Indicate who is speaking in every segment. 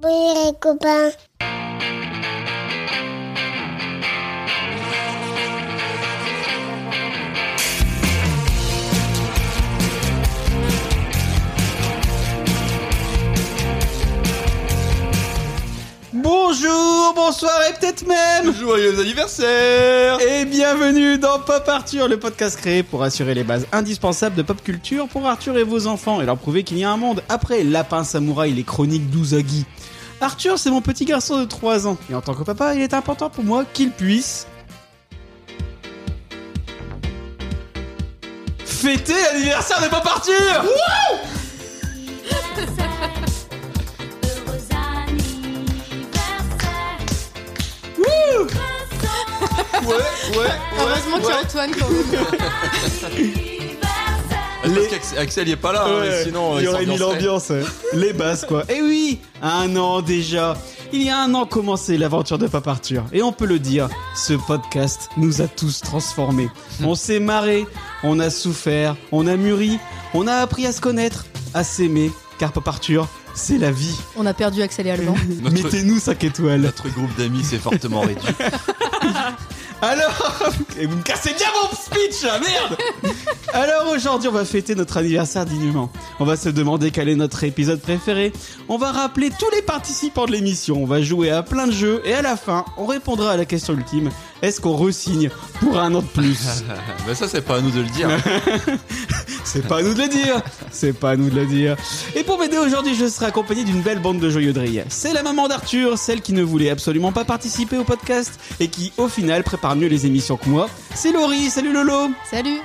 Speaker 1: Bonjour les copains.
Speaker 2: Bonjour, bonsoir et peut-être même
Speaker 3: Joyeux anniversaire
Speaker 2: Et bienvenue dans Pop Arthur, le podcast créé pour assurer les bases indispensables de pop culture pour Arthur et vos enfants et leur prouver qu'il y a un monde après Lapin Samouraï, les chroniques d'Uzagi. Arthur, c'est mon petit garçon de 3 ans et en tant que papa, il est important pour moi qu'il puisse fêter l'anniversaire de Pop Arthur
Speaker 4: Heureux anniversaire.
Speaker 3: Ouais, ouais, ouais.
Speaker 5: Heureusement qu'il y a Antoine quand même.
Speaker 3: Parce qu'Axel il est pas là, hein, mais sinon euh,
Speaker 2: il y aurait mis
Speaker 3: s'ambiancerait.
Speaker 2: l'ambiance, ouais. les bases quoi. Et oui, un an déjà. Il y a un an commencé l'aventure de Papa Arthur. Et on peut le dire, ce podcast nous a tous transformés.
Speaker 3: Hmm.
Speaker 2: On s'est marré, on a souffert, on a mûri, on a appris à se connaître, à s'aimer, car Papa Arthur, c'est la vie.
Speaker 5: On a perdu Axel et Alban.
Speaker 3: Notre-
Speaker 2: Mettez-nous 5 étoiles.
Speaker 3: Notre groupe d'amis s'est fortement réduit.
Speaker 2: Alors, et vous me cassez bien mon speech, là, merde Alors aujourd'hui, on va fêter notre anniversaire dignement. On va se demander quel est notre épisode préféré. On va rappeler tous les participants de l'émission. On va jouer à plein de jeux et à la fin, on répondra à la question ultime est-ce qu'on resigne pour un an de plus
Speaker 3: mais ça c'est pas à nous de le dire.
Speaker 2: C'est pas à nous de le dire C'est pas à nous de le dire Et pour m'aider aujourd'hui, je serai accompagné d'une belle bande de joyeux drilles. C'est la maman d'Arthur, celle qui ne voulait absolument pas participer au podcast et qui, au final, prépare mieux les émissions que moi. C'est Laurie, salut Lolo
Speaker 5: Salut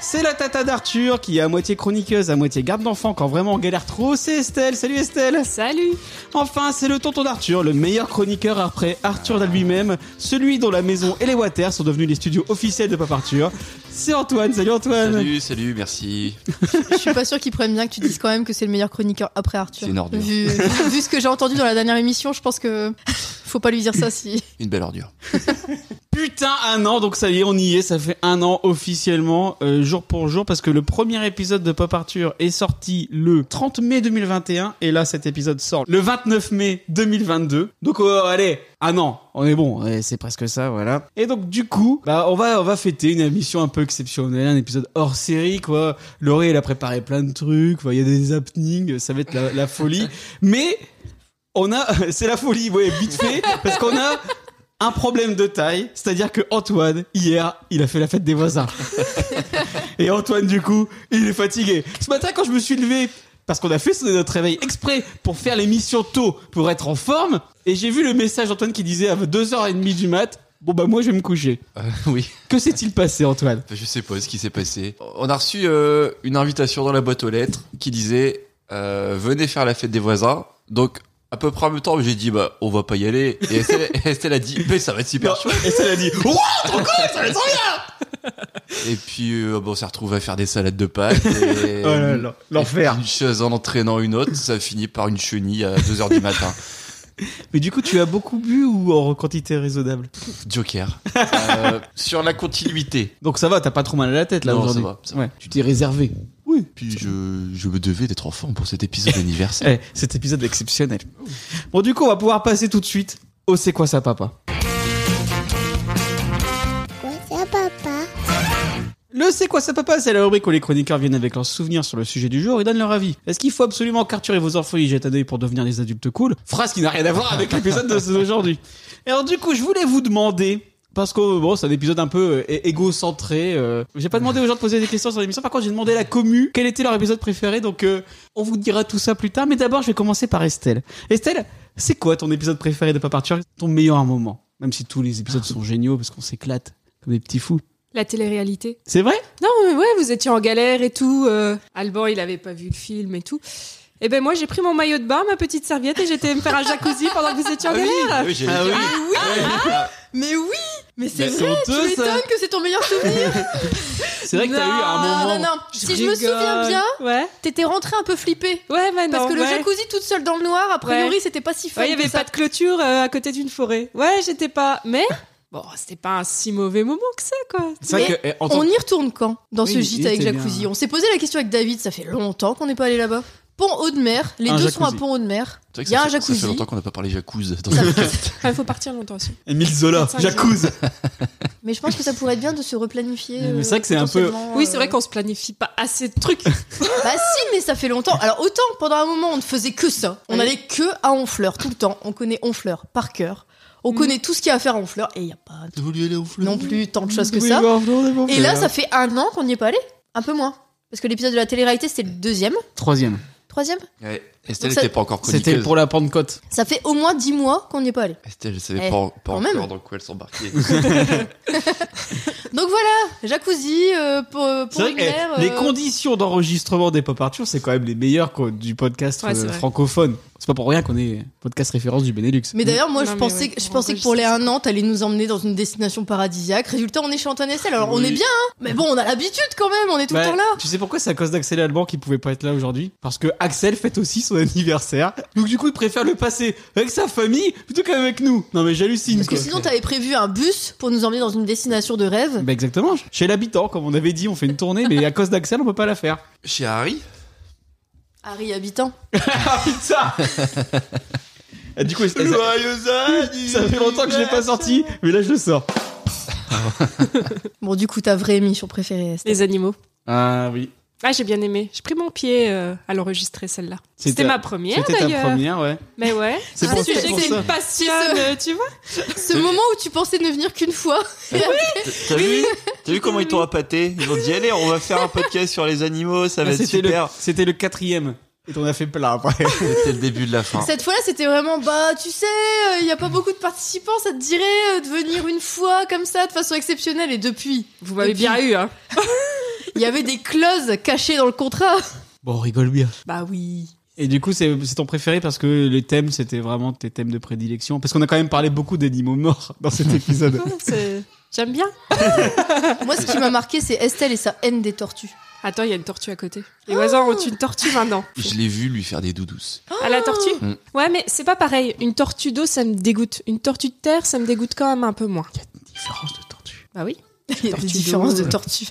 Speaker 2: C'est la tata d'Arthur qui est à moitié chroniqueuse, à moitié garde d'enfant quand vraiment on galère trop. C'est Estelle, salut Estelle
Speaker 5: Salut
Speaker 2: Enfin, c'est le tonton d'Arthur, le meilleur chroniqueur après Arthur lui-même, celui dont la maison et les water sont devenus les studios officiels de Pop Arthur. C'est Antoine, salut Antoine
Speaker 3: salut, salut, merci.
Speaker 5: Je suis pas sûr qu'ils prennent bien que tu dises quand même que c'est le meilleur chroniqueur après Arthur.
Speaker 3: C'est une ordure.
Speaker 5: Vu, vu ce que j'ai entendu dans la dernière émission, je pense que faut pas lui dire ça si.
Speaker 3: Une belle ordure.
Speaker 2: Putain, un an, donc ça y est, on y est, ça fait un an officiellement, euh, jour pour jour, parce que le premier épisode de Pop Arthur est sorti le 30 mai 2021, et là cet épisode sort le 29 mai 2022. Donc euh, allez, un an, on est bon, ouais, c'est presque ça, voilà. Et donc du coup, bah on va on va fêter une émission un peu exceptionnelle, un épisode hors série, quoi. Laurie, elle a préparé plein de trucs, quoi, il y a des happenings, ça va être la, la folie. Mais on a, c'est la folie, ouais, vite fait, parce qu'on a un problème de taille, c'est-à-dire que Antoine, hier, il a fait la fête des voisins. Et Antoine, du coup, il est fatigué. Ce matin, quand je me suis levé, parce qu'on a fait sonner notre réveil exprès pour faire l'émission tôt, pour être en forme, et j'ai vu le message d'Antoine qui disait à 2h30 du mat, bon bah moi je vais me coucher.
Speaker 3: Euh, oui,
Speaker 2: Que s'est-il passé, Antoine
Speaker 3: je sais pas ce qui s'est passé. On a reçu euh, une invitation dans la boîte aux lettres qui disait euh, venez faire la fête des voisins. Donc à peu près en même temps, j'ai dit bah on va pas y aller. Et Estelle, Estelle a dit mais ça va être super chouette.
Speaker 2: Et ça l'a dit, Ouah, trop cool, ça va être trop bien
Speaker 3: Et puis euh, bon, on s'est retrouvé à faire des salades de pâtes. Et,
Speaker 2: Oh là là, l'enfer.
Speaker 3: Et puis, Une chose en entraînant une autre, ça finit par une chenille à 2h du matin.
Speaker 2: Mais du coup, tu as beaucoup bu ou en quantité raisonnable
Speaker 3: Joker. Euh, sur la continuité.
Speaker 2: Donc ça va, t'as pas trop mal à la tête là
Speaker 3: Non, ça
Speaker 2: aujourd'hui.
Speaker 3: va, ça
Speaker 2: Ouais, tu t'es réservé. Oui.
Speaker 3: Puis je, je me devais d'être en forme pour cet épisode anniversaire.
Speaker 2: Eh, cet épisode est exceptionnel. Bon, du coup, on va pouvoir passer tout de suite au C'est quoi ça, papa
Speaker 1: Quoi ça papa
Speaker 2: Le C'est quoi ça, papa C'est la rubrique où les chroniqueurs viennent avec leurs souvenirs sur le sujet du jour et donnent leur avis. Est-ce qu'il faut absolument qu'Arthur et vos enfants y jettent un œil pour devenir des adultes cool Phrase qui n'a rien à voir avec l'épisode de- d'aujourd'hui. Et alors, du coup, je voulais vous demander. Parce que bon, c'est un épisode un peu euh, é- égocentré. euh, J'ai pas demandé aux gens de poser des questions sur l'émission. Par contre, j'ai demandé à la commu quel était leur épisode préféré. Donc, euh, on vous dira tout ça plus tard. Mais d'abord, je vais commencer par Estelle. Estelle, c'est quoi ton épisode préféré de Papa Arthur Ton meilleur moment Même si tous les épisodes sont géniaux parce qu'on s'éclate comme des petits fous.
Speaker 6: La télé-réalité.
Speaker 2: C'est vrai
Speaker 6: Non, mais ouais, vous étiez en galère et tout. euh, Alban, il avait pas vu le film et tout. Et ben moi, j'ai pris mon maillot de bain, ma petite serviette et j'étais me faire un jacuzzi pendant que vous étiez en galère.
Speaker 3: oui, j'ai
Speaker 2: Ah oui.
Speaker 5: Mais oui Mais c'est
Speaker 2: Mais
Speaker 5: vrai
Speaker 2: c'est
Speaker 5: Tu
Speaker 2: honteux, ça.
Speaker 5: m'étonnes que c'est ton meilleur souvenir
Speaker 2: C'est vrai que t'as eu un
Speaker 5: Non,
Speaker 2: moment.
Speaker 5: non, non Si je me souviens bien,
Speaker 6: Ouais.
Speaker 5: t'étais rentrée un peu flippée.
Speaker 6: Ouais, mais non.
Speaker 5: Parce que le
Speaker 6: ouais.
Speaker 5: jacuzzi toute seule dans le noir, a priori,
Speaker 6: Ouais.
Speaker 5: c'était pas si fun.
Speaker 6: Ouais, il y
Speaker 5: que
Speaker 6: avait
Speaker 5: ça.
Speaker 6: pas de clôture euh, à côté d'une forêt. Ouais, j'étais pas. Mais bon, c'était pas un si mauvais moment que ça, quoi.
Speaker 2: C'est vrai que, eh, en tant
Speaker 5: On
Speaker 2: que-
Speaker 5: y retourne quand Dans
Speaker 2: Oui,
Speaker 5: ce
Speaker 2: il
Speaker 5: gîte avec
Speaker 2: était bien.
Speaker 5: jacuzzi. On s'est posé la question avec David, ça fait longtemps qu'on n'est pas allé là-bas. Pont haut de mer. Les
Speaker 2: Un
Speaker 5: deux sont à
Speaker 2: jacuzzi.
Speaker 5: pont haut de mer.
Speaker 3: C'est vrai que
Speaker 5: Il y a
Speaker 3: ça
Speaker 5: un
Speaker 3: fait- Ça
Speaker 5: jacuzzi.
Speaker 3: fait longtemps qu'on n'a pas parlé jacuzzi. dans
Speaker 5: Ça-
Speaker 3: le-
Speaker 6: Il faut partir longtemps aussi.
Speaker 2: Émile Zola,
Speaker 6: 25
Speaker 2: j'accuse.
Speaker 5: Mais je pense que ça pourrait être bien de se replanifier.
Speaker 2: Mais
Speaker 5: euh,
Speaker 2: c'est vrai que c'est un peu-
Speaker 5: potentiellement,
Speaker 6: Oui, c'est
Speaker 5: euh,
Speaker 6: vrai qu'on se planifie pas assez de trucs.
Speaker 5: Bah si, mais ça fait longtemps. Alors autant pendant un moment on ne faisait que ça. On
Speaker 6: Oui.
Speaker 5: allait que à Honfleur tout le temps. On connaît Honfleur par cœur. On
Speaker 6: Mm.
Speaker 5: connaît tout ce qu'il y a à faire à Honfleur et il n'y a pas
Speaker 3: Vous voulez aller au flou
Speaker 5: non plus tant de choses que
Speaker 2: Oui,
Speaker 5: ça.
Speaker 2: bon, non, bon, euh,
Speaker 5: Et
Speaker 2: bon.
Speaker 5: là, ça fait un an qu'on n'y est pas allé. Un peu moins. Parce que l'épisode de la télé-réalité, c'était le deuxième.
Speaker 2: Troisième.
Speaker 5: Troisième
Speaker 3: Ouais, Estelle
Speaker 5: Donc ça-
Speaker 3: n'était pas encore
Speaker 2: C'était
Speaker 3: chroniqueuse.
Speaker 2: pour la Pentecôte.
Speaker 5: Ça fait au moins dix mois qu'on n'y est pas allé.
Speaker 3: Estelle, je savais
Speaker 5: Eh,
Speaker 3: pas, pas
Speaker 5: quand
Speaker 3: encore
Speaker 5: même.
Speaker 3: dans quoi elle s'embarquait.
Speaker 5: Donc voilà, jacuzzi, euh, pour, euh,
Speaker 2: C'est vrai que eh, les conditions d'enregistrement des pop Arthur, c'est quand même les meilleures quoi, du podcast
Speaker 6: Ouais, c'est
Speaker 2: euh,
Speaker 6: vrai.
Speaker 2: francophone. C'est pas pour rien qu'on est podcast référence du Benelux.
Speaker 5: Mais d'ailleurs, moi,
Speaker 6: Non,
Speaker 5: je
Speaker 6: mais
Speaker 5: pensais,
Speaker 6: ouais,
Speaker 5: que, je
Speaker 6: on
Speaker 5: pensais que pour les
Speaker 6: enregistre.
Speaker 5: un an, t'allais nous emmener dans une destination paradisiaque. Résultat, on est chez Antoine Estelle. Alors, on
Speaker 2: Oui.
Speaker 5: est bien, hein mais bon, on a l'habitude quand même, on est tout
Speaker 2: Bah,
Speaker 5: le temps là.
Speaker 2: Tu sais pourquoi c'est à cause d'Axel Alban qui pouvait pas être là aujourd'hui Parce que Axel fête aussi son anniversaire. Donc du coup, il préfère le passer avec sa famille plutôt qu'avec nous. Non mais j'hallucine.
Speaker 5: Parce que
Speaker 2: quoi.
Speaker 5: sinon, t'avais prévu un bus pour nous emmener dans une destination de rêve.
Speaker 2: Bah exactement. Chez l'habitant, comme on avait dit, on fait une tournée, mais à cause d'Axel, on peut pas la faire.
Speaker 3: Chez Harry
Speaker 5: Harry habitant.
Speaker 2: Ah putain Et Ah, Du coup, ça, ça fait longtemps que je l'ai pas sorti, mais là je le sors.
Speaker 5: Bon, du coup, ta vraie émission préférée, Estelle.
Speaker 6: Les animaux.
Speaker 2: Ah oui.
Speaker 6: Ah, j'ai bien aimé. J'ai pris mon pied euh, à l'enregistrer celle-là.
Speaker 2: C'était-
Speaker 6: C'était ma première
Speaker 2: C'était ta
Speaker 6: d'ailleurs. Ah,
Speaker 2: première, ouais.
Speaker 6: Mais ouais.
Speaker 2: C'est pour-
Speaker 6: un sujet
Speaker 2: c'est pour
Speaker 6: qui
Speaker 2: ça.
Speaker 6: me passionne, euh, tu vois.
Speaker 5: Ce moment où tu pensais ne venir qu'une fois.
Speaker 3: T'as- T'as vu T'as vu comment ils t'ont appâté Ils ont dit allez, on va faire un podcast sur les animaux, ça
Speaker 2: Bah,
Speaker 3: va être
Speaker 2: C'était le,
Speaker 3: super.
Speaker 2: c'était le quatrième. Et on a fait plein après.
Speaker 3: C'était le début de la fin.
Speaker 5: Cette fois-là, c'était vraiment bah tu sais, il y a pas beaucoup de participants, ça te dirait euh, de venir une fois comme ça de façon exceptionnelle et depuis,
Speaker 6: Vous m'avez bien eu, hein.
Speaker 5: il y avait des clauses cachées dans le contrat.
Speaker 2: Bon, on rigole bien.
Speaker 6: Bah oui.
Speaker 2: Et du coup, c'est c'est ton préféré parce que les thèmes, c'était vraiment tes thèmes de prédilection. Parce qu'on a quand même parlé beaucoup d'animaux morts dans cet épisode.
Speaker 6: C'est- J'aime bien.
Speaker 5: Moi ce qui m'a marqué c'est Estelle et sa haine des tortues.
Speaker 6: Attends, il y a une tortue à côté. Les voisins ont une tortue maintenant.
Speaker 3: Je l'ai vu lui faire des doudous.
Speaker 6: À la tortue
Speaker 3: Mm.
Speaker 6: Ouais, mais c'est pas pareil. Une tortue d'eau, ça me dégoûte. Une tortue de terre, ça me dégoûte quand même un peu moins.
Speaker 2: Différence de tortue.
Speaker 6: Bah oui.
Speaker 5: Il y a des
Speaker 6: Tortue
Speaker 5: différences de
Speaker 6: d'eau.
Speaker 5: tortues.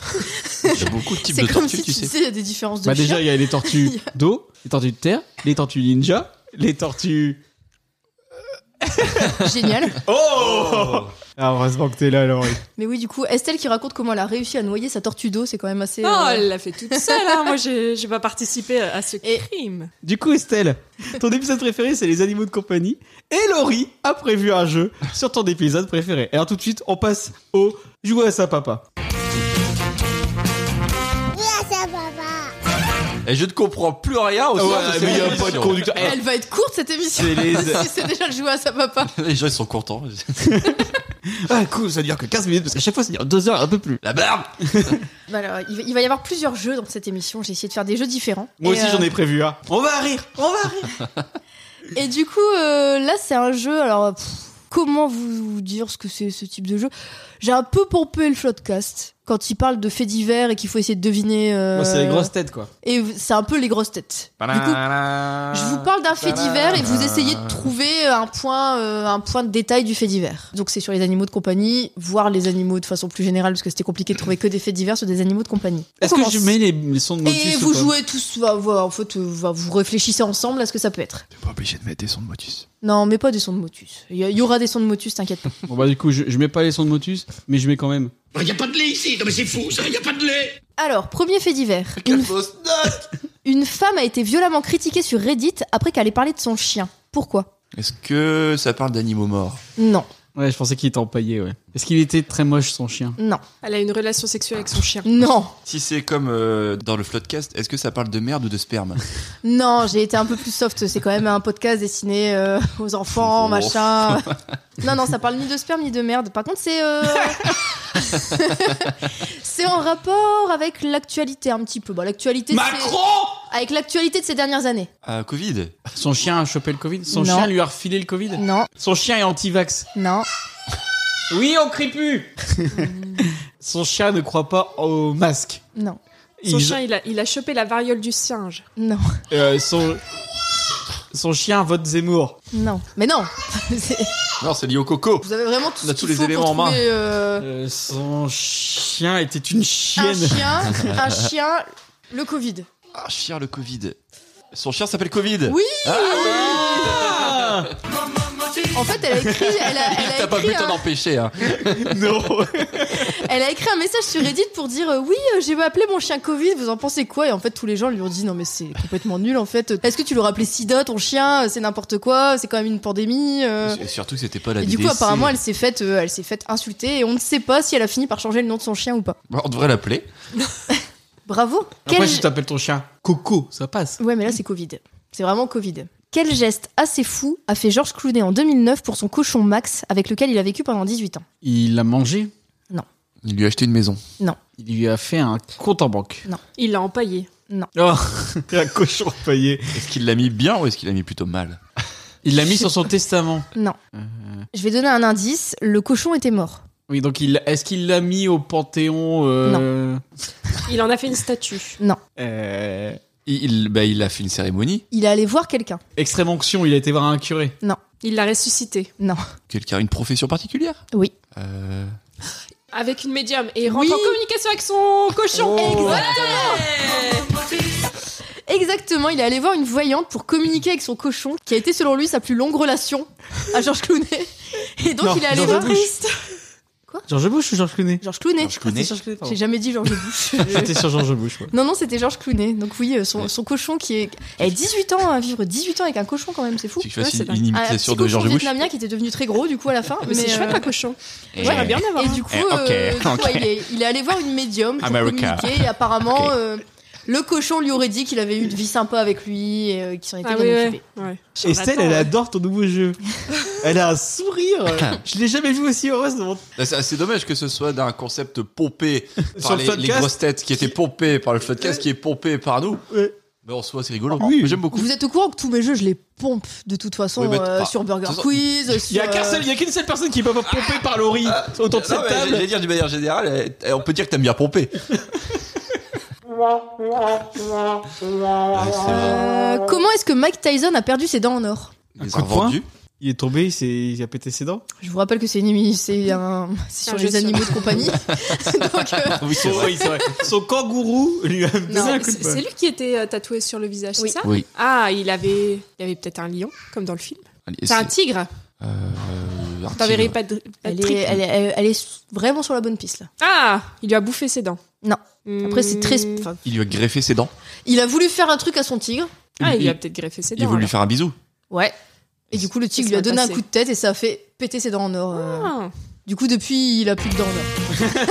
Speaker 3: Il y a beaucoup de types
Speaker 5: C'est
Speaker 3: de
Speaker 5: comme
Speaker 3: tortues,
Speaker 5: si
Speaker 3: tu
Speaker 5: tu
Speaker 3: sais.
Speaker 5: disais il y a des différences de
Speaker 2: Bah déjà,
Speaker 5: chien.
Speaker 2: il y a les tortues d'eau, les tortues de terre, les tortues ninja, les tortues...
Speaker 5: Génial.
Speaker 2: Oh ah, Heureusement que t'es là, Laurie.
Speaker 5: Mais oui, du coup, Estelle qui raconte comment elle a réussi à noyer sa tortue d'eau, c'est quand même
Speaker 2: Oh
Speaker 5: assez
Speaker 6: Non,
Speaker 5: euh,
Speaker 6: elle l'a fait toute seule. Hein. Moi, j'ai j'ai pas participé à à ce
Speaker 5: Et-
Speaker 6: crime.
Speaker 2: Du coup, Estelle, ton épisode préféré, c'est les animaux de compagnie. Et Laurie a prévu un jeu sur ton épisode préféré. Alors tout de suite, on passe au jouer à sa papa.
Speaker 1: Grâce à papa.
Speaker 3: Et je ne comprends plus rien au sens de cette émission.
Speaker 5: Elle va être courte cette émission.
Speaker 2: Eh, C'est les-
Speaker 5: Parce que c'est déjà le jouet à sa papa.
Speaker 3: Les gens ils sont contents.
Speaker 2: Ah cool, ça dure que 15 minutes parce qu'à chaque fois ça dure 2 heures, un peu plus.
Speaker 3: La barbe
Speaker 5: Bah alors, il va- il va y avoir plusieurs jeux dans cette émission. J'ai essayé de faire des jeux différents.
Speaker 2: Moi
Speaker 5: Et,
Speaker 2: aussi
Speaker 5: euh,
Speaker 2: j'en ai prévu un. On va rire, on va rire.
Speaker 5: Et du coup, euh, là, c'est un jeu. Alors, pff, comment vous, vous dire ce que c'est ce type de jeu J'ai un peu pompé le podcast quand il parle de faits divers et qu'il faut essayer de deviner. euh,
Speaker 2: Moi, c'est les grosses têtes quoi.
Speaker 5: Et v- c'est un peu les grosses têtes. Du coup, je vous parle d'un fait divers et vous essayez de trouver un point, euh, un point de détail du fait divers. Donc, c'est sur les animaux de compagnie, voir les animaux de façon plus générale, parce que c'était compliqué de trouver que des faits divers sur des animaux de compagnie. On
Speaker 2: Est-ce que
Speaker 5: commence.
Speaker 2: je mets les, les sons de motus
Speaker 5: Et
Speaker 2: ou
Speaker 5: vous
Speaker 2: pas
Speaker 5: jouez tous, bah, voilà, en fait, euh, bah, vous réfléchissez ensemble à ce que ça peut être.
Speaker 3: T'es pas obligé de mettre des sons de motus.
Speaker 5: Non, mais pas des sons de motus. Il y, a- il y aura des sons de motus, t'inquiète pas.
Speaker 2: Bon bah du coup, je, je mets pas les sons de motus, mais je mets quand même.
Speaker 4: Il n'y a pas de lait ici, non mais c'est fou ça, il n'y a pas de lait
Speaker 5: Alors, premier fait divers. Une, une femme a été violemment critiquée sur Reddit après qu'elle ait parlé de son chien. Pourquoi
Speaker 3: Est-ce que ça parle d'animaux morts
Speaker 5: Non,
Speaker 2: Ouais, je pensais qu'il était empaillé, ouais. Est-ce qu'il était très moche son chien
Speaker 5: non,
Speaker 6: Elle a une relation sexuelle avec son chien.
Speaker 5: non,
Speaker 3: Si c'est comme euh, dans le floodcast, est-ce que ça parle de merde ou de sperme
Speaker 5: non, j'ai été un peu plus soft. C'est quand même un podcast destiné euh, aux enfants,
Speaker 3: Oh.
Speaker 5: machin. Non, non, ça parle ni de sperme ni de merde. Par contre, c'est. euh, c'est en rapport avec l'actualité un petit peu. Bah, l'actualité. c'est- Avec l'actualité de ces dernières années.
Speaker 3: Ah, Covid
Speaker 2: Son chien a chopé le Covid Son
Speaker 5: Non.
Speaker 2: chien lui a refilé le Covid
Speaker 5: Non,
Speaker 2: Son chien est anti-vax
Speaker 5: non,
Speaker 2: Oui, on crie plus Son chien ne croit pas au masque.
Speaker 5: non,
Speaker 6: Son
Speaker 2: Ils-
Speaker 6: chien, il a, il a chopé la variole du singe.
Speaker 5: non.
Speaker 2: euh, son... son chien vote Zemmour.
Speaker 5: Non, mais non. C'est-
Speaker 3: Non, c'est lié au coco
Speaker 5: Vous avez vraiment tout
Speaker 3: On a
Speaker 5: ce
Speaker 3: tous
Speaker 5: qu'il
Speaker 3: les
Speaker 5: faut
Speaker 3: éléments en
Speaker 5: pour
Speaker 3: main.
Speaker 5: trouver, euh,
Speaker 2: Euh, son chien était une
Speaker 5: un
Speaker 2: chienne.
Speaker 5: chien, un chien, le Covid.
Speaker 3: Ah, chien le Covid Son chien s'appelle Covid.
Speaker 5: Oui.
Speaker 3: Ah,
Speaker 2: Ah
Speaker 5: En fait, elle a écrit, elle a, elle a
Speaker 3: T'as pas
Speaker 5: écrit
Speaker 3: pu t'en
Speaker 5: un,
Speaker 3: empêcher. Hein.
Speaker 2: non.
Speaker 5: elle a écrit un message sur Reddit pour dire euh, oui, euh, j'ai appelé mon chien Covid. Vous en pensez quoi Et en fait, tous les gens lui ont dit non mais c'est complètement nul. En fait, est-ce que tu l'aurais appelé Sida ton chien Euh, C'est n'importe quoi. C'est quand même une pandémie. euh.
Speaker 3: Et surtout que c'était pas la
Speaker 5: Et du coup,
Speaker 3: DDC.
Speaker 5: apparemment, elle s'est faite, euh, elle s'est faite insulter et on ne sait pas si elle a fini par changer le nom de son chien ou pas.
Speaker 3: Bah, On devrait l'appeler.
Speaker 5: Bravo.
Speaker 2: Après,
Speaker 5: Quel-
Speaker 2: si t'appelles ton chien Coco, ça passe.
Speaker 5: Ouais, mais là, c'est Covid. C'est vraiment Covid. Quel geste assez fou a fait Georges Clooney en 2009 pour son cochon Max, avec lequel il a vécu pendant 18 ans
Speaker 2: Il l'a mangé.
Speaker 3: Il lui a acheté une maison.
Speaker 2: Il lui a fait un compte en banque.
Speaker 6: Il l'a empaillé.
Speaker 2: Oh, un cochon payé.
Speaker 3: Est-ce qu'il l'a mis bien ou est-ce qu'il l'a mis plutôt mal
Speaker 2: Il l'a mis sur son testament.
Speaker 5: Non. Je vais donner un indice. Le cochon était mort.
Speaker 2: Oui, donc il, est-ce qu'il l'a mis au Panthéon euh,
Speaker 6: Il en a fait une statue.
Speaker 2: euh,
Speaker 3: Il, il- bah, il a fait une cérémonie.
Speaker 5: Il est allé voir quelqu'un.
Speaker 2: Extrême onction, il a été voir un curé.
Speaker 6: Il l'a ressuscité.
Speaker 3: Quelqu'un, une profession particulière
Speaker 5: Oui.
Speaker 3: Euh,
Speaker 6: Avec une médium. Et il
Speaker 5: Oui.
Speaker 6: rentre en communication avec son cochon.
Speaker 2: Oh.
Speaker 5: Exactement. Exactement, il est allé voir une voyante pour communiquer avec son cochon, qui a été selon lui sa plus longue relation à Georges Clooney. Et donc
Speaker 2: Non,
Speaker 5: il est allé
Speaker 2: Georges
Speaker 5: voir.
Speaker 2: Georges Bush ou Georges Clooney
Speaker 5: Georges Clooney.
Speaker 3: Georges Clooney.
Speaker 2: Ah, Georges Clooney,
Speaker 5: J'ai jamais dit Georges Bush. Euh,
Speaker 2: J'étais sur Georges Bush. ouais.
Speaker 5: Non, non, c'était Georges Clooney. Donc oui, euh, son, son cochon qui est... Eh, 18 ans, à vivre 18 ans avec un cochon quand même, c'est fou.
Speaker 3: Tu fasses
Speaker 6: c'est
Speaker 3: une,
Speaker 6: dingue.
Speaker 3: une
Speaker 5: Un
Speaker 3: imitation
Speaker 5: petit
Speaker 3: de
Speaker 5: cochon
Speaker 3: George Bush
Speaker 5: vietnamien qui était devenu très gros du coup à la fin.
Speaker 6: Mais c'est
Speaker 5: euh,
Speaker 6: chouette, un cochon.
Speaker 3: Eh,
Speaker 6: J'aimerais bien hein. en avoir.
Speaker 5: Et
Speaker 6: un.
Speaker 5: du coup,
Speaker 3: Eh, ok,
Speaker 5: euh, du coup,
Speaker 3: ok.
Speaker 5: il, est, il est allé voir une médium pour
Speaker 3: America.
Speaker 5: communiquer et apparemment,
Speaker 3: Ok.
Speaker 5: euh, le cochon lui aurait dit qu'il avait eu une vie sympa avec lui et euh, qu'il s'en était
Speaker 6: Ah
Speaker 5: bien
Speaker 6: oui,
Speaker 5: occupé.
Speaker 6: ouais. ouais.
Speaker 2: Estelle, elle
Speaker 6: Attends,
Speaker 2: adore ton nouveau jeu. Elle a un sourire. Je l'ai jamais vue aussi heureuse devant
Speaker 3: Bah, C'est c'est dommage que ce soit d'un concept pompé
Speaker 2: Sur
Speaker 3: par
Speaker 2: le
Speaker 3: les,
Speaker 2: podcast.
Speaker 3: les grosses têtes qui étaient pompées par le podcast qui est pompé par nous.
Speaker 2: Ouais.
Speaker 3: Mais en soi, c'est rigolo.
Speaker 2: Oui.
Speaker 3: Moi, J'aime beaucoup.
Speaker 5: Vous êtes au courant que tous mes jeux, je les pompe de toute façon
Speaker 3: Oui, mais
Speaker 5: euh,
Speaker 3: pas-
Speaker 5: sur Burger
Speaker 3: de toute façon-
Speaker 5: Quiz,
Speaker 2: Il y a
Speaker 5: sur,
Speaker 2: qu'un
Speaker 5: euh,
Speaker 2: seul- il y a qu'une seule personne qui peut pas pomper par Laurie autour de
Speaker 3: Non,
Speaker 2: cette
Speaker 3: mais
Speaker 2: table.
Speaker 3: J'allais dire d'une manière générale, eh, eh, on peut dire que t'aimes bien pomper.
Speaker 5: euh, comment est-ce que Mike Tyson a perdu ses dents en or
Speaker 2: Un
Speaker 3: Les
Speaker 2: coup de poing.
Speaker 3: invendus.
Speaker 2: Il est tombé, il, s'est- il a pété ses dents.
Speaker 5: Je vous rappelle que c'est une émi- c'est un, c'est sur
Speaker 6: Un jeu
Speaker 5: les
Speaker 6: de
Speaker 5: animaux de compagnie. Donc, euh,
Speaker 3: Oui, c'est
Speaker 2: Son,
Speaker 3: vrai.
Speaker 2: oui, c'est vrai. Son kangourou lui a donné
Speaker 5: Non,
Speaker 2: un coup de
Speaker 6: C'est
Speaker 2: poing.
Speaker 6: c'est lui qui était euh, tatoué sur le visage,
Speaker 5: Oui.
Speaker 6: c'est ça
Speaker 3: Oui.
Speaker 6: Ah, il avait, il avait peut-être un lion, comme dans le film.
Speaker 3: Allez,
Speaker 6: C'est un
Speaker 3: c'est-
Speaker 6: tigre.
Speaker 3: euh, un
Speaker 6: T'en verrais
Speaker 3: tigre.
Speaker 6: pas de. pas de
Speaker 5: elle, est,
Speaker 6: triple.
Speaker 5: elle, est, elle est vraiment sur la bonne piste là.
Speaker 6: Ah, il lui a bouffé ses dents.
Speaker 5: Non. Après, c'est très.
Speaker 6: Hmm.
Speaker 5: enfin,
Speaker 3: Il lui a greffé ses dents.
Speaker 5: il a voulu faire un truc à son tigre.
Speaker 6: Ah, il lui a
Speaker 2: Il-
Speaker 6: peut-être greffé ses
Speaker 3: Il
Speaker 6: dents.
Speaker 3: voulait lui
Speaker 6: alors.
Speaker 3: faire un bisou.
Speaker 5: Ouais. Et du coup, le tigre
Speaker 6: Ça
Speaker 5: lui a
Speaker 6: s'est
Speaker 5: donné
Speaker 6: passé.
Speaker 5: un coup de tête et ça a fait péter ses dents en or. euh.
Speaker 6: Ah.
Speaker 5: Du coup, depuis, il a plus de dents en or.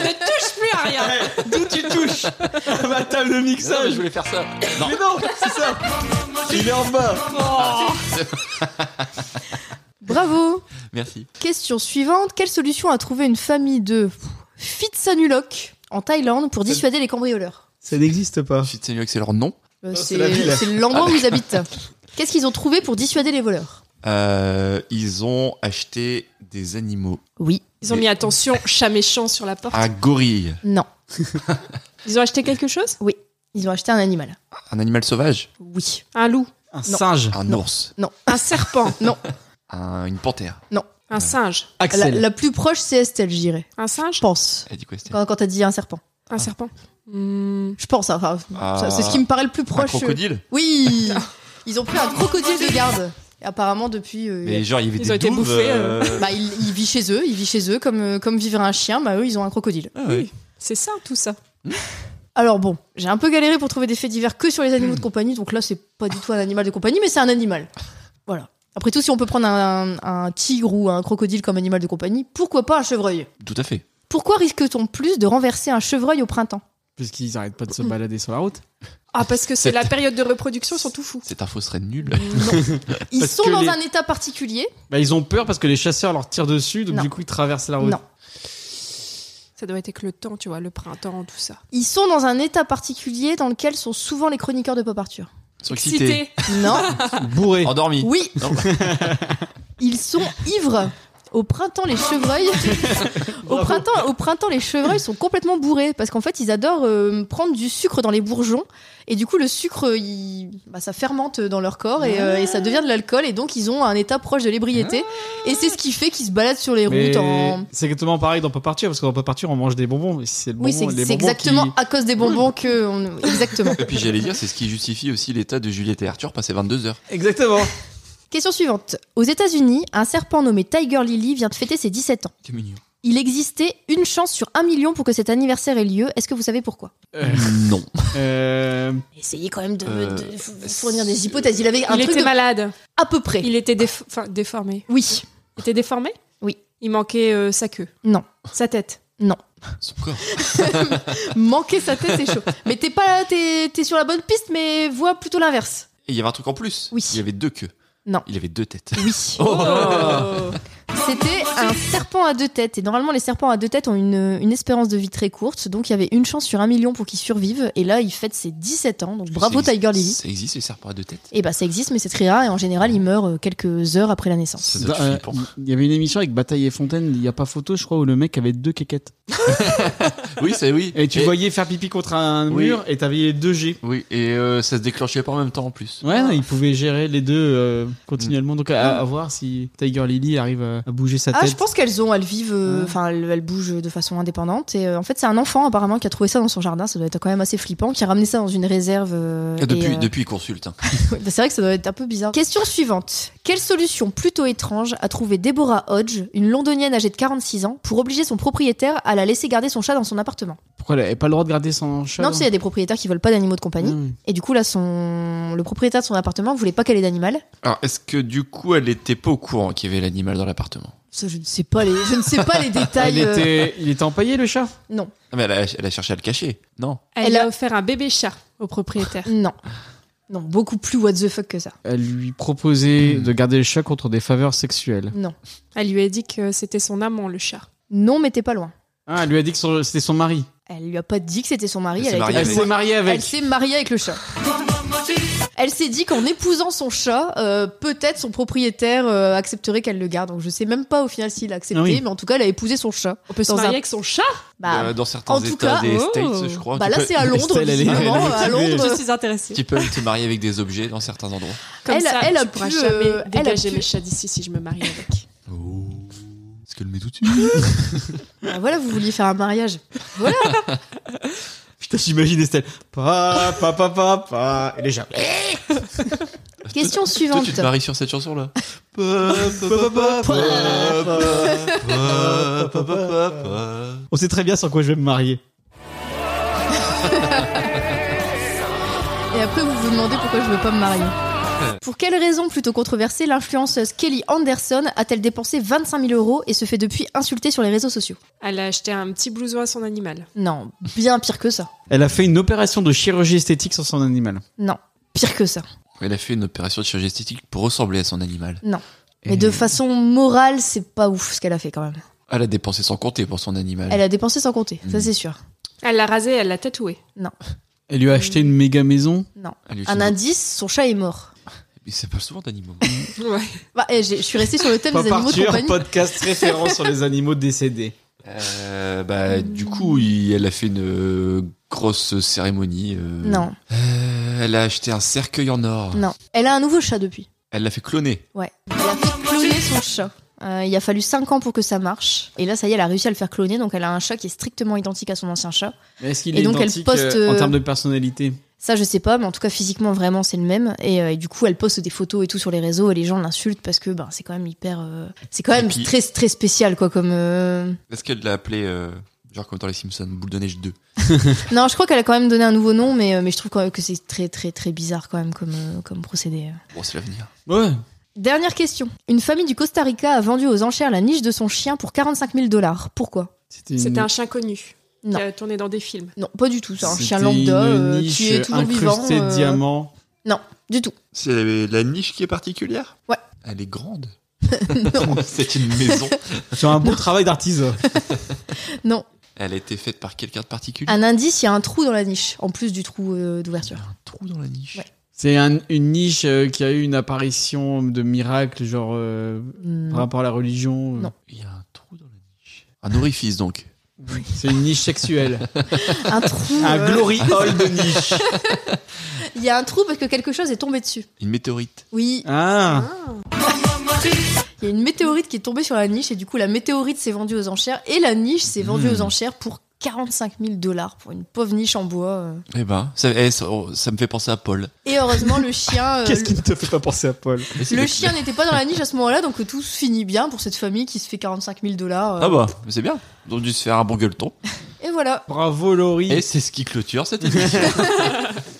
Speaker 6: Ne touche plus à rien.
Speaker 2: D'où tu touches À ma table de mixage.
Speaker 3: voulais faire ça.
Speaker 2: Mais non, c'est ça. Il est en bas.
Speaker 5: Bravo
Speaker 3: Merci.
Speaker 5: Question suivante. Quelle solution a trouvé une famille de Fitsanulok en Thaïlande pour dissuader les cambrioleurs
Speaker 2: Ça n'existe pas.
Speaker 3: Ensuite, c'est mieux que c'est leur nom.
Speaker 5: Euh,
Speaker 2: c'est
Speaker 5: C'est
Speaker 2: la ville.
Speaker 5: c'est l'endroit où ils habitent. Qu'est-ce qu'ils ont trouvé pour dissuader les voleurs
Speaker 3: Euh, ils ont acheté des animaux.
Speaker 5: Oui.
Speaker 6: Ils ont mis attention, chat méchant sur la porte.
Speaker 3: Un gorille.
Speaker 5: Non.
Speaker 6: Ils ont acheté quelque chose
Speaker 5: Ils ont acheté un animal.
Speaker 3: Un animal sauvage.
Speaker 5: Oui.
Speaker 6: Un loup,
Speaker 2: Un singe.
Speaker 3: Un ours.
Speaker 6: un serpent,
Speaker 3: Un- une panthère.
Speaker 6: un singe,
Speaker 5: La,
Speaker 2: Axel.
Speaker 5: la plus proche, c'est Estelle, je dirais.
Speaker 6: un
Speaker 5: Je
Speaker 6: singe,
Speaker 5: pense.
Speaker 3: Elle dit quoi, c'était
Speaker 5: Quand, quand t'as dit un serpent.
Speaker 6: un serpent. Hmm.
Speaker 5: Je pense, enfin, ça- c'est ce qui me paraît le plus
Speaker 3: Ah, Un
Speaker 5: proche. euh,
Speaker 3: crocodile.
Speaker 5: Oui Ils ont pris un crocodile de garde. Et apparemment, depuis. euh,
Speaker 3: Mais genre, il y avait
Speaker 6: Ils
Speaker 3: des
Speaker 6: ont été
Speaker 3: douves,
Speaker 6: bouffés,
Speaker 3: euh,
Speaker 5: bah, il, il vit chez eux, il vit chez eux comme, euh, comme vivrait un chien, bah eux, ils ont un crocodile.
Speaker 3: Ah ouais.
Speaker 6: C'est ça, tout ça.
Speaker 5: Alors bon, j'ai un peu galéré pour trouver des faits divers que sur les animaux de compagnie, donc là, c'est pas du tout un animal de compagnie, mais c'est un animal. Voilà. Après tout, si on peut prendre un, un tigre ou un crocodile comme animal de compagnie, pourquoi pas un chevreuil
Speaker 3: Tout à fait.
Speaker 5: Pourquoi risque-t-on plus de renverser un chevreuil au printemps
Speaker 2: Puisqu'ils n'arrêtent pas de se balader sur la route.
Speaker 6: Ah, parce que c'est
Speaker 3: Cette-
Speaker 6: la période de reproduction, ils sont tout fous.
Speaker 3: Cette info serait nulle.
Speaker 5: Ils
Speaker 2: Parce
Speaker 5: sont
Speaker 2: que
Speaker 5: dans
Speaker 2: les-
Speaker 5: un état particulier
Speaker 2: Bah, ils ont peur parce que les chasseurs leur tirent dessus, donc
Speaker 5: Non.
Speaker 2: du coup ils traversent la route.
Speaker 5: Non.
Speaker 6: Ça doit être avec le temps, tu vois, le printemps, tout ça.
Speaker 5: Ils sont dans un état particulier dans lequel sont souvent les chroniqueurs de Pop Arthur.
Speaker 3: Ils sont excités.
Speaker 5: Non
Speaker 2: Bourré.
Speaker 3: Endormis.
Speaker 5: Oui
Speaker 3: Non.
Speaker 5: Ils sont ivres Au printemps, les chevreuils. au printemps, au printemps, les chevreuils sont complètement bourrés parce qu'en fait, ils adorent euh, prendre du sucre dans les bourgeons et du coup, le sucre, il- bah, ça fermente dans leur corps et, euh, et ça devient de l'alcool et donc ils ont un état proche de l'ébriété et c'est ce qui fait qu'ils se baladent sur les
Speaker 2: Mais
Speaker 5: routes en.
Speaker 2: C'est exactement pareil dans Pop Partir, parce que dans Pop Partir, on mange des bonbons. Et c'est le
Speaker 5: Oui, c'est
Speaker 2: bonbon, les
Speaker 5: c'est
Speaker 2: bonbons
Speaker 5: exactement
Speaker 2: qui-
Speaker 5: à cause des bonbons que. on- Exactement.
Speaker 3: Et puis j'allais dire, c'est ce qui justifie aussi l'état de Juliette et Arthur passé 22 heures.
Speaker 2: Exactement.
Speaker 5: Question suivante. Aux États-Unis, un serpent nommé Tiger Lily vient de fêter ses 17 ans.
Speaker 3: C'est mignon.
Speaker 5: Il existait une chance sur un million pour que cet anniversaire ait lieu. Est-ce que vous savez pourquoi
Speaker 3: Non.
Speaker 2: Euh,
Speaker 5: Essayez quand même de,
Speaker 3: Euh,
Speaker 5: de f- fournir des hypothèses. Il avait un
Speaker 6: Il
Speaker 5: truc
Speaker 6: était
Speaker 5: de-
Speaker 6: malade.
Speaker 5: à peu près.
Speaker 6: Il était déf- enfin, déformé.
Speaker 5: Oui.
Speaker 6: Il était déformé
Speaker 5: Oui.
Speaker 6: Il manquait euh, sa queue.
Speaker 5: Non.
Speaker 6: Sa tête.
Speaker 3: Son corps.
Speaker 5: Manquer sa tête, c'est chaud. Mais t'es pas, t'es t'es sur la bonne piste, mais vois plutôt l'inverse.
Speaker 3: Et il y avait un truc en plus.
Speaker 5: Oui.
Speaker 3: Il y avait deux queues.
Speaker 5: Non.
Speaker 3: Il avait deux têtes.
Speaker 5: Oui.
Speaker 6: Oh.
Speaker 5: C'était un serpent à deux têtes. Et normalement, les serpents à deux têtes ont une, une espérance de vie très courte. Donc, il y avait une chance sur un million pour qu'ils survivent. Et là, il fête ses 17 ans. Donc, bravo
Speaker 3: Ça existe-
Speaker 5: Tiger Lily.
Speaker 3: Ça existe les serpents à deux têtes
Speaker 5: Et bah, ça existe, mais c'est très rare. Et en général, il meurt euh, quelques heures après la naissance.
Speaker 3: Ça
Speaker 2: dans-
Speaker 3: doit être
Speaker 2: euh,
Speaker 3: flippant.
Speaker 2: Il y avait une émission avec Bataille et Fontaine, il n'y a pas photo, je crois, où le mec avait deux quéquettes.
Speaker 3: Oui, c'est oui.
Speaker 2: Et tu voyais faire pipi contre un
Speaker 3: Oui.
Speaker 2: mur et t'avais les deux G.
Speaker 3: Oui, et euh, ça se déclenchait pas en même temps en plus.
Speaker 2: Ouais,
Speaker 5: Ah.
Speaker 2: non, il pouvait gérer les deux euh, continuellement.
Speaker 3: Mm.
Speaker 2: Donc à, à voir si Tiger Lily arrive à, à bouger sa
Speaker 5: Mm. Ah,
Speaker 2: tête.
Speaker 5: je pense qu'elles ont, elles vivent, euh,
Speaker 2: Ouais.
Speaker 5: enfin, elles, elles bougent de façon indépendante. Et euh, en fait, c'est un enfant apparemment qui a trouvé ça dans son jardin. Ça doit être quand même assez flippant, qui a ramené ça dans une réserve. euh,
Speaker 3: Et depuis,
Speaker 5: et, euh,
Speaker 3: depuis, il consulte. hein.
Speaker 5: bah, c'est vrai que ça doit être un peu bizarre. Question suivante quelle solution plutôt étrange a trouvé Deborah Hodge, une londonienne âgée de 46 ans, pour obliger son propriétaire à la laisser garder son chat dans son appartement
Speaker 2: Pourquoi elle n'avait pas le droit de garder son chat hein
Speaker 5: Non, tu sais, il y a des propriétaires qui veulent pas d'animaux de compagnie.
Speaker 2: Mmh.
Speaker 5: Et du coup, là, son... le propriétaire de son appartement voulait pas qu'elle ait d'animal.
Speaker 3: Alors, est-ce que du coup, elle était pas au courant qu'il y avait l'animal dans l'appartement
Speaker 5: Ça, je ne sais pas les, je ne sais pas les détails.
Speaker 2: Elle
Speaker 5: euh,
Speaker 2: était, Ah, il était empaillé le chat.
Speaker 5: Non,
Speaker 3: Ah, mais elle a, elle a cherché à le cacher. Non.
Speaker 6: Elle,
Speaker 5: Elle
Speaker 6: a...
Speaker 5: a-
Speaker 6: offert un bébé chat au propriétaire.
Speaker 5: non. Non, beaucoup plus what the fuck que ça.
Speaker 2: Elle lui proposait
Speaker 3: Mmh.
Speaker 2: de garder le chat contre des faveurs sexuelles.
Speaker 5: Non.
Speaker 6: Elle lui a dit que c'était son amant, le chat.
Speaker 5: Non, mais t'es pas loin.
Speaker 2: Ah, elle lui a dit que son- c'était son mari.
Speaker 5: Elle lui a pas dit que c'était son mari.
Speaker 3: Elle s'est
Speaker 5: a
Speaker 2: Elle
Speaker 5: été
Speaker 3: mariée avec.
Speaker 2: s'est mariée
Speaker 5: Elle
Speaker 2: avec.
Speaker 5: s'est mariée avec le chat. Elle s'est dit qu'en épousant son chat, euh, peut-être son propriétaire euh, accepterait qu'elle le garde. Donc je sais même pas au final s'il a accepté,
Speaker 2: Ah oui.
Speaker 5: mais en tout cas elle a épousé son chat.
Speaker 6: On peut se
Speaker 5: Dans
Speaker 6: marier
Speaker 5: un-
Speaker 6: avec son chat
Speaker 5: Bah,
Speaker 3: Euh, dans certains
Speaker 5: en tout
Speaker 3: états
Speaker 5: cas,
Speaker 3: des
Speaker 6: oh.
Speaker 3: States, je crois.
Speaker 5: bah
Speaker 3: tu
Speaker 5: là
Speaker 3: peux-
Speaker 5: c'est à Londres
Speaker 2: Estelle, elle est-
Speaker 5: visiblement. euh.
Speaker 2: elle est
Speaker 5: à Londres.
Speaker 6: Je suis intéressée.
Speaker 3: Tu peux te marier avec des objets dans certains endroits.
Speaker 6: Comme
Speaker 5: Elle-
Speaker 6: ça,
Speaker 5: elle a
Speaker 6: tu pourras
Speaker 5: pu,
Speaker 6: jamais
Speaker 5: euh, elle a
Speaker 6: dégager
Speaker 5: pu-
Speaker 6: mes chats d'ici si je me marie avec.
Speaker 3: Oh. Est-ce qu'elle le met tout de suite
Speaker 5: Bah, voilà, vous vouliez faire un mariage.
Speaker 2: Putain, j'imagine Estelle. Pa, pa, pa, pa, pa. Et les chats.
Speaker 5: Question
Speaker 3: Toi,
Speaker 5: suivante.
Speaker 3: tu te maries sur cette chanson-là
Speaker 2: On sait très bien sur quoi je vais me marier.
Speaker 5: Et après, vous vous demandez pourquoi je veux pas me marier. Pour quelle raison plutôt controversée, l'influenceuse Kelly Anderson a-t-elle dépensé 25 000 euros et se fait depuis insulter sur les réseaux sociaux
Speaker 6: Elle a acheté un petit blouson à son animal.
Speaker 5: Non, bien pire que ça.
Speaker 2: Elle a fait une opération de chirurgie esthétique sur son animal.
Speaker 5: Non, pire que ça.
Speaker 3: Elle a fait une opération de chirurgie esthétique pour ressembler à son animal.
Speaker 5: Mais de façon morale, c'est pas ouf ce qu'elle a fait quand même.
Speaker 3: Elle a dépensé sans compter pour son animal.
Speaker 5: Elle a dépensé sans compter, ça
Speaker 3: Mm.
Speaker 5: c'est sûr.
Speaker 6: Elle l'a rasé, elle l'a tatoué.
Speaker 2: Elle lui a acheté une méga maison.
Speaker 3: Elle lui fait
Speaker 5: Un
Speaker 3: une-
Speaker 5: indice, son chat est mort.
Speaker 3: Mais ça parle souvent d'animaux.
Speaker 6: Ouais.
Speaker 5: Bah, eh, j'ai- je suis restée sur le thème des animaux de compagnie.
Speaker 2: podcast référent sur les animaux décédés.
Speaker 3: Euh, bah, du coup, il- elle a fait une euh, grosse cérémonie. euh,
Speaker 5: Non,
Speaker 3: euh, elle a acheté un cercueil en or.
Speaker 5: non. Elle a un nouveau chat depuis.
Speaker 3: Elle l'a fait cloner.
Speaker 5: Ouais. Elle a fait cloner son chat. Euh, il a fallu 5 ans pour que ça marche. Et là, ça y est, elle a réussi à le faire cloner. Donc, elle a un chat qui est strictement identique à son ancien chat.
Speaker 2: Est-ce qu'il
Speaker 5: Et
Speaker 2: est
Speaker 5: donc, elle
Speaker 2: identique
Speaker 5: poste,
Speaker 2: euh, en
Speaker 5: euh,
Speaker 2: termes de personnalité
Speaker 5: Ça, je sais pas, mais en tout cas, physiquement, vraiment, c'est le même. Et, euh, et du coup, elle poste des photos et tout sur les réseaux et les gens l'insultent parce que ben, c'est quand même hyper. euh, c'est quand
Speaker 3: Et
Speaker 5: même
Speaker 3: puis-
Speaker 5: très, très spécial, quoi. Comme. euh,
Speaker 3: Est-ce qu'elle l'a appelé, euh, genre comme dans les Simpsons, boule de neige 2
Speaker 5: Non, je crois qu'elle a quand même donné un nouveau nom, mais, euh, mais je trouve quand même que c'est très, très, très bizarre quand même comme, euh, comme procédé.
Speaker 3: Bon, c'est l'avenir.
Speaker 2: Ouais.
Speaker 5: Dernière question. Une famille du Costa Rica a vendu aux enchères la niche de son chien pour 45 000 dollars. Pourquoi
Speaker 2: C'était une-
Speaker 6: C'était un chien connu.
Speaker 5: Non.
Speaker 6: Qui a tourné dans des films.
Speaker 5: Non, pas du tout. C'est un
Speaker 2: c'était
Speaker 5: chien lambda
Speaker 2: une
Speaker 5: euh,
Speaker 2: niche
Speaker 5: qui est toujours vivant.
Speaker 2: incrustée de
Speaker 5: euh,
Speaker 2: diamants.
Speaker 5: Du tout.
Speaker 3: C'est la niche qui est particulière
Speaker 5: Ouais.
Speaker 3: Elle est grande.
Speaker 5: non,
Speaker 3: c'est une maison.
Speaker 2: C'est un beau travail d'artisan.
Speaker 5: non.
Speaker 3: Elle a été faite par quelqu'un de particulier.
Speaker 5: Un indice, il y a un trou dans la niche, en plus du trou euh, d'ouverture.
Speaker 3: un trou dans la niche.
Speaker 5: Ouais.
Speaker 2: C'est un- une niche euh, qui a eu une apparition de miracle, genre euh,
Speaker 5: Hmm.
Speaker 2: par rapport à la religion. euh,
Speaker 5: Mm. Non.
Speaker 3: Il y a un trou dans la niche. Un orifice donc.
Speaker 2: C'est une niche sexuelle. Ah.
Speaker 5: Un trou.
Speaker 2: un
Speaker 5: euh,
Speaker 2: glory hall de niche.
Speaker 5: Il y a un trou parce que quelque chose est tombé dessus.
Speaker 3: Une météorite.
Speaker 5: Oui,
Speaker 2: Ah,
Speaker 5: il y a une météorite qui est tombée sur la niche et du coup la météorite s'est vendue aux enchères et la niche s'est vendue
Speaker 3: Hmm.
Speaker 5: aux enchères pour 45 000 dollars pour une pauvre niche en bois. euh.
Speaker 3: Eh ben, ça, eh, ça- oh, ça me fait penser à Paul.
Speaker 5: Et heureusement le chien. euh,
Speaker 2: qu'est-ce
Speaker 5: le-
Speaker 2: qui ne te fait pas penser à Paul
Speaker 3: Et c'est
Speaker 5: Le
Speaker 3: le-
Speaker 5: chien n'était pas dans la niche à ce moment-là, donc tout se finit bien pour cette famille qui se fait 45 000 dollars. euh.
Speaker 3: Ah bah, c'est bien. Ils ont dû se faire un bon gueuleton.
Speaker 5: Et voilà.
Speaker 2: Bravo Laurie.
Speaker 3: Et c'est ce qui clôture cette émission.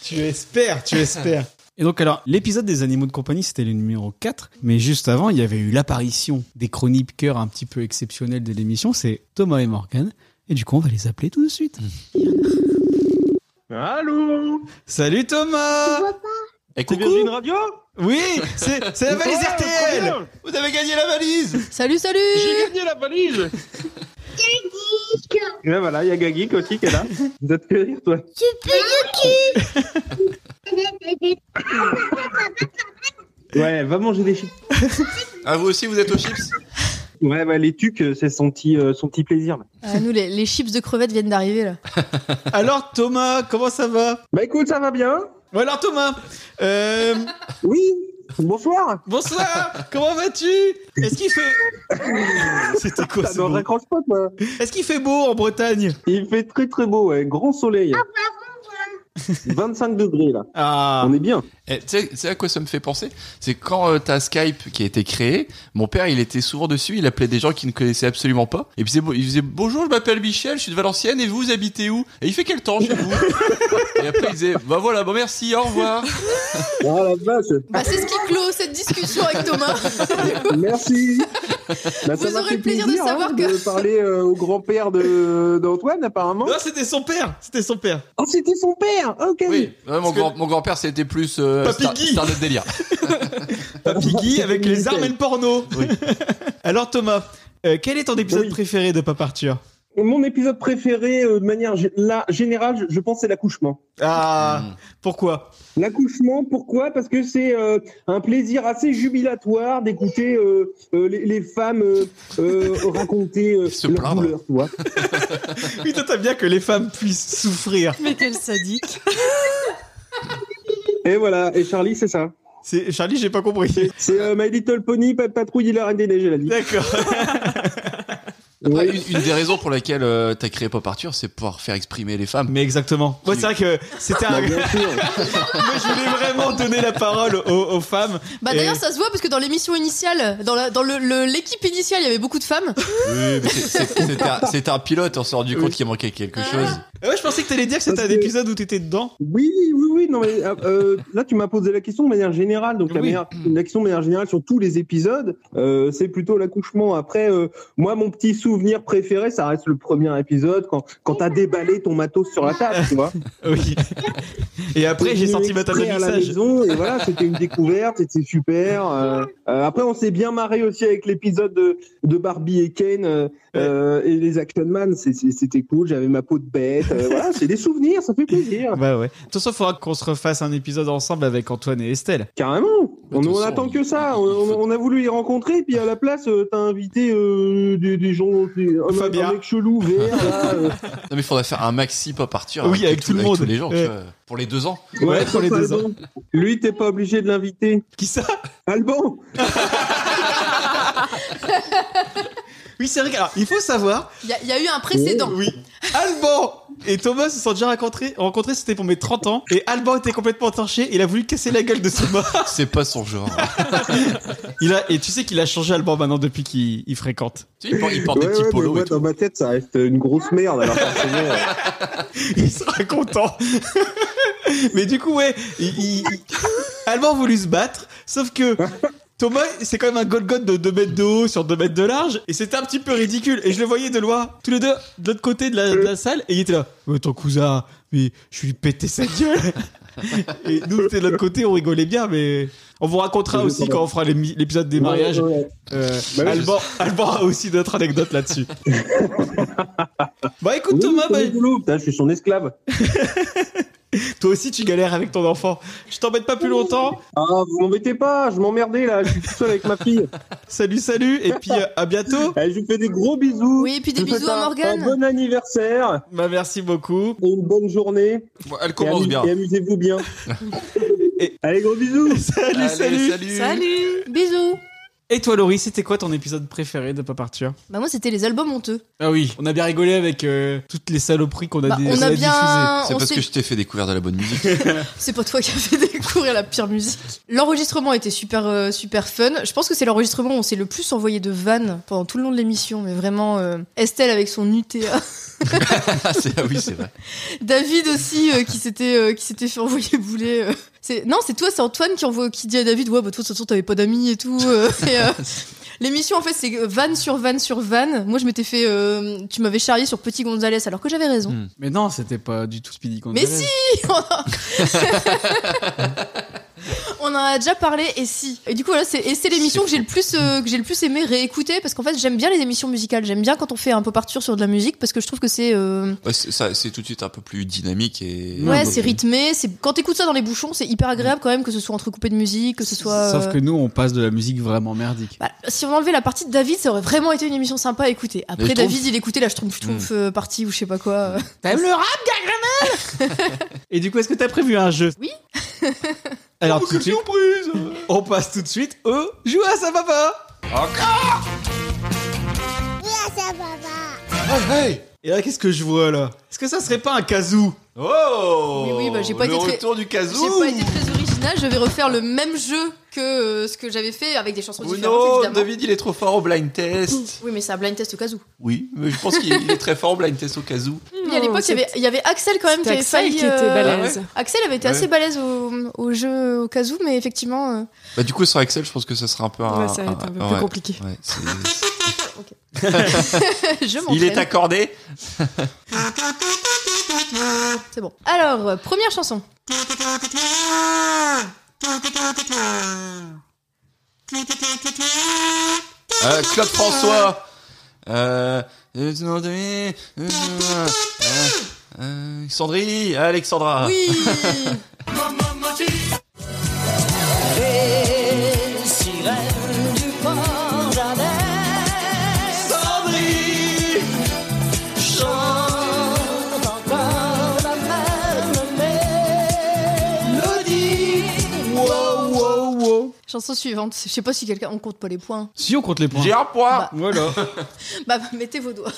Speaker 2: Tu espères, tu espères. Et donc alors, l'épisode des animaux de compagnie, c'était le numéro 4. Mais juste avant, il y avait eu l'apparition des chroniqueurs un petit peu exceptionnels de l'émission. C'est Thomas et Morgan. Et du coup, on va les appeler tout de suite.
Speaker 7: Allô
Speaker 2: Salut Thomas
Speaker 3: Et
Speaker 7: C'est
Speaker 3: coucou,
Speaker 7: Virgin Radio
Speaker 2: Oui, c'est c'est la valise
Speaker 7: Ouais,
Speaker 2: RTL
Speaker 7: trop bien.
Speaker 3: vous avez gagné la valise
Speaker 5: Salut, salut
Speaker 7: J'ai gagné la valise Et ben voilà, il y a Gagik aussi qui est là. De te rire, toi. Ouais, va manger des chips.
Speaker 3: Ah, vous aussi, vous êtes aux chips
Speaker 7: Ouais, bah, les tucs, euh, c'est son petit, euh, son petit plaisir. là.
Speaker 5: Ah, Nous, les, les chips de crevettes viennent d'arriver là.
Speaker 2: Alors Thomas, comment ça va
Speaker 7: Bah écoute, ça va bien
Speaker 2: Bon, Alors Thomas, euh,
Speaker 7: Oui Bonsoir
Speaker 2: bonsoir, comment vas-tu Est-ce qu'il fait... C'était quoi
Speaker 7: Ça
Speaker 2: ce
Speaker 7: ne
Speaker 2: bruit
Speaker 7: raccroche pas, toi
Speaker 2: Est-ce qu'il fait beau en Bretagne
Speaker 7: Il fait très très beau, ouais. grand soleil. 25 degrés, là.
Speaker 2: Ah,
Speaker 7: On est bien.
Speaker 3: Eh, Tu sais- tu sais à quoi ça me fait penser C'est quand euh, t'as Skype qui a été créé, mon père il était souvent dessus, il appelait des gens qui ne connaissaient absolument pas. Et puis c'est beau- il faisait bonjour, je m'appelle Michel, je suis de Valenciennes et vous, vous habitez où Et il fait quel temps chez vous Et après il disait bah voilà, bon merci, au revoir.
Speaker 7: Oh la vache
Speaker 5: Bah, c'est ce qui clôt cette discussion avec Thomas.
Speaker 7: Merci. Bah,
Speaker 5: Vous
Speaker 7: m'a
Speaker 5: aurez
Speaker 7: fait
Speaker 5: le plaisir de savoir
Speaker 7: de parler euh, au grand-père de- d'Antoine apparemment.
Speaker 2: non,
Speaker 3: Ah,
Speaker 2: c'était son père, c'était son père.
Speaker 7: Oh, c'était son père. OK.
Speaker 3: Oui, ouais, mon,
Speaker 2: Parce que-
Speaker 3: grand, mon grand-père c'était plus euh,
Speaker 2: Papy
Speaker 3: star,
Speaker 2: Guy.
Speaker 3: star de délire.
Speaker 7: Ah,
Speaker 2: Papy Guy avec les armes et le porno.
Speaker 3: Oui.
Speaker 2: Alors Thomas, euh, quel est ton épisode
Speaker 7: Oui.
Speaker 2: préféré de Papa Arthur
Speaker 7: Mon épisode préféré euh, de manière gé- la- générale, je, je pense c'est l'accouchement.
Speaker 2: Ah,
Speaker 3: Mm.
Speaker 2: pourquoi
Speaker 7: L'accouchement, pourquoi Parce que c'est euh, un plaisir assez jubilatoire d'écouter euh, euh, les, les femmes euh, euh, raconter euh,
Speaker 3: Se
Speaker 7: leur
Speaker 3: plaindre.
Speaker 7: douleur, tu vois.
Speaker 2: Oui, t'entends bien que les femmes puissent souffrir.
Speaker 6: Mais quel sadique.
Speaker 7: Et voilà, et Charlie, c'est ça.
Speaker 2: C'est Charlie, j'ai pas compris.
Speaker 7: C'est euh, My Little Pony, Pat Patrouille, il a rien déneigé, la dit.
Speaker 2: D'accord.
Speaker 3: Après,
Speaker 7: Oui.
Speaker 3: une, une des raisons pour laquelle euh, t'as créé Pop Arthur, c'est pouvoir faire exprimer les femmes.
Speaker 2: Mais exactement. Moi, c'est vrai que c'était un.
Speaker 7: Bah, bien sûr.
Speaker 2: Moi, je voulais vraiment donner la parole aux, aux femmes.
Speaker 5: Bah,
Speaker 2: Et-
Speaker 5: d'ailleurs, ça se voit parce que dans l'émission initiale, dans la- dans le- le- l'équipe initiale, il y avait beaucoup de femmes.
Speaker 3: Oui, mais c'est- c'est- C'était un, c'était un pilote, on s'est rendu compte qu'il manquait quelque chose.
Speaker 2: Ah Ouais, je pensais que t'allais dire que c'était
Speaker 7: Parce
Speaker 2: un
Speaker 7: que-
Speaker 2: épisode où t'étais dedans.
Speaker 7: Oui, oui, oui. Non, mais euh, euh, là, tu m'as posé la question de manière générale. Donc, la,
Speaker 2: Oui.
Speaker 7: meilleure- la question de manière générale sur tous les épisodes, euh, c'est plutôt l'accouchement. Après, euh, moi, mon petit souvenir préféré, ça reste le premier épisode quand, quand t'as déballé ton matos sur la table, tu vois.
Speaker 2: Oui. Et après, j'ai
Speaker 7: Venu
Speaker 2: sorti ma table de
Speaker 7: exprès à la
Speaker 2: mixage.
Speaker 7: maison et voilà, c'était une découverte, c'était super. Euh, euh, après, on s'est bien marré aussi avec l'épisode de, de Barbie et Ken euh, euh, et les Action Man. C'est- c'est- C'était cool. J'avais ma peau de bête. Euh, voilà, c'est des souvenirs, ça fait plaisir.
Speaker 2: Bah ouais. De toute façon, faudra qu'on se refasse un épisode ensemble avec Antoine et Estelle.
Speaker 7: Carrément
Speaker 3: Bah, De
Speaker 7: On,
Speaker 3: toute
Speaker 7: on
Speaker 3: façon,
Speaker 7: attend
Speaker 3: il-
Speaker 7: que ça on,
Speaker 3: il faut-
Speaker 7: on- on a voulu les rencontrer, puis à la place, euh, t'as invité euh, des, des gens, des, un,
Speaker 2: Fabien.
Speaker 7: un mec chelou, vert, là, euh.
Speaker 3: Non, mais il faudrait faire un maxi Pop Arthur
Speaker 2: Oui, avec tout le monde. Eh.
Speaker 3: tous les gens, tu
Speaker 2: Ouais.
Speaker 3: vois, pour les deux ans.
Speaker 2: Ouais, pour les deux
Speaker 7: Alban. Lui, t'es pas obligé de l'inviter.
Speaker 2: Qui ça
Speaker 7: Alban
Speaker 2: Oui, c'est vrai. que- Alors, il faut savoir
Speaker 5: Il y, a- il y a eu un précédent.
Speaker 2: Oui. Alban et Thomas se sont déjà rencontrés. rencontrés c'était pour mes 30 ans. Et Alban était complètement torché. Il a voulu casser la gueule de Thomas.
Speaker 3: C'est pas son genre.
Speaker 2: Il a, et tu sais qu'il a changé Alban maintenant depuis qu'il il fréquente.
Speaker 3: Tu sais, il porte, il porte
Speaker 7: Ouais,
Speaker 3: des
Speaker 7: ouais,
Speaker 3: petits
Speaker 7: mais
Speaker 3: polos
Speaker 7: moi,
Speaker 3: et tout.
Speaker 7: dans ma tête, ça reste une grosse merde. Alors, forcément, euh,
Speaker 2: Il sera content. Mais du coup, ouais, il, il- il- Alban a voulu se battre. Sauf que Thomas, c'est quand même un Golgot de 2 mètres de haut sur 2 mètres de large. Et c'était un petit peu ridicule. Et je le voyais de loin, tous les deux, de l'autre côté de la, de la salle. Et il était là, mais ton cousin, mais je lui pété sa gueule. Et nous, c'était de l'autre côté, on rigolait bien, mais on vous racontera aussi quand on fera l'émi- l'épisode des mariages.
Speaker 7: ouais, ouais.
Speaker 2: Euh,
Speaker 7: Bah oui,
Speaker 2: Alban, Alban a aussi d'autres anecdotes là-dessus. bah écoute
Speaker 7: Oui,
Speaker 2: Thomas,
Speaker 7: c'est
Speaker 2: bah,
Speaker 7: rigolo. Putain, je suis son esclave.
Speaker 2: Toi aussi, tu galères avec ton enfant. Je t'embête pas plus longtemps.
Speaker 7: Ah, vous m'embêtez pas, je m'emmerdais là, je suis tout seul avec ma fille.
Speaker 2: Salut, salut. Et puis, euh, à bientôt.
Speaker 7: Allez, je vous fais des gros bisous.
Speaker 5: Oui, et puis des
Speaker 7: Je vous
Speaker 5: bisous
Speaker 7: souhaite
Speaker 5: à
Speaker 7: un-
Speaker 5: Morgane.
Speaker 7: Un bon anniversaire
Speaker 2: Bah, merci beaucoup.
Speaker 7: et une bonne journée.
Speaker 3: Bon, Elle
Speaker 7: Et
Speaker 3: commence
Speaker 7: amu-
Speaker 3: bien.
Speaker 7: Et amusez-vous bien.
Speaker 2: Et-
Speaker 7: Allez, gros bisous.
Speaker 2: Salut,
Speaker 3: Allez,
Speaker 2: salut.
Speaker 6: Salut
Speaker 5: Bisous.
Speaker 2: Et toi, Laurie, c'était quoi ton épisode préféré de Pas Partir
Speaker 5: Bah moi c'était les albums honteux.
Speaker 2: Ah oui, on a bien rigolé avec euh, toutes les saloperies qu'on a,
Speaker 5: Bah,
Speaker 2: dé-
Speaker 5: on
Speaker 2: qu'on
Speaker 5: a
Speaker 2: a
Speaker 5: bien,
Speaker 3: C'est
Speaker 5: on
Speaker 3: parce
Speaker 5: s'est-
Speaker 3: que je t'ai fait découvrir de la bonne musique.
Speaker 5: c'est pas toi qui as fait découvrir la pire musique. L'enregistrement était super euh, super fun. Je pense que c'est l'enregistrement où on s'est le plus envoyé de vannes pendant tout le long de l'émission, mais vraiment euh, Estelle avec son UTA,
Speaker 3: Ah, c'est- ah oui, c'est vrai.
Speaker 5: David aussi euh, qui s'était euh, qui s'était fait envoyer bouler. euh. C'est non, c'est toi, c'est Antoine qui envoie qui dit à David ouais bah toi de toute façon t'avais pas d'amis et tout. euh, et, euh, L'émission en fait c'est vanne sur vanne sur vanne. Moi je m'étais fait euh, tu m'avais charrié sur Petit Gonzalez alors que j'avais raison.
Speaker 2: diffusé. Mais non, c'était pas du tout Speedy
Speaker 5: Mais
Speaker 2: Gonzalez.
Speaker 5: si On en a déjà parlé et si. Et du coup voilà, c'est et c'est l'émission que j'ai le plus euh, que j'ai le plus aimé réécouter parce qu'en fait j'aime bien les émissions musicales. J'aime bien quand on fait un peu partir sur de la musique parce que je trouve que c'est euh,
Speaker 3: Ouais, c'est- ça, c'est tout de suite un peu plus dynamique et.
Speaker 5: ouais
Speaker 3: donc-
Speaker 5: c'est rythmé. C'est quand t'écoutes ça dans les bouchons c'est hyper agréable quand même que ce soit entrecoupé de musique que ce soit.
Speaker 2: Sauf
Speaker 5: euh,
Speaker 2: que nous, on passe de la musique vraiment merdique.
Speaker 5: bah, si on enlevait la partie de David, ça aurait vraiment été une émission sympa à écouter.
Speaker 3: Mais
Speaker 5: Après,
Speaker 3: je trouve- Hmm.
Speaker 5: David, il écoutait la Schtroumpf Schtroumpf euh, partie ou je sais pas quoi.
Speaker 2: T'aimes le rap, Et du coup, est-ce que t'as prévu un jeu
Speaker 5: Oui.
Speaker 2: Alors, tout de suite, on passe tout de suite au Joue à sa papa
Speaker 1: Oui, à Ah, ça, papa.
Speaker 3: Oh,
Speaker 2: Et là, qu'est-ce que je vois là Est-ce que ça serait pas un kazoo
Speaker 3: Oh
Speaker 5: Oui, oui, bah, j'ai pas
Speaker 3: le
Speaker 5: été très-
Speaker 3: retour du
Speaker 5: J'ai
Speaker 3: kazoo
Speaker 5: pas été très original, je vais refaire le même jeu que euh, ce que j'avais fait avec des chansons
Speaker 3: Oh
Speaker 5: différentes
Speaker 3: non,
Speaker 5: évidemment.
Speaker 3: David, il est trop fort au blind test.
Speaker 5: Oui, mais c'est un blind test au cas où.
Speaker 3: Oui, mais je pense qu'il il est très fort au blind test au kazoo.
Speaker 5: Mais à l'époque, il y avait- il y avait Axel quand même qui
Speaker 6: c'était
Speaker 5: avait
Speaker 6: Axel
Speaker 5: failli.
Speaker 6: qui était
Speaker 5: euh,
Speaker 6: balèze.
Speaker 5: Axel avait été
Speaker 3: Ouais.
Speaker 5: assez balèze au, au jeu au cas où, mais effectivement. euh,
Speaker 3: Bah, du coup, sur Excel, je pense que ça sera un peu
Speaker 2: Ah,
Speaker 3: un.
Speaker 6: Ouais, ça va être un peu
Speaker 3: ouais.
Speaker 6: plus compliqué.
Speaker 3: Ouais, c'est-
Speaker 5: je
Speaker 3: il est
Speaker 5: m'entraîne.
Speaker 3: accordé.
Speaker 5: C'est bon. Alors, euh, première chanson. Ah.
Speaker 3: Euh, Claude François. Euh... euh, euh, Sandrine, Alexandra.
Speaker 5: Oui Chanson suivante. Je sais pas si quelqu'un. On compte pas les points.
Speaker 2: Si, on compte les points.
Speaker 3: J'ai un point.
Speaker 2: Voilà.
Speaker 5: Bah, bah, mettez vos doigts.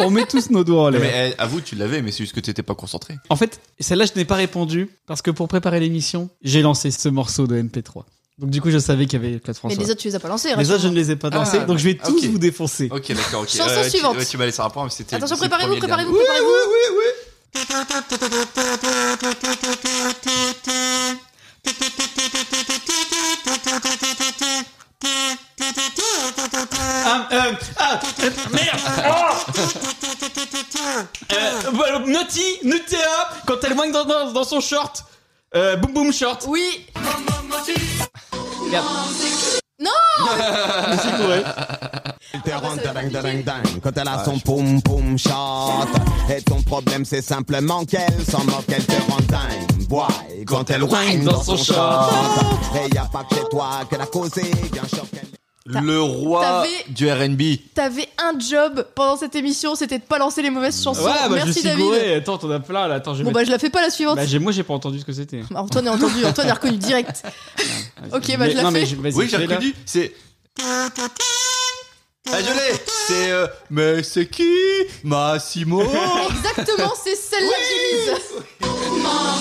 Speaker 2: on met tous nos doigts en l'air.
Speaker 3: Mais eh, avoue, tu l'avais, mais c'est juste que t'étais pas concentré.
Speaker 2: En fait, celle-là, je n'ai pas répondu parce que pour préparer l'émission, j'ai lancé ce morceau de MP3. Donc, du coup, je savais qu'il y avait Claude
Speaker 5: Mais
Speaker 2: François.
Speaker 5: les autres, tu les as pas lancés.
Speaker 2: Les autres, je
Speaker 5: rassure-moi.
Speaker 2: ne les ai pas dansés,
Speaker 3: Ah,
Speaker 2: donc je vais
Speaker 3: ok.
Speaker 2: tous vous défoncer.
Speaker 3: Ok, d'accord, ok.
Speaker 5: Chanson
Speaker 3: tu-
Speaker 5: suivante.
Speaker 3: ouais, Tu, m'as laissé un point, mais c'était.
Speaker 5: Attention,
Speaker 3: c'est le
Speaker 5: préparez-vous,
Speaker 3: premier, le
Speaker 5: préparez-vous,
Speaker 3: dernier.
Speaker 5: préparez-vous.
Speaker 2: Ah, euh, ah, euh, merde Oh Euh, voilà, Naughty, Nutella, quand elle moigne dans, dans, dans son short. Euh, boom boom short.
Speaker 5: Oui
Speaker 2: Regarde.
Speaker 5: Non
Speaker 2: Mais c'est vrai.
Speaker 8: Interrompt ding ding ding quand elle a son poum poum chante Et ton problème c'est simplement qu'elle s'en moque Elle te rend dingue boy quand elle whine dans son chante Et y a pas que chez toi qu'elle a causé qu'un choc elle-
Speaker 3: Le roi
Speaker 5: T'avais-
Speaker 3: du RB.
Speaker 5: T'avais un job pendant cette émission, c'était de pas lancer les mauvaises chansons.
Speaker 2: Ouais, bah, je
Speaker 5: Merci
Speaker 2: suis
Speaker 5: David.
Speaker 2: gouré. Attends, t'en as plein là. Attends, je vais.
Speaker 5: Bon
Speaker 2: mettre-
Speaker 5: bah je la fais pas la suivante.
Speaker 2: Bah, j'ai- moi, j'ai pas entendu ce que c'était.
Speaker 5: Bah, Antoine a entendu, Antoine a reconnu direct. Ok, bah,
Speaker 2: Mais-
Speaker 5: je la
Speaker 2: non,
Speaker 5: fais.
Speaker 2: mais je- vas-y,
Speaker 3: Oui, j'ai
Speaker 2: fais-la.
Speaker 3: reconnu. C'est. Ah, je l'ai C'est. euh, mais c'est qui Massimo
Speaker 5: Oh. Exactement, c'est celle-là que j'ai mise.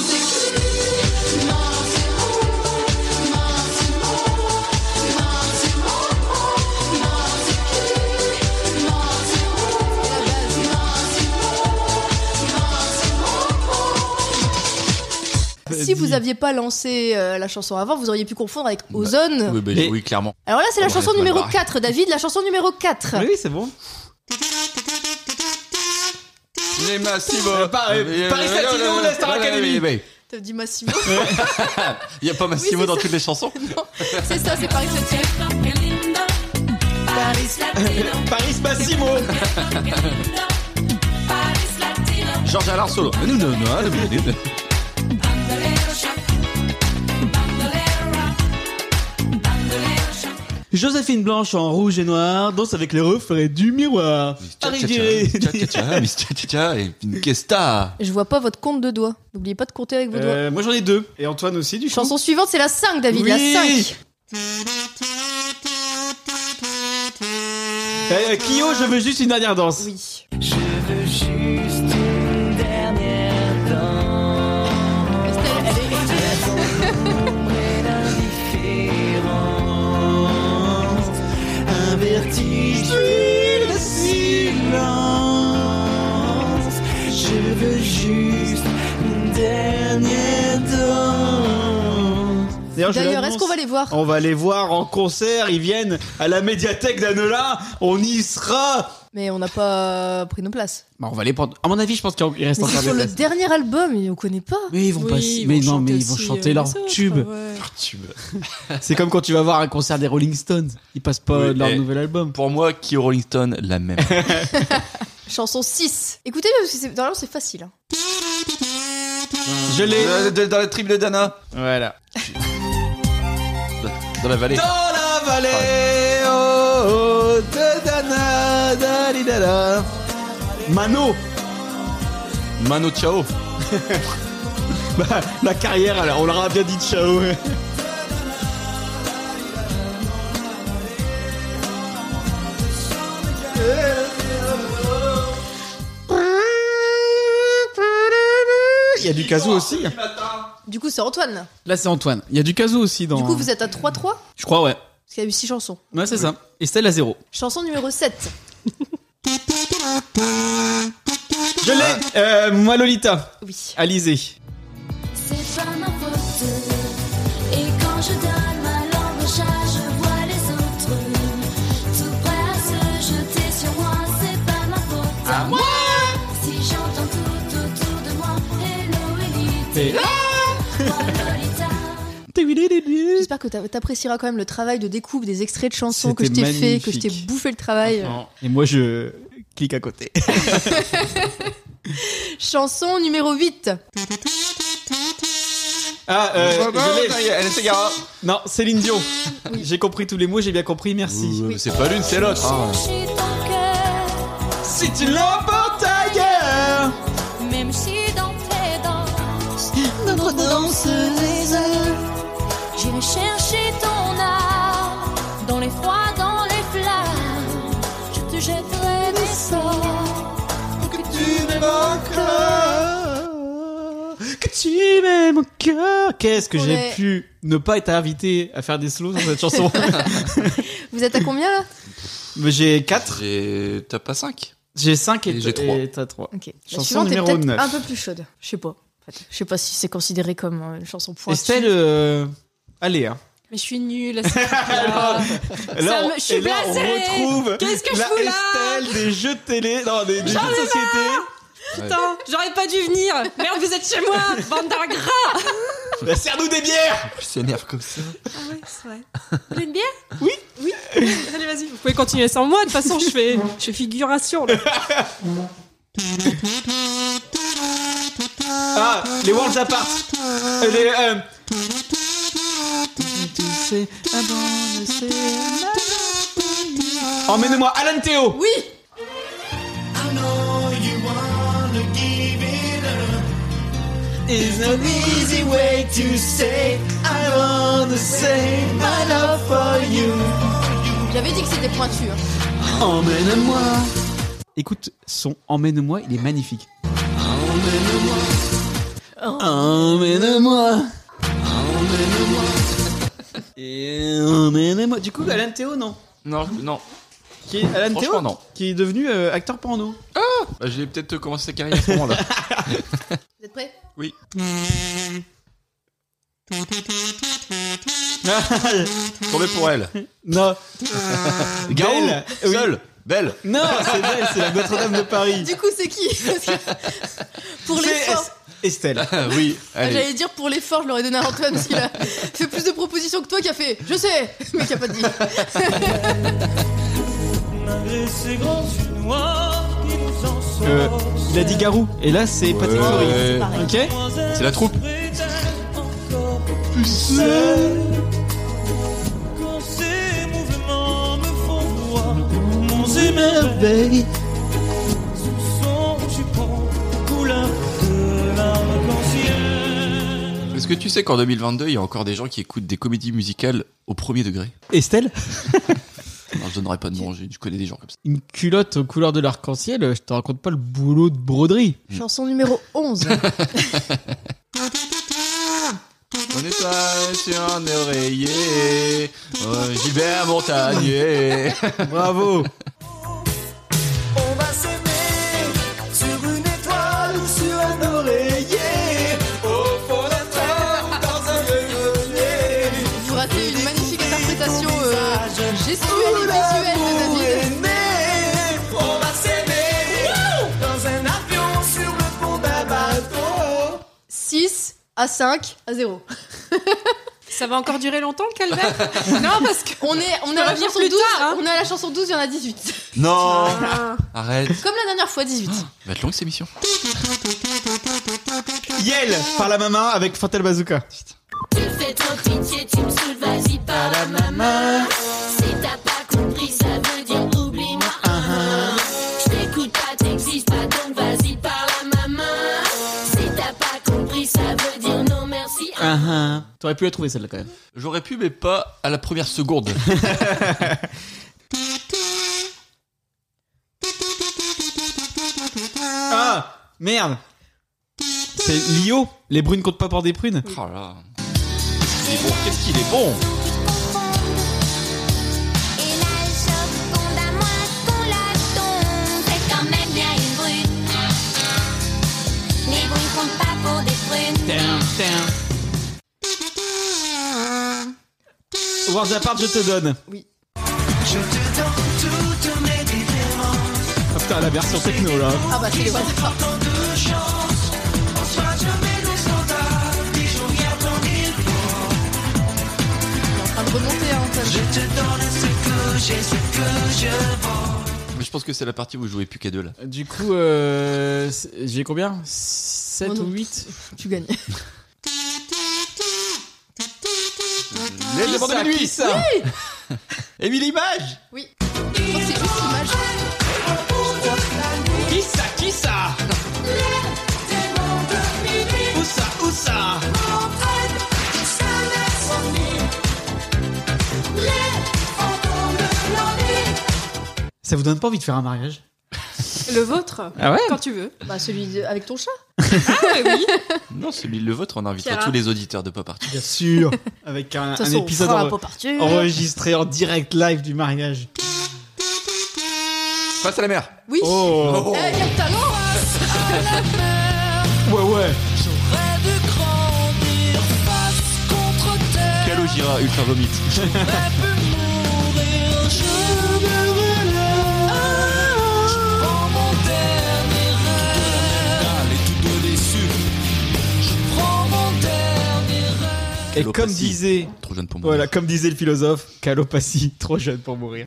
Speaker 5: Si vous aviez pas lancé euh, la chanson avant, vous auriez pu confondre avec Ozone.
Speaker 3: Oui, bah,
Speaker 2: Mais-
Speaker 3: oui, clairement.
Speaker 5: Alors là, c'est la
Speaker 3: Ouais,
Speaker 5: chanson
Speaker 3: mal
Speaker 5: numéro
Speaker 3: barré.
Speaker 5: 4, David, la chanson numéro 4.
Speaker 2: Mais oui, c'est bon.
Speaker 3: Les Massimo
Speaker 2: Euh, par- euh,
Speaker 3: Euh,
Speaker 2: Paris Latino,
Speaker 3: euh,
Speaker 2: la Star
Speaker 3: ouais,
Speaker 2: Academy.
Speaker 3: ouais, ouais, ouais.
Speaker 5: T'as dit Massimo.
Speaker 3: Il y a pas Massimo
Speaker 5: c'est
Speaker 3: dans
Speaker 5: ça.
Speaker 3: toutes les chansons
Speaker 5: c'est ça, c'est Paris Latino.
Speaker 2: Paris Massimo.
Speaker 3: Georges Alain Solo. Non, non, non, non, non, non.
Speaker 2: Joséphine Blanche en rouge et noir danse avec les reflets du miroir.
Speaker 3: Tcha, tcha,
Speaker 2: Arrivée.
Speaker 3: tcha, tcha, tcha, mais tcha, tcha, tcha, et puis, qu'est-ce que t'as
Speaker 5: Je vois pas votre compte de doigts. N'oubliez pas de compter avec vos doigts.
Speaker 2: Euh, moi j'en ai deux. Et Antoine aussi du coup.
Speaker 5: Chanson suivante, c'est la 5, David. La
Speaker 2: Oui.
Speaker 5: 5.
Speaker 2: Euh, Kyo, je veux juste une dernière danse.
Speaker 5: Oui.
Speaker 9: Je veux juste une dernière danse.
Speaker 5: Estelle, elle est-
Speaker 9: Indifférence, un vertige puis le silence. Je veux juste une dernière danse.
Speaker 2: je
Speaker 5: D'ailleurs,
Speaker 2: l'annonce. Oh.
Speaker 5: est-ce qu'on va les voir
Speaker 2: On va les voir en concert, ils viennent à la médiathèque d'Anola, on y sera
Speaker 5: Mais on n'a pas euh, pris nos places.
Speaker 2: Bah on va les prendre. À mon avis, je pense qu'il reste
Speaker 5: Mais
Speaker 2: encore
Speaker 5: c'est sur
Speaker 2: des
Speaker 5: le
Speaker 2: places.
Speaker 5: dernier album, mais on connaît pas.
Speaker 2: Mais ils vont
Speaker 6: Oui,
Speaker 2: passer-
Speaker 6: ils
Speaker 2: mais non,
Speaker 6: vont
Speaker 2: mais
Speaker 6: chanter
Speaker 2: ils vont
Speaker 6: aussi,
Speaker 2: chanter
Speaker 6: euh,
Speaker 2: leur
Speaker 6: les autres,
Speaker 2: tube.
Speaker 6: ouais.
Speaker 3: Tu me-
Speaker 2: C'est comme quand tu vas voir un concert des Rolling Stones, ils passent pas
Speaker 3: Oui,
Speaker 2: leur
Speaker 3: et-
Speaker 2: nouvel album.
Speaker 3: Pour moi, Kyo Rolling Stone, la même.
Speaker 5: Chanson 6. Écoutez bien, parce que c'est- normalement, c'est facile. hein.
Speaker 2: Je l'ai.
Speaker 3: Euh, de- Dans la tribu de Dana.
Speaker 2: Voilà.
Speaker 3: Dans la vallée.
Speaker 2: Dans la vallée oh, oh, de Dana, Dali, Dala. Mano,
Speaker 3: Mano Chao.
Speaker 2: bah, la carrière, alors, on leur a bien dit ciao. Il y a du casou aussi.
Speaker 5: Du coup, c'est Antoine.
Speaker 2: Là, c'est Antoine. Il y a du casou aussi dans.
Speaker 5: Du coup, vous êtes à 3-3
Speaker 2: Je crois, ouais.
Speaker 5: Parce qu'il y a eu 6 chansons.
Speaker 2: Ouais, c'est ça. Estelle à zéro.
Speaker 5: Chanson numéro 7.
Speaker 2: Je l'ai. Euh, moi, Lolita.
Speaker 5: Oui.
Speaker 2: Alizé.
Speaker 10: C'est pas ma faute. Et quand je donne ma langue au chat, je vois les autres. Tout prêt à se jeter sur moi, c'est pas ma faute. À moi Si j'entends tout autour de moi, hello Elite.
Speaker 2: Et-
Speaker 10: Moi, Lolita.
Speaker 5: J'espère que t'a- t'apprécieras quand même le travail de découpe des extraits de chansons que je
Speaker 2: C'était
Speaker 5: t'ai fait, que je t'ai
Speaker 2: magnifique.
Speaker 5: bouffé le travail.
Speaker 2: Et moi, je clique à côté.
Speaker 5: Chanson numéro 8.
Speaker 2: Ah, euh, je l'ai.
Speaker 3: Elle Gara.
Speaker 2: Non, Céline Dion. J'ai compris tous les mots, j'ai bien compris, merci.
Speaker 3: C'est pas l'une, c'est l'autre. hein.
Speaker 10: Je suis ton cœur,
Speaker 3: euh,
Speaker 2: Si tu l'emportes ailleurs
Speaker 10: même si dans tes danses,
Speaker 5: Notre danse
Speaker 10: j'irai chercher ton âme. Dans les froids, dans les flammes, je te jetterai des sorts.
Speaker 2: que tu m'aimes mon cœur. Qu'est-ce que
Speaker 5: On
Speaker 2: j'ai
Speaker 5: est-
Speaker 2: pu ne pas être invité à faire des slows dans cette chanson
Speaker 5: Vous êtes à combien là
Speaker 2: Mais J'ai
Speaker 3: Ah.
Speaker 2: 4,
Speaker 3: J'ai- T'as pas 5
Speaker 2: j'ai 5 et
Speaker 3: Et j'ai trois.
Speaker 2: et t'as 3.
Speaker 5: Ok.
Speaker 2: Chanson
Speaker 5: la suivante est
Speaker 2: numéro
Speaker 5: peut-être
Speaker 2: 9.
Speaker 5: un peu plus chaude. Je sais pas. en fait. Je sais pas si c'est considéré comme euh, une chanson pointue.
Speaker 2: Estelle, euh, allez. Hein.
Speaker 6: Mais je suis nulle. à cette époque-là.
Speaker 2: Là,
Speaker 6: me-
Speaker 2: on-
Speaker 6: je suis
Speaker 2: et là,
Speaker 6: blasée.
Speaker 2: on retrouve
Speaker 6: Qu'est-ce que je
Speaker 2: la
Speaker 6: fous là
Speaker 2: Estelle des jeux de télé, non, des, des jeux de société.
Speaker 6: Putain, j'aurais pas dû venir. Merde, vous êtes chez moi, bande d'ingrats.
Speaker 2: Bah, Serre-nous des bières
Speaker 3: Je s'énerve comme ça.
Speaker 6: Ah ouais, c'est vrai. Vous voulez une bière Oui. Oui. Allez, vas-y. Vous pouvez continuer sans moi. De toute façon, je fais, je fais figuration. là.
Speaker 2: Ah, les Worlds Apart Euh, Les... euh, Emmène-moi Alan Théo
Speaker 5: Oui J'avais dit que c'était pointu. hein.
Speaker 2: Emmène-moi Écoute son Emmène-moi, il est magnifique. Emmène-moi Emmène-moi Et Emmène-moi Du coup, Alan Théo, non
Speaker 3: Non, non.
Speaker 2: qui est Alan Théo
Speaker 3: Franchement, non.
Speaker 2: qui est devenu euh, acteur porno.
Speaker 3: Bah, J'ai peut-être commencé sa carrière à ce moment-là.
Speaker 5: Vous êtes prêts
Speaker 3: Tombé pour elle.
Speaker 2: Non,
Speaker 3: Garou,
Speaker 2: Belle. Oui.
Speaker 3: seule, belle.
Speaker 2: non, c'est belle, c'est la Notre-Dame de Paris.
Speaker 5: Du coup, c'est qui Parce que Pour
Speaker 2: C'est
Speaker 5: l'effort.
Speaker 2: Es- Estelle.
Speaker 3: Ah, oui, allez.
Speaker 5: J'allais dire pour l'effort, je l'aurais donné à Antoine parce qu'il a fait plus de propositions que toi qui a fait je sais, mais qui a pas dit.
Speaker 2: Euh, il a dit Garou. Et là, c'est Patrick Fiori.
Speaker 3: Ouais.
Speaker 2: Ok
Speaker 3: Euh, C'est la troupe.
Speaker 2: Puce.
Speaker 11: abeille. Sous son jupon, couleur de l'arc-en-ciel.
Speaker 3: Est-ce que tu sais qu'en 2022, il y a encore des gens qui écoutent des comédies musicales au premier degré
Speaker 2: Estelle
Speaker 3: Non, je donnerai pas de nom, je je connais des gens comme ça.
Speaker 2: Une culotte aux couleurs de l'arc-en-ciel, je te raconte pas le boulot de broderie.
Speaker 5: Mm. Chanson numéro 11.
Speaker 3: On est pas sur un oreiller, euh, Gilbert Montagnier.
Speaker 2: Bravo
Speaker 11: On va s'aimer sur une étoile ou sur un oreiller. Au fond d'un train ou dans un grenier.
Speaker 5: Vous ratez une magnifique interprétation euh, gestuelle et visuelle de David.
Speaker 11: On va s'aimer dans un avion sur le pont d'un bateau.
Speaker 5: 6 à 5 à 0.
Speaker 6: Ça va encore durer longtemps le calvaire Non, parce que.
Speaker 5: On est, on est
Speaker 6: peux
Speaker 5: à la
Speaker 6: revenir
Speaker 5: chanson
Speaker 6: plus
Speaker 5: 12,
Speaker 6: tard, hein.
Speaker 5: on est à la chanson 12, il y en a 18. Oh.
Speaker 3: Non
Speaker 6: Ah
Speaker 3: Arrête,
Speaker 5: Comme la dernière fois, 18.
Speaker 3: va être longue cette émission.
Speaker 2: Yel par la maman avec Fantel Bazooka.
Speaker 10: Tu fais trop pitié, tu me saoules, vas-y par la maman. Si t'as pas compris, ça veut dire oublie-moi. hein. Je t'écoute pas, t'existes pas, donc vas-y par la maman. Si t'as pas compris, ça veut dire non merci. hein.
Speaker 2: Ah, T'aurais pu la trouver celle-là quand même.
Speaker 3: J'aurais pu, mais pas à la première seconde.
Speaker 2: Ah Merde C'est Lio Les brunes comptent pas pour des prunes
Speaker 3: Oh là là. Il est bon, qu'est-ce qu'il est bon
Speaker 10: Et la seconde à moi qu'on la tombe, c'est quand même bien une brune. Les brunes comptent pas pour des prunes.
Speaker 2: Words apart, je te donne.
Speaker 11: Je te donne toutes mes différences.
Speaker 2: Ah putain, la version techno là.
Speaker 5: Ah bah c'est les What the Fuck.
Speaker 11: Tant de chance. En soi, je mets le standard. Puis je regarde en mille fois.
Speaker 5: On est en train de remonter hein, ça.
Speaker 11: Je te donne ce que j'ai, ce que je vends.
Speaker 3: Mais je pense que c'est la partie où vous jouez plus qu'à deux là.
Speaker 2: Du coup, euh, c'est- j'ai combien 7
Speaker 5: Oh non.
Speaker 2: ou 8
Speaker 5: Tu gagnes.
Speaker 3: Les demandes de minuit
Speaker 2: ça
Speaker 3: Et mille images
Speaker 5: Oui. Je crois que c'est juste l'image.
Speaker 2: Qui ça Qui ça Où ça Où ça Ça vous donne pas envie de faire un mariage
Speaker 6: Le vôtre
Speaker 2: Ah ouais
Speaker 6: Quand tu veux.
Speaker 5: Bah celui de- avec ton chat.
Speaker 6: Ah oui
Speaker 3: Non, c'est mille le vôtre, on invitera
Speaker 6: Tiens.
Speaker 3: tous les auditeurs de Pop Party.
Speaker 2: Bien sûr Avec un,
Speaker 5: De toute
Speaker 2: un
Speaker 5: façon, on
Speaker 2: épisode
Speaker 5: fera la
Speaker 2: en-
Speaker 5: pop Arthur.
Speaker 2: enregistré en direct live du mariage.
Speaker 3: Face à la mer
Speaker 5: Oui.
Speaker 2: Oh
Speaker 5: Eh, quel talent
Speaker 2: Ouais, ouais
Speaker 11: J'aurais dû grandir face contre terre.
Speaker 3: Calogera, ultra vomite.
Speaker 11: J'aurais pu mourir, je devrais l'être. Je prends mon dernier rêve. Les tout deux déçus. Je prends mon dernier rêve.
Speaker 2: Et
Speaker 3: Calopatie.
Speaker 2: comme disait,
Speaker 3: Trop jeune pour moi.
Speaker 2: voilà, comme disait le philosophe, Calopatie, trop jeune pour mourir.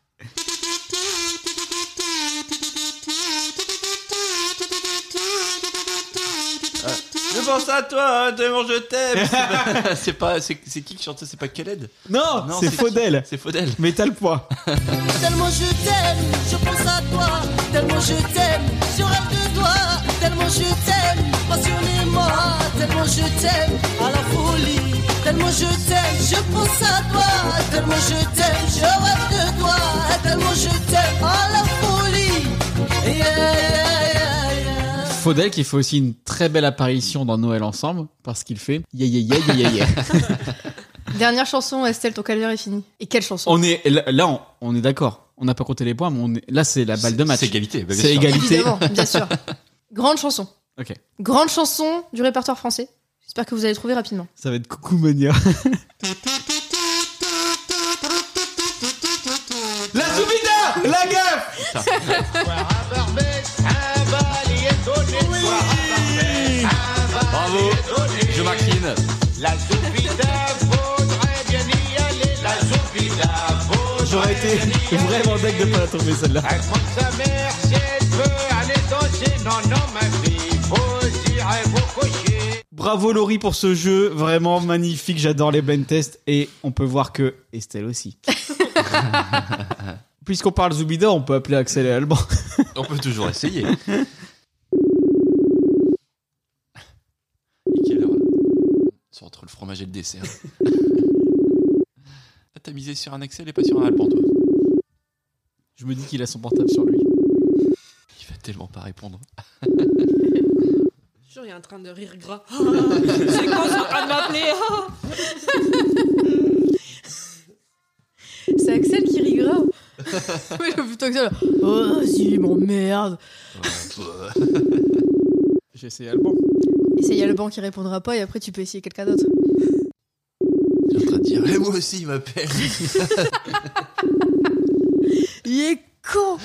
Speaker 3: Je pense à toi, demain je t'aime. c'est pas, c'est c'est qui qui chante ça C'est pas Khaled
Speaker 2: Non,
Speaker 3: Non,
Speaker 2: c'est
Speaker 3: Ah, c'est-
Speaker 2: Faudel
Speaker 3: C'est Faudel.
Speaker 2: Mais t'as le poids
Speaker 11: Tellement je t'aime, je pense à toi. Tellement je t'aime, je rêve de toi. Tellement je t'aime, passionnément. Tellement je t'aime, à la folie. Tellement je t'aime, je pense à toi. Tellement je t'aime, je rêve de toi. Tellement je t'aime, à la folie. Yeah, yeah, yeah, yeah.
Speaker 2: Faudel qui fait aussi une très belle apparition dans Noël Ensemble, parce qu'il fait yeah yeah yeah yeah yeah. yeah.
Speaker 5: Dernière chanson, Estelle, ton calvaire est fini. Et quelle chanson
Speaker 2: on est, là, là, on, on est d'accord. On n'a pas compté les points, mais on est- là, c'est la balle de match.
Speaker 3: C'est égalité. bah, bien
Speaker 2: C'est
Speaker 3: sûr.
Speaker 2: égalité.
Speaker 5: Évidemment, bien sûr. Grande chanson.
Speaker 2: Ok.
Speaker 5: Grande chanson du répertoire français. J'espère que vous allez trouver rapidement.
Speaker 2: Ça va être coucou mania. La Zoubida La gaffe
Speaker 3: Bravo. Je m'incline.
Speaker 2: J'aurais été vraiment deck de pas la tomber celle-là. Bravo Laurie pour ce jeu, vraiment magnifique, j'adore les blind tests et on peut voir que Estelle aussi. Puisqu'on parle Zoubida, on peut appeler Axel et Alban.
Speaker 3: On peut toujours essayer. Et quelle heure, là C'est entre le fromage et le dessert. Ah, T'as misé sur un Axel et pas sur un Alban, toi.
Speaker 2: Je me dis qu'il a son portable sur lui.
Speaker 3: Il va tellement pas répondre.
Speaker 6: Toujours, il est en train de rire gras. Ah, C'est quoi, c'est en train de m'appeler Ah.
Speaker 5: C'est Axel qui rit grave. Mais le putain Axel, oh, vas-y, mon merde.
Speaker 2: J'ai essayé Alban.
Speaker 5: Essaye Alban qui répondra pas et après tu peux essayer quelqu'un d'autre.
Speaker 3: Il est en train de dire, Eh, moi aussi, il m'appelle.
Speaker 5: Il est con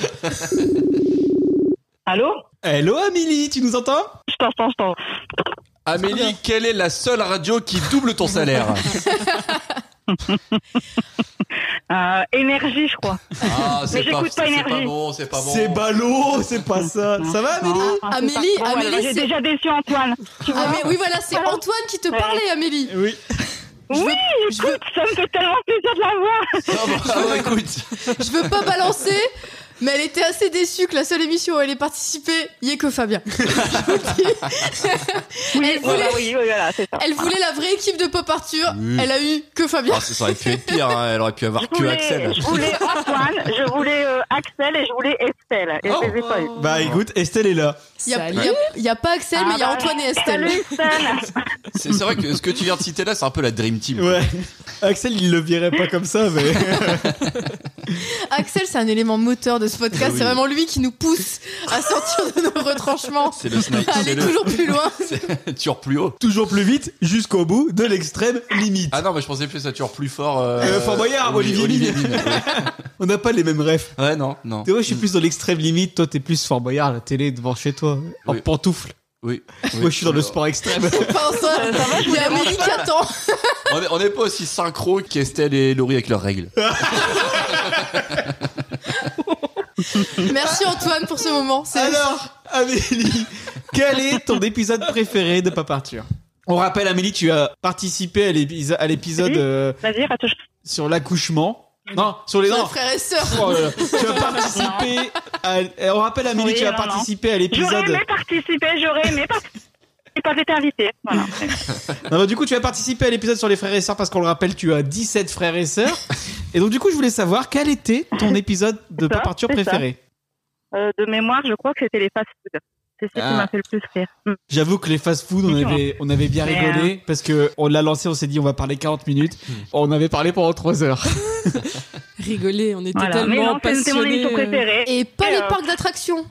Speaker 11: Allô
Speaker 2: Hello Amélie, tu nous entends
Speaker 11: Je t'entends, je t'entends.
Speaker 3: Amélie, quelle est la seule radio qui double ton salaire
Speaker 11: Euh, énergie, je crois.
Speaker 3: Ah,
Speaker 11: Mais
Speaker 3: c'est pas,
Speaker 11: j'écoute pas
Speaker 3: c'est pas
Speaker 11: Énergie.
Speaker 3: bon, c'est pas bon.
Speaker 2: C'est ballot, c'est pas ça. Ça va Amélie
Speaker 11: Ah, c'est
Speaker 5: Amélie,
Speaker 11: pas trop, alors,
Speaker 5: Amélie,
Speaker 11: J'ai
Speaker 5: c'est.
Speaker 11: déjà déçu Antoine. Tu vois
Speaker 5: Ah, mais oui, voilà, c'est Antoine qui te parlait, Amélie.
Speaker 2: Oui.
Speaker 5: Je veux, je veux,
Speaker 11: Ça me fait tellement plaisir de la voir.
Speaker 3: Ah, bah, ah, bah, écoute.
Speaker 5: je veux pas balancer, mais elle était assez déçue que la seule émission où elle ait participé, y ait que Fabien.
Speaker 11: Oui,
Speaker 5: Elle
Speaker 11: voilà,
Speaker 5: voulait-
Speaker 11: oui, oui, voilà, c'est ça.
Speaker 5: Elle voulait la vraie équipe de Pop Arthur,
Speaker 3: Oui.
Speaker 5: elle a eu que Fabien.
Speaker 3: Ah, ça ça aurait pu être pire, hein. elle aurait pu avoir
Speaker 11: Je
Speaker 3: que
Speaker 11: voulais,
Speaker 3: Axel.
Speaker 11: je voulais Antoine, je voulais euh, Axel et je voulais Estelle. Et
Speaker 3: Oh.
Speaker 11: je les ai pas eu.
Speaker 2: Bah écoute, Estelle est là.
Speaker 5: Y a,
Speaker 6: Salut.
Speaker 5: y a- y a pas Axel, mais il y a
Speaker 11: Ah bah,
Speaker 5: Antoine et Estelle.
Speaker 11: Salut Estelle.
Speaker 3: C'est c'est vrai que ce que tu viens de citer là, c'est un peu la Dream Team.
Speaker 2: Ouais. Axel, il le virait pas comme ça, mais.
Speaker 5: Axel, c'est un élément moteur de ce podcast.
Speaker 3: Ah oui.
Speaker 5: C'est vraiment lui qui nous pousse à sortir de nos retranchements,
Speaker 3: C'est le snipe.
Speaker 5: à
Speaker 3: C'est
Speaker 5: aller
Speaker 3: le
Speaker 5: toujours plus loin.
Speaker 3: tire plus haut.
Speaker 2: Toujours plus vite, jusqu'au bout, de l'extrême limite.
Speaker 3: Ah non, mais je pensais plus ça tire plus fort. Euh,
Speaker 2: Euh, Fort Boyard, Olivier Mine.
Speaker 3: ouais.
Speaker 2: On n'a pas les mêmes rêves.
Speaker 3: Ouais, non, non.
Speaker 2: T'es vrai, je suis plus dans l'extrême limite. Toi, t'es plus Fort Boyard, la télé devant chez toi, en
Speaker 3: Oui.
Speaker 2: pantoufles.
Speaker 3: Oui. oui.
Speaker 2: Moi, je suis dans le sport extrême.
Speaker 5: Enfin, ça, il y a Amélie qui attend.
Speaker 3: On est- On n'est pas aussi synchro qu'Estelle et Laurie avec leurs règles.
Speaker 5: Merci Antoine pour ce moment. C'est-
Speaker 2: Alors, Amélie, quel est ton épisode préféré de Pas Partir On rappelle, Amélie, tu as participé à l'épis- à l'épisode
Speaker 11: Oui.
Speaker 2: euh,
Speaker 11: Vas-y, rattache.
Speaker 2: sur l'accouchement. Non, sur les
Speaker 5: Sur les
Speaker 2: enfants.
Speaker 5: frères et sœurs.
Speaker 2: Oh là là. tu as participé à... eh, On rappelle Amélie,
Speaker 11: Oui,
Speaker 2: tu as
Speaker 11: non, non.
Speaker 2: participé à
Speaker 11: J'aurais
Speaker 2: l'épisode...
Speaker 11: aimé participer, j'aurais aimé participer. J'ai pas été invitée. Voilà.
Speaker 2: Non, non, du coup, tu as participé à l'épisode sur les frères et sœurs parce qu'on le rappelle, tu as 17 frères et sœurs. Et donc, du coup, je voulais savoir quel était ton épisode de
Speaker 11: C'est ça,
Speaker 2: Pas Partir
Speaker 11: c'est ça.
Speaker 2: préféré.
Speaker 11: Euh, de mémoire, je crois que c'était les fast-foods. C'est ce
Speaker 2: Ah.
Speaker 11: qui m'a fait le plus rire. Mm.
Speaker 2: J'avoue que les fast-food, on avait, on avait bien
Speaker 11: Mais,
Speaker 2: rigolé parce que on l'a lancé, on s'est dit on va parler 40 minutes. On avait parlé pendant 3 heures.
Speaker 6: Rigoler, on était
Speaker 11: Voilà. Mais
Speaker 6: tellement
Speaker 11: non, c'était mon
Speaker 6: passionnés.
Speaker 11: émission
Speaker 6: euh.
Speaker 11: préférée.
Speaker 5: Et pas
Speaker 11: Et,
Speaker 5: les
Speaker 11: euh,
Speaker 5: parcs d'attractions.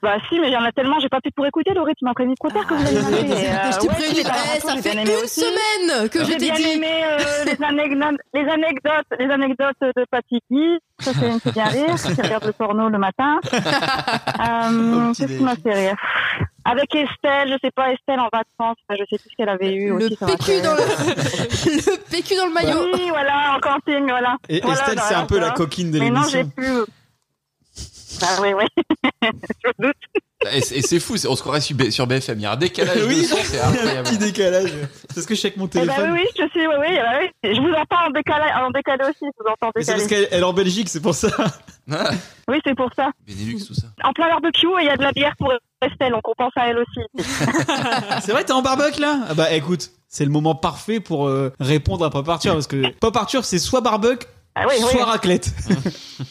Speaker 11: Bah si, mais il y en a tellement, j'ai pas pu tout écouter, Laurie, tu m'as prévenu trop tard que vous avez raté. Et, euh,
Speaker 5: je t'ai
Speaker 11: ouais,
Speaker 5: prévenu.
Speaker 11: j'ai pas
Speaker 5: Eh,
Speaker 11: raté,
Speaker 5: ça
Speaker 11: j'ai
Speaker 5: fait
Speaker 11: bien
Speaker 5: une
Speaker 11: aimé aussi.
Speaker 5: semaine que je
Speaker 11: J'ai
Speaker 5: t'ai
Speaker 11: bien
Speaker 5: dit.
Speaker 11: aimé euh, les, anecdotes, les anecdotes, les anecdotes de Patiki, ça fait me fait bien rire, qui regarde le porno le matin. Euh, Qu'est-ce qui m'a fait rire Avec Estelle, je sais pas, Estelle en vacances, enfin, je sais plus ce qu'elle avait eu
Speaker 5: Le
Speaker 11: aussi. ça m'a
Speaker 5: PQ
Speaker 11: fait
Speaker 5: dans
Speaker 11: rire.
Speaker 5: le, le PQ dans le maillot.
Speaker 2: Ah.
Speaker 11: Oui, voilà, en camping, voilà.
Speaker 2: Et
Speaker 11: Voilà,
Speaker 2: Estelle, c'est
Speaker 11: voilà,
Speaker 2: un peu la
Speaker 11: voilà.
Speaker 2: coquine de
Speaker 11: Mais non, j'ai
Speaker 2: l'émission.
Speaker 11: plus. Ah oui, oui. je me doute.
Speaker 3: Et c'est et c'est fou, c'est- on se croirait sur B- sur BFM. Il y a un décalage.
Speaker 2: Oui.
Speaker 3: de son,
Speaker 2: Il
Speaker 3: c'est
Speaker 2: y a un
Speaker 3: incroyable.
Speaker 2: petit décalage. C'est ce que je sais avec mon
Speaker 11: Eh ben
Speaker 2: téléphone.
Speaker 11: oui, oui, je suis, oui, oui, eh ben oui. Je vous entends en décalé, en décalé aussi, je vous entends en
Speaker 2: Mais c'est
Speaker 11: décalé.
Speaker 2: parce qu'elle elle est en Belgique, c'est pour ça.
Speaker 3: Ah,
Speaker 11: Oui, c'est pour ça.
Speaker 3: Benelux, tout ça.
Speaker 11: En plein barbecue, et il y a de la bière pour Estelle, on compense à elle aussi.
Speaker 2: C'est vrai, t'es en barbecue là Ah bah écoute, c'est le moment parfait pour euh, répondre à Pop Arthur parce que Pop Arthur c'est soit barbecue,
Speaker 11: Ah oui, oui.
Speaker 2: soit raclette.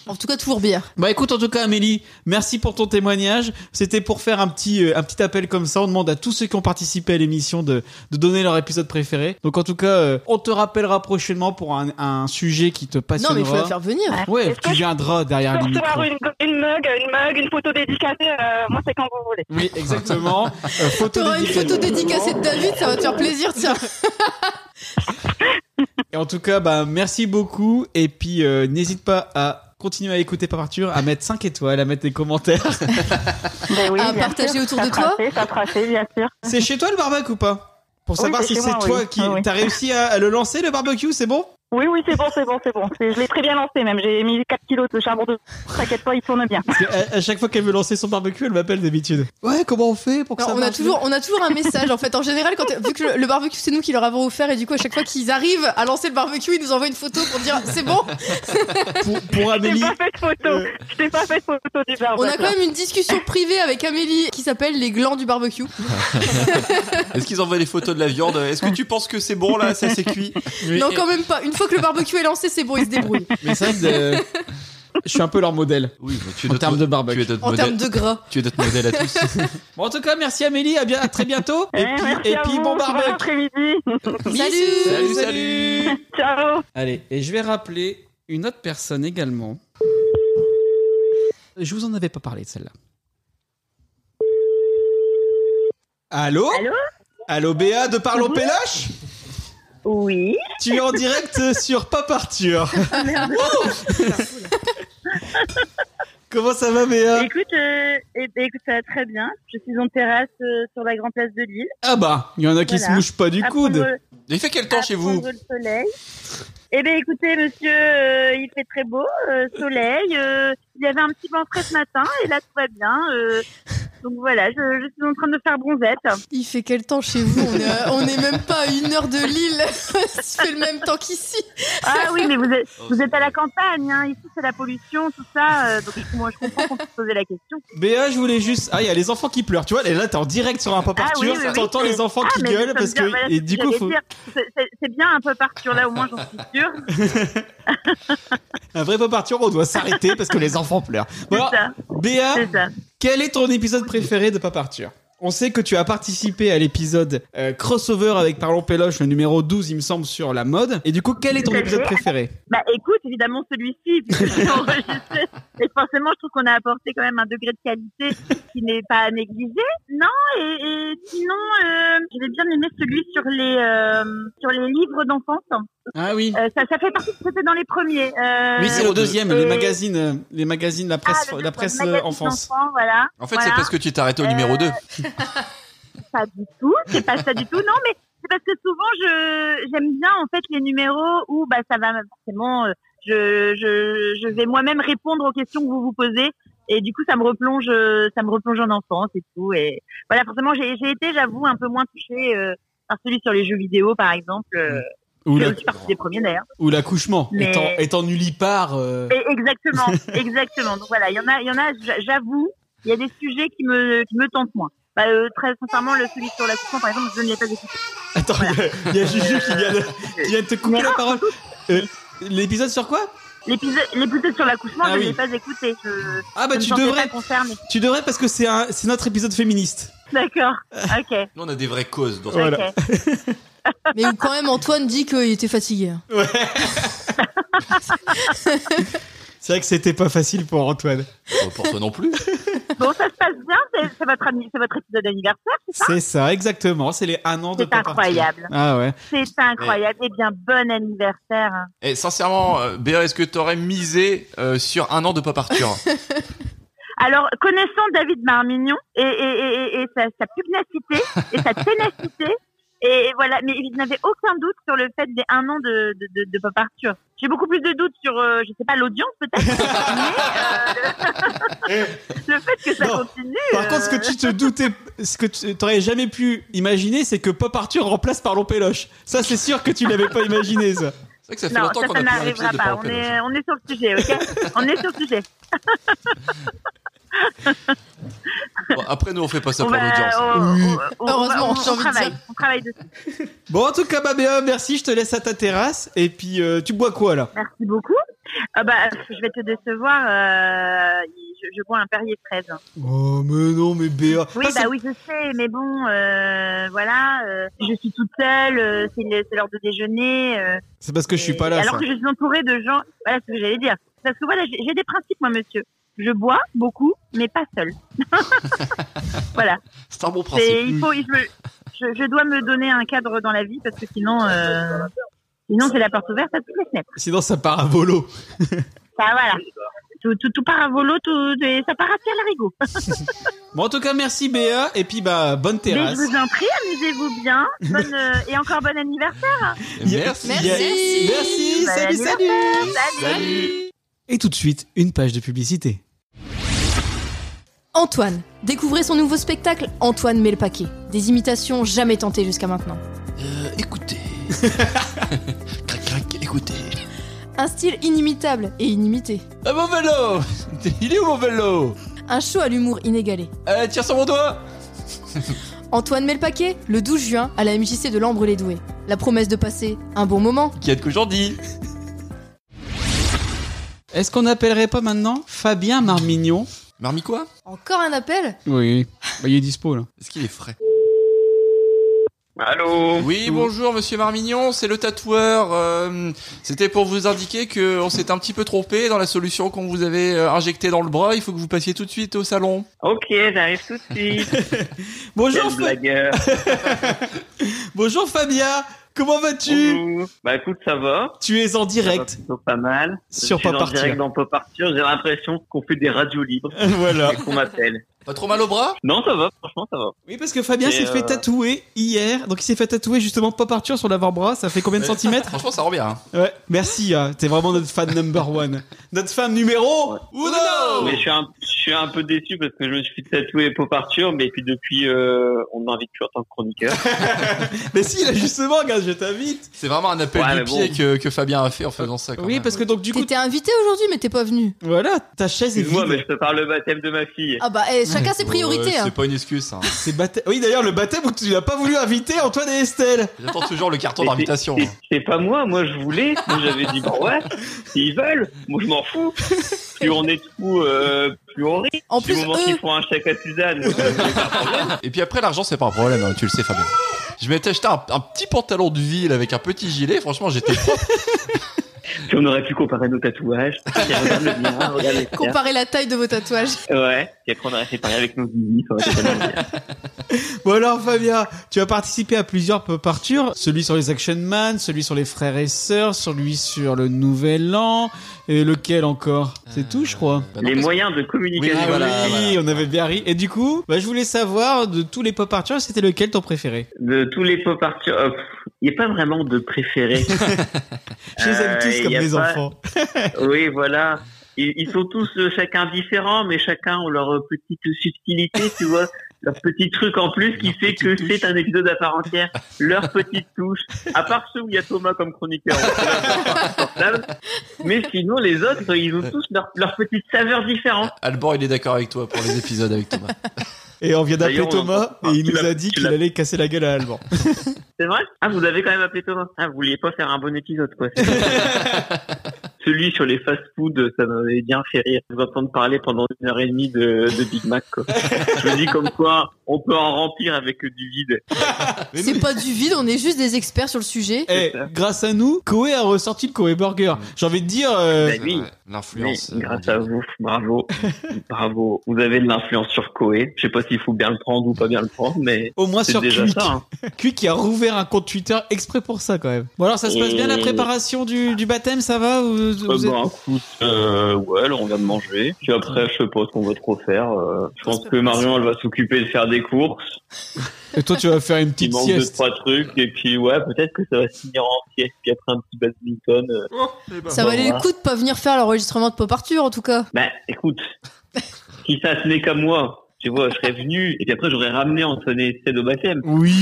Speaker 5: En tout cas, toujours bière.
Speaker 2: Bah écoute, en tout cas, Amélie, merci pour ton témoignage. C'était pour faire un petit, euh, un petit appel comme ça. On demande à tous ceux qui ont participé à l'émission de, de donner leur épisode préféré. Donc en tout cas, euh, on te rappellera prochainement pour un, un sujet qui te
Speaker 5: Non,
Speaker 2: passionnera.
Speaker 5: mais il faut la faire venir.
Speaker 2: Ouais,
Speaker 11: Est-ce
Speaker 2: tu
Speaker 11: que je
Speaker 2: viendras derrière
Speaker 11: peux
Speaker 2: le micro.
Speaker 11: recevoir une, une mug, une mug, une photo dédicacée, euh, moi c'est quand vous voulez.
Speaker 2: Oui, exactement. Euh, photo
Speaker 5: T'auras une
Speaker 2: dédicacée.
Speaker 5: photo dédicacée de David, ça va te faire plaisir, tiens.
Speaker 2: Et en tout cas, bah merci beaucoup. Et puis euh, n'hésite pas à continuer à écouter Pop Arthur, à mettre 5 étoiles, à mettre des commentaires.
Speaker 11: Ben oui,
Speaker 5: À
Speaker 11: bien
Speaker 5: partager
Speaker 11: sûr.
Speaker 5: autour
Speaker 11: Ça
Speaker 5: de toi
Speaker 11: fera fait, Ça fera fait, bien sûr.
Speaker 2: C'est chez toi le barbecue ou pas Pour
Speaker 11: Oui,
Speaker 2: savoir
Speaker 11: c'est
Speaker 2: si
Speaker 11: chez
Speaker 2: c'est
Speaker 11: moi,
Speaker 2: toi
Speaker 11: oui.
Speaker 2: qui
Speaker 11: Ah oui.
Speaker 2: t'as réussi à, à le lancer le barbecue, c'est bon
Speaker 12: Oui, oui, c'est bon, c'est bon, c'est bon. C'est- Je l'ai très bien lancé même. J'ai mis 4 kilos de charbon de. T'inquiète pas, il tourne bien.
Speaker 2: Parce que à, à chaque fois qu'elle veut lancer son barbecue, elle m'appelle d'habitude.
Speaker 5: Ouais, comment on fait pour
Speaker 2: que ça
Speaker 5: on a
Speaker 2: marche
Speaker 5: toujours, on a toujours un message en fait. En général, quand, vu que le, le barbecue c'est nous qui leur avons offert et du coup à chaque fois qu'ils arrivent à lancer le barbecue, ils nous envoient une photo pour dire c'est bon.
Speaker 2: Pour Amélie.
Speaker 12: photo.
Speaker 2: Euh,
Speaker 12: Je t'ai pas fait de photo du
Speaker 5: On
Speaker 12: barbecue.
Speaker 5: a quand même une discussion privée avec Amélie qui s'appelle les glands du barbecue.
Speaker 3: Est-ce qu'ils envoient les photos de la viande Est-ce que tu penses que c'est bon là Ça c'est cuit
Speaker 5: non, quand même pas. Une fois que le barbecue est lancé, c'est bon, ils se débrouillent.
Speaker 2: Mais c'est vrai que, euh, je suis un peu leur modèle.
Speaker 3: Oui, tu es
Speaker 2: en termes de barbecue.
Speaker 5: En termes de gras.
Speaker 3: Tu es notre modèle à tous.
Speaker 2: Bon, en tout cas, merci Amélie, à, bien, à très bientôt. Et puis,
Speaker 12: Eh, merci
Speaker 2: et
Speaker 12: à
Speaker 2: puis
Speaker 12: vous,
Speaker 2: bon
Speaker 12: bon
Speaker 2: barbecue.
Speaker 12: après-midi.
Speaker 2: Salut,
Speaker 12: Salut,
Speaker 2: salut.
Speaker 12: Ciao.
Speaker 2: Allez, et je vais rappeler une autre personne également. Je vous en avais pas parlé de celle-là. Allô Allô Béa de Parlons Péloche
Speaker 12: Oui.
Speaker 2: Tu es en direct sur Pas Parture.
Speaker 5: Ah,
Speaker 2: Euh, Comment ça va Béa
Speaker 11: Écoute, euh, eh ben, écoute, ça va très bien. Je suis en terrasse euh, sur la grande place de Lille.
Speaker 2: Ah bah, il y en a qui
Speaker 11: Voilà.
Speaker 2: se mouchent pas du
Speaker 11: À
Speaker 2: coude.
Speaker 11: prendre-
Speaker 3: Il fait quel
Speaker 11: à prendre le soleil. Eh bien, écoutez, monsieur, euh, il fait très beau, euh, soleil. euh, il y avait un petit vent frais ce matin et là, tout va bien. euh, donc voilà, je, je suis en train de faire bronzette.
Speaker 5: Il fait quel temps chez vous On est, à- on est même pas à une heure de Lille. Il fait le même temps qu'ici.
Speaker 11: Ah oui, mais vous êtes, vous êtes à la campagne, hein. ici c'est la pollution, tout ça. euh, donc moi, je comprends qu'on puisse poser la question.
Speaker 2: Béa, je voulais juste. Ah, il y a les enfants qui pleurent, tu vois. Et là, t'es en direct sur un Pas
Speaker 11: Ah oui,
Speaker 2: Parture.
Speaker 11: oui, oui,
Speaker 2: T'entends
Speaker 11: c'est-
Speaker 2: les enfants
Speaker 11: Ah,
Speaker 2: qui
Speaker 11: mais
Speaker 2: gueulent
Speaker 11: nous
Speaker 2: parce
Speaker 11: sommes bien-
Speaker 2: que.
Speaker 11: voilà
Speaker 2: Et
Speaker 11: ce
Speaker 2: du
Speaker 11: que
Speaker 2: coup,
Speaker 11: j'allais
Speaker 2: faut-
Speaker 11: dire. C'est- c'est c'est bien un peu partir là, au moins j'en suis sûre.
Speaker 2: un vrai Pas Parture, on doit s'arrêter parce que les enfants pleurent. Bon, alors, Béa, quel est ton épisode préféré de Pas Parture on sait que tu as participé à l'épisode euh, crossover avec Parlons Péloche, le numéro 12, il me semble, sur la mode. Et du coup, quel est ton
Speaker 11: Tout à
Speaker 2: épisode
Speaker 11: fait.
Speaker 2: préféré
Speaker 11: Bah écoute, évidemment celui-ci, puisque je l'ai enregistré. Et forcément, je trouve qu'on a apporté quand même un degré de qualité qui n'est pas à négliger. Non, et, et sinon, euh, j'avais bien aimé celui sur les euh, sur les livres d'enfance. Euh,
Speaker 2: Ah oui.
Speaker 11: ça, ça fait partie, c'était dans les premiers. Euh,
Speaker 2: Oui, c'est le deuxième,
Speaker 11: et-
Speaker 2: les magazines, euh, les magazines, la presse,
Speaker 11: Ah, le
Speaker 2: la
Speaker 11: deuxième,
Speaker 2: presse
Speaker 11: magazine
Speaker 2: euh, enfance.
Speaker 11: d'enfants, Voilà.
Speaker 3: En fait,
Speaker 11: Voilà.
Speaker 3: c'est parce que tu t'es arrêté au numéro
Speaker 5: Euh.
Speaker 3: 2.
Speaker 11: Pas du tout, c'est pas ça du tout. Non, mais c'est parce que souvent je j'aime bien en fait les numéros où bah ça va forcément. euh, Je je je vais moi-même répondre aux questions que vous vous posez et du coup ça me replonge euh, ça me replonge en enfance et tout et voilà forcément j'ai j'ai été j'avoue un peu moins touchée euh, par celui sur les jeux vidéo par exemple. euh,
Speaker 2: Ou
Speaker 11: qui fait
Speaker 2: la-
Speaker 11: aussi partie des premiers d'ailleurs.
Speaker 2: Ou l'accouchement,
Speaker 11: Mais-
Speaker 2: étant, étant nullipare. euh,
Speaker 11: Et Exactement, exactement. Donc voilà, il y en a, il y en a. j'a- J'avoue, il y a des sujets qui me, qui me tentent moins. Bah, euh, très sincèrement, le celui sur l'accouchement, par exemple, je ne l'ai pas écouté.
Speaker 2: Attends, il y a Juju qui vient de, qui vient de te couper la parole. Euh, L'épisode sur quoi
Speaker 11: L'épisode l'épisode sur l'accouchement,
Speaker 2: Ah
Speaker 11: je ne
Speaker 2: oui.
Speaker 11: l'ai pas écouté. Je,
Speaker 2: Ah bah
Speaker 11: je me
Speaker 2: tu
Speaker 11: sentais
Speaker 2: devrais.
Speaker 11: Pas concernée.
Speaker 2: Tu devrais parce que c'est un- c'est notre épisode féministe.
Speaker 11: D'accord. Ok.
Speaker 3: Nous, on a des vraies causes dans ce
Speaker 2: Voilà.
Speaker 3: podcast.
Speaker 5: Mais quand même, Antoine dit qu'il était fatigué. hein.
Speaker 2: C'est vrai que c'était pas facile pour Antoine.
Speaker 3: Pour toi non plus.
Speaker 11: Bon, ça se passe bien. C'est c'est votre, anni- c'est votre épisode d'anniversaire, c'est ça
Speaker 2: C'est ça, exactement. C'est les un an de
Speaker 11: C'est
Speaker 2: Pop Art.
Speaker 11: incroyable.
Speaker 2: Ah ouais.
Speaker 11: C'est incroyable. Eh bien, bon anniversaire.
Speaker 3: Et sincèrement, euh, Béa, est-ce que t'aurais misé euh, sur un an de Pop Arthur
Speaker 11: Alors, connaissant David Marmignon et, et, et, et- et sa, sa pugnacité et sa ténacité, et, et voilà, mais il n'avait aucun doute sur le fait des un an de, de, de, de Pop Arthur. J'ai beaucoup plus de doutes sur, euh, je sais pas, l'audience peut-être, mais euh, le, le fait que ça
Speaker 2: Non.
Speaker 11: continue.
Speaker 2: Par contre, ce
Speaker 11: euh,
Speaker 2: que tu te doutais, ce que tu t'aurais jamais pu imaginer, c'est que Pop Arthur remplace par Péloche. Ça, c'est sûr que tu n'avais pas imaginé ça.
Speaker 3: C'est vrai que
Speaker 11: non, ça, ça n'arrivera pas. On est, on est sur le sujet, ok On est sur le sujet.
Speaker 3: Bon, Après, nous, on fait pas ça
Speaker 11: euh, On
Speaker 3: pour
Speaker 11: va-
Speaker 3: l'audience.
Speaker 11: on- on- on-
Speaker 5: Heureusement,
Speaker 11: on-
Speaker 5: j'ai
Speaker 11: on
Speaker 5: envie de
Speaker 11: travaille,
Speaker 5: dire.
Speaker 11: On travaille dessus.
Speaker 2: Bon, en tout cas, Babéa, merci. Je te laisse à ta terrasse. Et puis, euh, tu bois quoi là
Speaker 11: Merci beaucoup. Ah bah, je vais te décevoir. euh, je, je bois un Perrier 13.
Speaker 2: Oh, mais non, mais Béa.
Speaker 11: Oui, bah oui, je sais, mais bon, euh, voilà, euh, je suis toute seule, euh, c'est le- c'est l'heure de déjeuner. euh,
Speaker 2: C'est parce que je suis pas
Speaker 11: et
Speaker 2: là.
Speaker 11: alors
Speaker 2: ça.
Speaker 11: que je suis entourée de gens, voilà ce que j'allais dire. Parce que voilà, j'ai j'ai des principes, moi, monsieur. Je bois beaucoup, mais pas seule. voilà.
Speaker 3: C'est un bon
Speaker 2: Ah,
Speaker 11: C'est-
Speaker 3: principe.
Speaker 11: Il faut, il faut- je, je dois me donner un cadre dans la vie parce que sinon, euh, sinon c'est la porte ouverte à toutes les fenêtres.
Speaker 2: Sinon, ça part à volo.
Speaker 11: Ça, voilà. tout, tout, tout part à volo, tout, et ça part assez à l'arigot.
Speaker 2: Bon, en tout cas, merci Béa. Et puis, bah, bonne
Speaker 11: Mais je
Speaker 2: terrasse.
Speaker 11: vous en prie, amusez-vous bien. Bonne, euh, et encore bon anniversaire.
Speaker 2: Merci. Merci. Merci.
Speaker 11: Bon
Speaker 2: Salut, salut.
Speaker 11: anniversaire.
Speaker 2: Et tout de suite, une page de publicité.
Speaker 5: Antoine. Découvrez son nouveau spectacle Antoine met le paquet. Des imitations jamais tentées jusqu'à maintenant.
Speaker 3: Crac, crac, écoutez.
Speaker 5: Un style inimitable et inimité.
Speaker 3: Ah, mon vélo Il est où mon vélo
Speaker 5: Un show à l'humour inégalé.
Speaker 3: Euh, tire sur mon doigt
Speaker 5: Antoine met le paquet le 12 juin à la MJC de l'Ambre les Doués. La promesse de passer un bon moment.
Speaker 3: Qui a de qu'aujourd'hui
Speaker 2: Est-ce qu'on n'appellerait pas maintenant Fabien Marmignon
Speaker 3: Marmi quoi
Speaker 5: Encore un appel
Speaker 2: Oui. Bah, il est dispo là.
Speaker 3: Est-ce qu'il est frais
Speaker 7: Allô
Speaker 3: Oui, bonjour monsieur Marmignon, c'est le tatoueur. euh, C'était pour vous indiquer que on s'est un petit peu trompé dans la solution qu'on vous avait euh, injectée dans le bras. Il faut que vous passiez tout de suite au salon.
Speaker 7: Ok, j'arrive tout de suite.
Speaker 2: Bonjour,
Speaker 7: Quel blagueur.
Speaker 2: Bonjour Fabien. Comment vas-tu
Speaker 7: Bah écoute, ça va.
Speaker 2: Tu es en
Speaker 7: Ça va
Speaker 2: direct.
Speaker 7: plutôt pas mal. Je
Speaker 2: Sur
Speaker 7: suis
Speaker 2: Pas
Speaker 7: en
Speaker 2: Partir.
Speaker 7: direct dans Pas Partir. J'ai l'impression qu'on fait des radios libres.
Speaker 2: voilà.
Speaker 7: Et qu'on m'appelle.
Speaker 3: Pas trop mal au bras
Speaker 7: Non, ça va, franchement, ça va.
Speaker 2: Oui, parce que Fabien
Speaker 7: Et,
Speaker 2: s'est fait
Speaker 7: euh,
Speaker 2: tatouer hier. Donc il s'est fait tatouer justement Pop Arthur sur l'avant-bras. Ça fait combien de
Speaker 3: Ouais.
Speaker 2: centimètres
Speaker 3: Franchement, ça rend bien. hein.
Speaker 2: Ouais, merci, hein. t'es vraiment notre fan number one. Notre fan numéro Uno
Speaker 7: Mais je suis, un, je suis un peu déçu parce que je me suis tatoué Pop Arthur, mais puis depuis, euh, on m'invite plus en tant que chroniqueur.
Speaker 2: Mais si, là justement, regarde, je t'invite
Speaker 3: C'est vraiment un appel
Speaker 7: Ouais,
Speaker 3: du
Speaker 7: mais bon.
Speaker 3: pied que, que Fabien a fait en faisant ça. Quand
Speaker 2: Oui,
Speaker 3: même.
Speaker 2: parce que donc du coup.
Speaker 5: T'étais invité aujourd'hui mais t'es pas venu.
Speaker 2: Voilà, ta chaise est
Speaker 7: Excuse-moi, mais
Speaker 2: vide.
Speaker 7: je prépare le baptême de ma fille.
Speaker 5: Ah bah eh, chacun ses
Speaker 3: Ouais,
Speaker 5: priorités. hein.
Speaker 3: c'est pas une excuse. hein.
Speaker 2: C'est baptême. Oui, d'ailleurs, le baptême où tu n'as pas voulu inviter Antoine et Estelle.
Speaker 3: J'attends toujours le carton
Speaker 7: Mais
Speaker 3: d'invitation.
Speaker 7: c'est-
Speaker 3: hein.
Speaker 7: C'est pas moi, moi je voulais. Moi j'avais dit, bah ouais, s'ils veulent, moi je m'en fous. Plus on est de fous, euh, plus on rit.
Speaker 5: En
Speaker 7: Du
Speaker 5: plus,
Speaker 7: moment
Speaker 5: eux-
Speaker 7: qu'ils font un chèque à Suzanne.
Speaker 3: Et puis après, l'argent, c'est pas un problème, hein, tu le sais, Fabien. Je m'étais acheté un, un petit pantalon de ville avec un petit gilet. Franchement, j'étais propre.
Speaker 7: Puis on aurait pu comparer nos tatouages. Puis regarde le mien, regarde le tien.
Speaker 5: Comparez la taille de vos tatouages.
Speaker 7: Ouais, puis après on aurait fait pareil avec nos vies.
Speaker 2: Bon alors, Fabien, tu as participé à plusieurs Pop Arthur. Celui sur les Action Man, celui sur les frères et sœurs, celui sur le Nouvel An. Et lequel encore C'est tout, je crois.
Speaker 3: Bah non,
Speaker 7: Les
Speaker 3: parce-
Speaker 7: moyens de communication.
Speaker 3: Oui, voilà.
Speaker 2: oui, on avait bien ri. Et du coup, bah, je voulais savoir de tous les Pop Arthur, c'était lequel ton préféré
Speaker 7: De tous les pop art, euh, pff, il n'y a pas vraiment de préféré.
Speaker 2: Je les aime
Speaker 7: Euh,
Speaker 2: tous comme
Speaker 7: y a
Speaker 2: des
Speaker 7: pas-
Speaker 2: enfants.
Speaker 7: Oui, voilà. Ils, ils sont tous euh, chacun différents, mais chacun ont leur euh, petite subtilité, tu vois, leur petit truc en plus qui fait que c'est un épisode à part entière, leur petite touche. À part ceux où il y a Thomas comme chroniqueur, insupportable. mais sinon les autres, ils ont tous leur, leur petite saveur différente.
Speaker 3: Albor, il est d'accord avec toi pour les épisodes avec Thomas.
Speaker 2: Et on vient d'appeler
Speaker 7: D'ailleurs, on
Speaker 2: Thomas et
Speaker 7: entend-
Speaker 2: il
Speaker 7: tu
Speaker 2: nous
Speaker 7: l'as-
Speaker 2: a dit
Speaker 7: tu
Speaker 2: qu'il
Speaker 7: l'as-
Speaker 2: allait casser la gueule à Alban.
Speaker 7: C'est vrai Ah, vous avez quand même appelé Thomas. Ah, vous vouliez pas faire un bon épisode, quoi. Celui sur les fast-food, ça m'avait bien fait rire. de Vous entendre parler pendant une heure et demie de, de Big Mac, quoi. Je me dis comme quoi, on peut en remplir avec du vide.
Speaker 2: Mais
Speaker 5: C'est
Speaker 2: nous-
Speaker 5: pas du vide, on est juste des experts sur le sujet.
Speaker 2: Eh, grâce à nous, Koé a ressorti le Koé Burger.
Speaker 7: Mm.
Speaker 2: J'ai envie de dire, euh,
Speaker 7: Bah oui,
Speaker 3: Ouais,
Speaker 7: oui,
Speaker 3: L'influence. euh,
Speaker 7: grâce à
Speaker 3: mondiale.
Speaker 7: vous, bravo, bravo. Vous avez de l'influence sur Koé. Je sais pas s'il faut bien le prendre ou pas bien le prendre, mais
Speaker 2: au moins
Speaker 7: c'est
Speaker 2: sur
Speaker 7: déjà
Speaker 2: Quick.
Speaker 7: ça. hein.
Speaker 2: Quick qui a rouvert un compte Twitter exprès pour ça quand même. Bon alors ça se passe bien la
Speaker 7: Et-
Speaker 2: préparation du, du baptême, ça va vous, vous
Speaker 7: Euh,
Speaker 2: êtes-
Speaker 7: bah, écoute, euh, ouais, alors on vient de manger. Puis après, je sais pas ce qu'on va trop faire. euh, je pense que Marion, elle va s'occuper de faire des courses.
Speaker 2: Et toi tu vas faire une
Speaker 7: Il
Speaker 2: petite
Speaker 7: manque deux,
Speaker 2: sieste.
Speaker 7: trois trucs. Et puis, ouais, peut-être que ça va se finir en sieste. Puis après, un petit badminton. euh.
Speaker 5: Ça valait le coup de pas venir faire l'enregistrement de Pop Arthur en tout cas.
Speaker 7: Bah, écoute, si ça tenait qu'à moi, tu vois, je serais venu. Et puis après, j'aurais ramené Antoine et Estelle au baptême.
Speaker 2: Oui.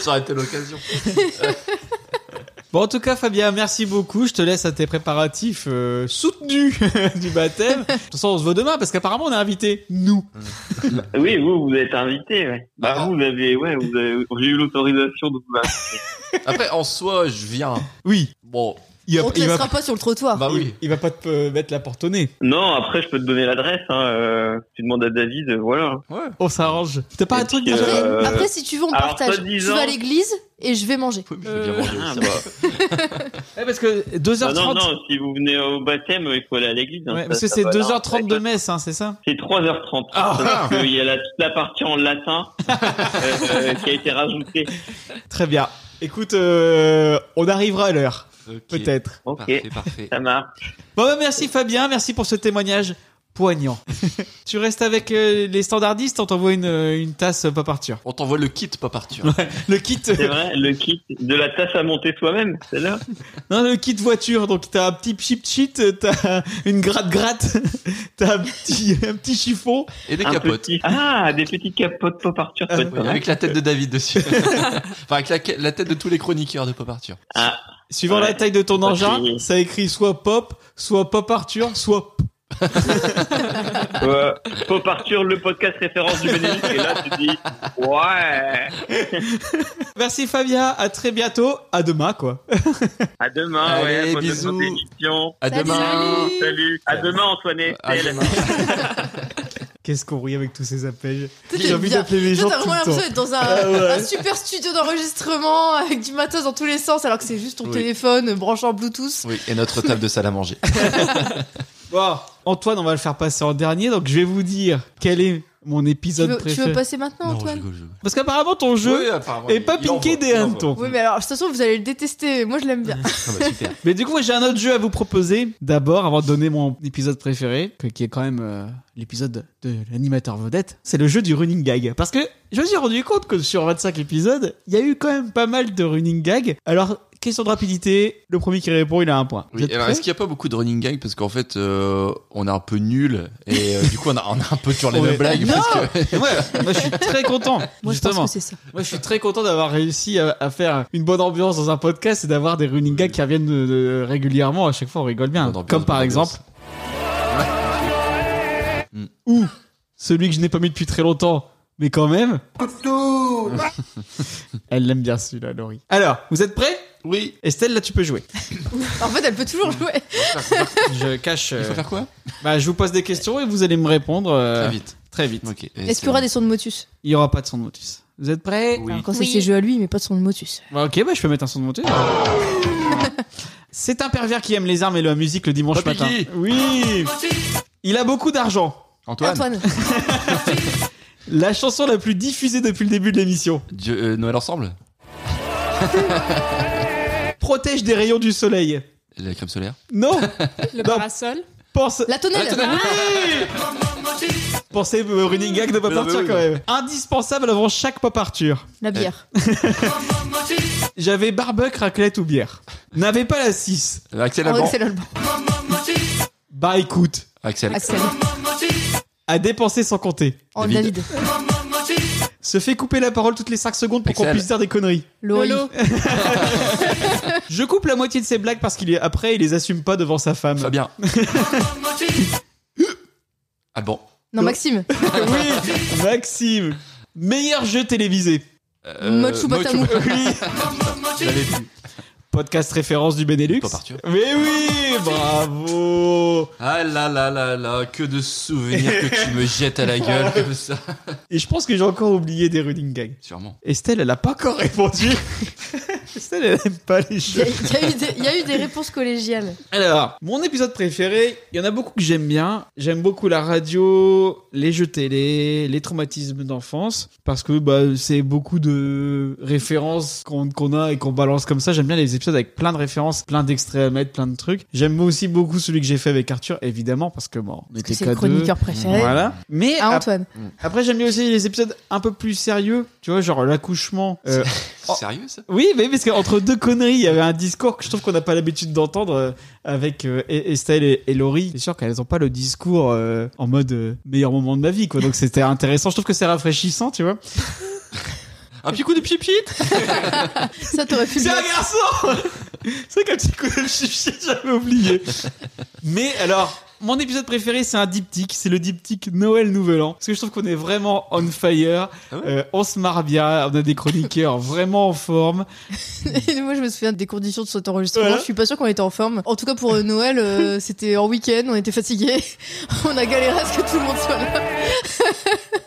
Speaker 3: Ça aurait été l'occasion.
Speaker 2: Bon en tout cas Fabien, merci beaucoup. Je te laisse à tes préparatifs euh, soutenus du baptême. De toute façon on se voit demain parce qu'apparemment on est invité nous.
Speaker 7: Oui, vous, vous êtes invité, ouais.
Speaker 2: Ah.
Speaker 7: Bah, vous avez, ouais, vous avez, j'ai eu l'autorisation de vous
Speaker 3: Après, en soi, je viens.
Speaker 2: Oui.
Speaker 3: Bon,
Speaker 2: Il va,
Speaker 5: on te
Speaker 2: il va-
Speaker 5: laissera pas sur le trottoir.
Speaker 3: bah oui.
Speaker 2: il- il va pas te euh, mettre la porte au nez.
Speaker 7: Non, après, je peux te donner l'adresse, hein, euh, tu demandes à David, euh, voilà.
Speaker 3: Ouais.
Speaker 2: On s'arrange. T'as pas
Speaker 7: Et
Speaker 2: un truc
Speaker 7: puis,
Speaker 2: à
Speaker 5: Après,
Speaker 2: faire
Speaker 7: Euh,
Speaker 5: après, si tu veux on
Speaker 7: alors,
Speaker 5: partage. Tu
Speaker 7: soi-disant-
Speaker 5: vas à l'église et je vais manger.
Speaker 3: Oui, mais je veux bien manger
Speaker 7: Ah,
Speaker 3: aussi.
Speaker 7: bah,
Speaker 2: Ouais, Eh, parce que 2h30.
Speaker 7: Ah non, non, si vous venez au baptême, il faut aller à l'église. hein,
Speaker 2: Ouais,
Speaker 7: ça-
Speaker 2: parce que
Speaker 7: ça
Speaker 2: c'est
Speaker 7: va, hein.
Speaker 2: 2h30 de messe, hein, c'est ça
Speaker 7: C'est 3h30.
Speaker 2: Ah.
Speaker 7: parce qu'il y a la, toute la partie en latin euh, euh, qui a été rajoutée.
Speaker 2: Très bien. Écoute, euh, on arrivera à l'heure. Peut-être.
Speaker 13: Ok,
Speaker 2: Parfait,
Speaker 13: parfait. Ça marche.
Speaker 2: Bon, bah, merci Fabien, merci pour ce témoignage poignant. tu restes avec euh, les standardistes, on t'envoie une, euh, une tasse euh, Paparture.
Speaker 3: On t'envoie le kit Paparture.
Speaker 2: le kit.
Speaker 13: C'est vrai, le kit de la tasse à monter soi-même, c'est là.
Speaker 2: Non, hein, le kit voiture, donc t'as un petit chip cheat, t'as une gratte-gratte, t'as un petit, un petit chiffon.
Speaker 3: Et des
Speaker 13: Un
Speaker 3: capotes. Ah,
Speaker 13: petit- Ah, des petites capotes Pop Arthur. ça doit
Speaker 7: hein.
Speaker 13: être pas mal.
Speaker 3: avec la tête de David dessus. enfin, avec la, la tête de tous les chroniqueurs de Pop Arthur.
Speaker 13: Ah.
Speaker 2: Suivant la taille de ton engin, ça écrit soit pop, soit pop Arthur, soit p-
Speaker 13: Ouais, Pop Arthur, Euh, le podcast référence du Benelux. Et là, tu dis, ouais.
Speaker 2: Merci Fabien, à très bientôt, à demain quoi.
Speaker 13: À demain,
Speaker 2: Allez,
Speaker 13: ouais, pour de
Speaker 2: bisous.
Speaker 13: bonnes émissions.
Speaker 2: À Salut. demain.
Speaker 13: Salut. À demain, Antoine et
Speaker 2: À
Speaker 13: Estelle.
Speaker 2: Qu'est-ce qu'on rit avec tous ces appels
Speaker 5: T'es
Speaker 2: J'ai envie
Speaker 5: bien.
Speaker 2: d'appeler les
Speaker 5: Toi,
Speaker 2: gens
Speaker 5: T'as
Speaker 2: tout
Speaker 5: vraiment
Speaker 2: le temps.
Speaker 5: l'impression d'être dans un,
Speaker 2: Ah ouais.
Speaker 5: un super studio d'enregistrement avec du matos dans tous les sens alors que c'est juste ton
Speaker 3: Oui.
Speaker 5: téléphone euh, branché en Bluetooth.
Speaker 3: Oui, et notre table de salle à manger.
Speaker 2: Bon, Antoine, on va le faire passer en dernier, donc je vais vous dire quel est mon
Speaker 5: Tu
Speaker 2: épisode
Speaker 5: veux, tu
Speaker 2: préféré.
Speaker 5: veux passer maintenant, Antoine
Speaker 2: Parce qu'apparemment ton jeu
Speaker 5: Oui, apparemment,
Speaker 2: est
Speaker 5: il-
Speaker 2: pas
Speaker 5: il envoie,
Speaker 2: piqué des
Speaker 5: il envoie.
Speaker 2: hannetons.
Speaker 5: Oui, mais alors, de toute façon, vous allez le détester. Moi, je l'aime bien.
Speaker 3: Ah, bah,
Speaker 2: Mais du coup, moi, j'ai un autre jeu à vous proposer. D'abord, avant de donner mon épisode préféré, que- qui est quand même euh, l'épisode de l'animateur vedette, c'est le jeu du running gag. Parce que je me suis rendu compte que sur 25 épisodes, il y a eu quand même pas mal de running gags. Alors, question de rapidité, le premier qui répond, il a un point. Vous
Speaker 3: Oui,
Speaker 2: êtes
Speaker 3: alors
Speaker 2: prêts
Speaker 3: est-ce qu'il n'y a pas beaucoup de running gang parce qu'en fait euh, on est un peu nul et euh, du coup on a, on a un peu toujours les
Speaker 2: Ouais.
Speaker 3: mêmes blagues
Speaker 2: Non
Speaker 3: parce que-
Speaker 2: Ouais, moi je suis très content.
Speaker 5: Moi, je pense
Speaker 2: justement.
Speaker 5: que c'est ça.
Speaker 2: Moi je suis très content d'avoir réussi à, à faire une bonne ambiance dans un podcast et d'avoir des running gags qui reviennent euh, euh, régulièrement. À chaque fois on rigole bien. Comme par exemple. Mm. Ou celui que je n'ai pas mis depuis très longtemps, mais quand même. Elle l'aime bien celui-là, Laurie. Alors, vous êtes prêts
Speaker 3: Oui.
Speaker 2: Estelle, là tu peux jouer.
Speaker 5: en fait, elle peut toujours jouer.
Speaker 2: Je cache. euh, Il
Speaker 3: faut faire quoi
Speaker 2: Bah je vous pose des questions et vous allez me répondre. très
Speaker 3: vite.
Speaker 2: Très vite.
Speaker 5: Est-ce qu'il y aura des sons de motus
Speaker 2: Il y aura pas de son de motus. Vous êtes prêts
Speaker 5: Alors, Quand c'est ses jeux à lui, mais pas de sons de motus.
Speaker 2: Bah, ok, bah, je peux mettre un son de motus. C'est un pervers qui aime les armes et la musique le dimanche
Speaker 5: Papy
Speaker 2: matin.
Speaker 5: Guy.
Speaker 2: Oui. Il a beaucoup d'argent.
Speaker 5: Antoine.
Speaker 2: La chanson la plus diffusée depuis le début de l'émission.
Speaker 3: Dieu- euh, Noël ensemble
Speaker 2: Protège des rayons du soleil.
Speaker 3: La crème solaire
Speaker 2: Non.
Speaker 6: Le
Speaker 2: Non.
Speaker 6: parasol.
Speaker 2: Pense.
Speaker 5: La tonnelle. Ah,
Speaker 2: Pensez au euh, running gag de Pop
Speaker 5: Mais non,
Speaker 2: Arthur
Speaker 5: mais oui,
Speaker 2: quand
Speaker 5: mais-
Speaker 2: même. Indispensable avant chaque Pop Arthur.
Speaker 5: La bière.
Speaker 2: J'avais barbuck, raclette ou bière. N'avait pas la 6.
Speaker 3: Euh, Axel
Speaker 5: Oh, Axel Alban.
Speaker 2: Bah écoute.
Speaker 3: Axel.
Speaker 5: Axel.
Speaker 2: A dépensé sans compter.
Speaker 5: Ah, Oh, David.
Speaker 2: Se fait couper la parole toutes les 5 secondes pour qu'on
Speaker 5: Axel.
Speaker 2: puisse dire des conneries.
Speaker 5: Laurie.
Speaker 2: Je coupe la moitié de ses blagues parce qu'il est après il les assume pas devant sa femme.
Speaker 3: Fabien. Ah bon
Speaker 5: Non, Maxime.
Speaker 2: oui, Maxime. Meilleur jeu télévisé.
Speaker 3: euh,
Speaker 5: Mochu Batamou.
Speaker 2: Oui. Podcast référence du Benelux. Mais oui, bravo.
Speaker 3: Ah là là là là, que de souvenirs que tu me jettes à la gueule comme ça.
Speaker 2: Et je pense que j'ai encore oublié des running gags.
Speaker 3: Sûrement.
Speaker 2: Estelle, elle a pas encore répondu. Estelle, elle aime pas les
Speaker 5: Il y,
Speaker 2: jeux.
Speaker 5: a- il y a eu des- il y a eu des réponses collégiales.
Speaker 2: Alors, mon épisode préféré, il y en a beaucoup que j'aime bien. J'aime beaucoup la radio, les jeux télé, les traumatismes d'enfance, parce que bah, c'est beaucoup de références qu'on qu'on a et qu'on balance comme ça. J'aime bien les épisodes avec plein de références, plein d'extraits à mettre, plein de trucs. J'aime aussi beaucoup celui que j'ai fait avec Arthur, évidemment, parce que bon, on était
Speaker 5: c'est
Speaker 2: qu'à
Speaker 5: le chroniqueur
Speaker 2: deux.
Speaker 5: préféré.
Speaker 2: Voilà. Mais
Speaker 5: À
Speaker 2: ap-
Speaker 5: Antoine.
Speaker 2: Après, j'aime bien aussi les épisodes un peu plus sérieux, tu vois, genre l'accouchement. euh,
Speaker 3: Sérieux ça
Speaker 2: oui, mais parce qu'entre deux conneries, il y avait un discours que je trouve qu'on n'a pas l'habitude d'entendre euh, avec euh, E- Estelle et, et Laurie. C'est sûr qu'elles n'ont pas le discours euh, en mode euh, meilleur moment de ma vie, quoi. Donc c'était intéressant. Je trouve que c'est rafraîchissant, tu vois.
Speaker 3: Un petit coup de pipit
Speaker 5: Ça t'aurait pu le
Speaker 2: C'est un
Speaker 5: mettre.
Speaker 2: garçon C'est vrai qu'un petit coup de pipit, j'avais oublié. Mais alors. Mon épisode préféré, c'est un diptyque. C'est le diptyque Noël Nouvel An. Parce que je trouve qu'on est vraiment on fire.
Speaker 3: Ah
Speaker 2: Euh, on se marre bien. On a des chroniqueurs vraiment en forme.
Speaker 5: Et Moi, je me souviens des conditions de cet enregistrement.
Speaker 2: Voilà.
Speaker 5: Je suis pas sûr qu'on était en forme. En tout cas, pour euh, Noël, euh, c'était en week-end, on était fatigués. on a galéré à ce que tout le monde soit là.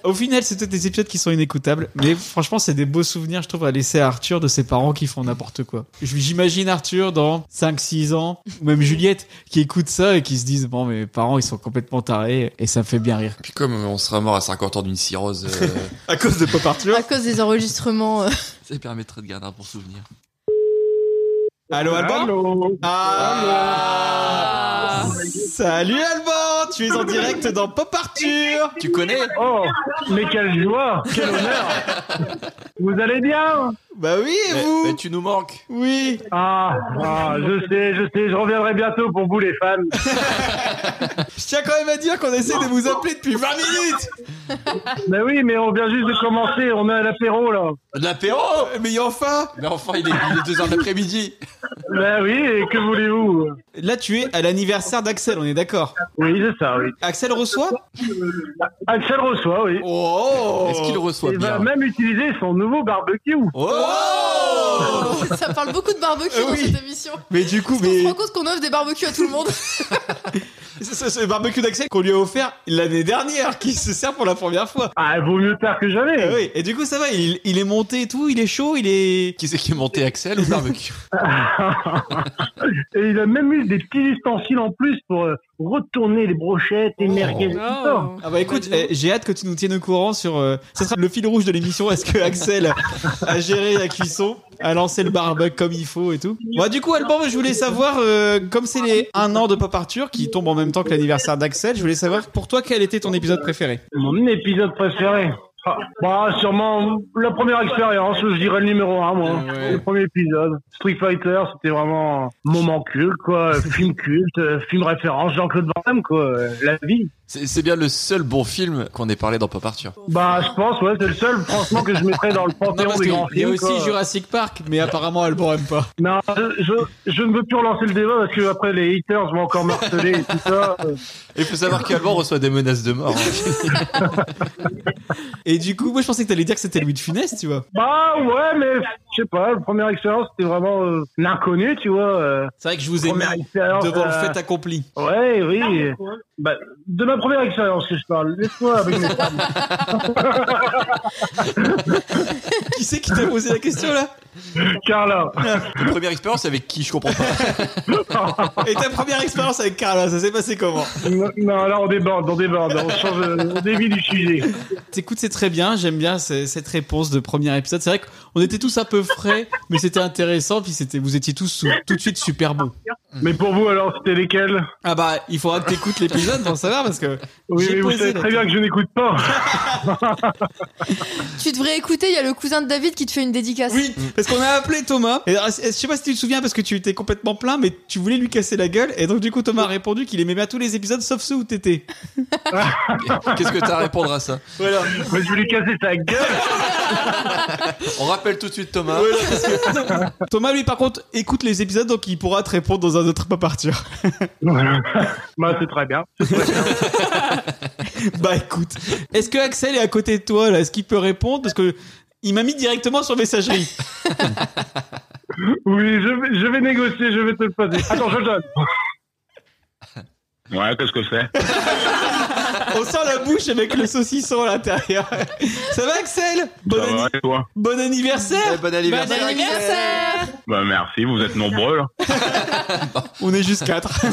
Speaker 2: Au final, c'est peut-être des épisodes qui sont inécoutables, mais franchement, c'est des beaux souvenirs, je trouve, à laisser à Arthur de ses parents qui font n'importe quoi. Je- J'imagine Arthur dans 5-6 ans, ou même Juliette, qui écoute ça et qui se disent, bon, mes parents, ils sont complètement tarés, et ça me fait bien rire.
Speaker 3: Puis comme on sera mort à 50 ans d'une cirrhose, euh,
Speaker 2: À cause de Pop Arthur
Speaker 5: À cause des enregistrements. euh.
Speaker 3: ça permettrait de garder un bon souvenir.
Speaker 7: Bah,
Speaker 2: Allô,
Speaker 13: Hein
Speaker 2: Alban Ah Salut, Alban Tu es en direct dans Pop Arthur Tu connais
Speaker 7: Oh, mais quelle joie, quel honneur. Vous allez bien
Speaker 2: Bah oui, et vous
Speaker 3: Mais tu nous manques.
Speaker 2: Oui.
Speaker 7: Ah, ah, je sais, je sais, je reviendrai bientôt pour vous les fans.
Speaker 2: Je tiens quand même à dire qu'on essaie de vous appeler depuis 20 minutes
Speaker 7: Mais oui, mais on vient juste de commencer, on est à l'apéro là.
Speaker 3: L'apéro
Speaker 2: Mais enfin
Speaker 3: Mais enfin, il est 2h de l'après-midi
Speaker 7: Bah oui, et que voulez-vous
Speaker 2: Là, tu es à l'anniversaire d'Axel, on est d'accord
Speaker 7: Oui, c'est ça, oui.
Speaker 2: Axel reçoit
Speaker 7: Axel reçoit, oui.
Speaker 2: Oh
Speaker 3: Est-ce qu'il reçoit
Speaker 7: Il
Speaker 3: bien
Speaker 7: va même utiliser son nouveau barbecue.
Speaker 2: Oh
Speaker 5: Ça parle beaucoup de barbecue dans cette émission.
Speaker 2: Ah Mais du coup,
Speaker 5: On se
Speaker 2: mais
Speaker 5: rend compte qu'on offre des barbecues à tout le monde.
Speaker 2: c'est c'est- c'est le barbecue d'Axel qu'on lui a offert l'année dernière, qui se sert pour la première fois.
Speaker 7: Ah, vaut mieux tard que jamais.
Speaker 2: oui. Et du coup, ça va, il, il est monté et tout, il est chaud, il est...
Speaker 3: Qui c'est qui est monté, Axel ou barbecue
Speaker 7: Et il a même eu des petits ustensiles en plus pour euh, retourner les brochettes
Speaker 2: Oh.
Speaker 7: et merguez.
Speaker 6: Oh.
Speaker 7: et tout ça.
Speaker 2: Ah bah écoute, eh, j'ai hâte que tu nous tiennes au courant sur. euh, ça sera le fil rouge de l'émission. Est-ce que Axel a géré la cuisson, a lancé le barbecue comme il faut et tout Bah du coup, Alban, moi, je voulais savoir, euh, comme c'est les un an de Pop Arthur qui tombe en même temps que l'anniversaire d'Axel, je voulais savoir pour toi quel était ton épisode préféré.
Speaker 7: Mon épisode préféré Ah, Bah, sûrement la première expérience, je dirais le numéro 1, moi.
Speaker 2: Ah
Speaker 7: Le premier épisode. Street Fighter, c'était vraiment un moment culte, quoi. film culte, euh, film référence, Jean-Claude Van Damme, quoi. euh, La vie.
Speaker 3: C'est c'est bien le seul bon film qu'on ait parlé dans Pop Arthur.
Speaker 7: Bah, je pense, ouais, c'est le seul, franchement, que je mettrais dans le
Speaker 2: Non,
Speaker 7: panthéon
Speaker 2: parce
Speaker 7: des
Speaker 2: qu'il
Speaker 7: grands
Speaker 2: y a
Speaker 7: films.
Speaker 2: aussi
Speaker 7: quoi.
Speaker 2: Jurassic Park, mais apparemment Alban aime pas.
Speaker 7: Non, je, je, je ne veux plus relancer le débat parce que après les haters vont encore me harceler et tout ça. euh.
Speaker 3: Il faut savoir qu'Alban reçoit des menaces de mort. hein.
Speaker 2: Et du coup, moi je pensais que t'allais dire que c'était Louis de Funès, tu vois.
Speaker 7: Bah ouais, mais je sais pas, la première expérience, c'était vraiment euh, l'inconnu, tu vois. euh.
Speaker 2: C'est vrai que je vous ai mis
Speaker 7: Première expérience,
Speaker 2: devant le
Speaker 7: euh,
Speaker 2: fait accompli.
Speaker 7: Ouais, oui. Bah, de ma première expérience que je parle. Laisse-moi avec mes femmes.
Speaker 2: Qui c'est qui t'a posé la question là
Speaker 7: Carla.
Speaker 3: Première expérience avec qui Je comprends pas.
Speaker 2: Et ta première expérience avec Carla, ça s'est passé comment
Speaker 7: Non, non, là, on déborde, on déborde. On change, euh, on dévie du sujet.
Speaker 2: T'écoutes, c'est très bien. J'aime bien ce- cette réponse de premier épisode. C'est vrai qu'on était tous un peu frais, mais c'était intéressant. Puis c'était, vous étiez tous sou- tout de suite super bons.
Speaker 7: Mais pour vous, alors, c'était lesquels
Speaker 2: Ah bah, il faudra que t'écoutes l'épisode pour savoir parce que
Speaker 7: Oui,
Speaker 2: j'ai
Speaker 7: mais vous
Speaker 2: posé
Speaker 7: savez
Speaker 2: la-
Speaker 7: très bien que je n'écoute pas.
Speaker 5: tu devrais écouter, il y a le cousin de David qui te fait une dédicace.
Speaker 2: Oui, parce qu'on a appelé Thomas. Et alors, je sais pas si tu te souviens parce que tu étais complètement plein, mais tu voulais lui casser la gueule. Et donc du coup, Thomas a répondu qu'il aimait bien tous les épisodes sauf ceux où t'étais.
Speaker 3: Qu'est-ce que t'as à répondre à ça
Speaker 2: Voilà.
Speaker 7: Mais je voulais casser ta gueule.
Speaker 3: On rappelle tout de suite Thomas.
Speaker 2: Thomas, lui, par contre, écoute les épisodes, donc il pourra te répondre dans un autre pas partir.
Speaker 7: Bah, c'est très bien.
Speaker 2: Bah écoute, est-ce que Axel est à côté de toi là Est-ce qu'il peut répondre Parce que il m'a mis directement sur messagerie.
Speaker 7: Oui, je, vais- je vais négocier, je vais te le passer. Attends, je donne.
Speaker 8: Ouais, qu'est-ce que c'est
Speaker 2: On sent la bouche avec le saucisson à l'intérieur. Ça va Axel bon,
Speaker 8: Ça va, et toi
Speaker 2: bon anniversaire
Speaker 3: Eh, bon anniversaire,
Speaker 2: Bon
Speaker 5: anniversaire
Speaker 8: Bah merci, vous êtes nombreux là.
Speaker 2: On est juste quatre.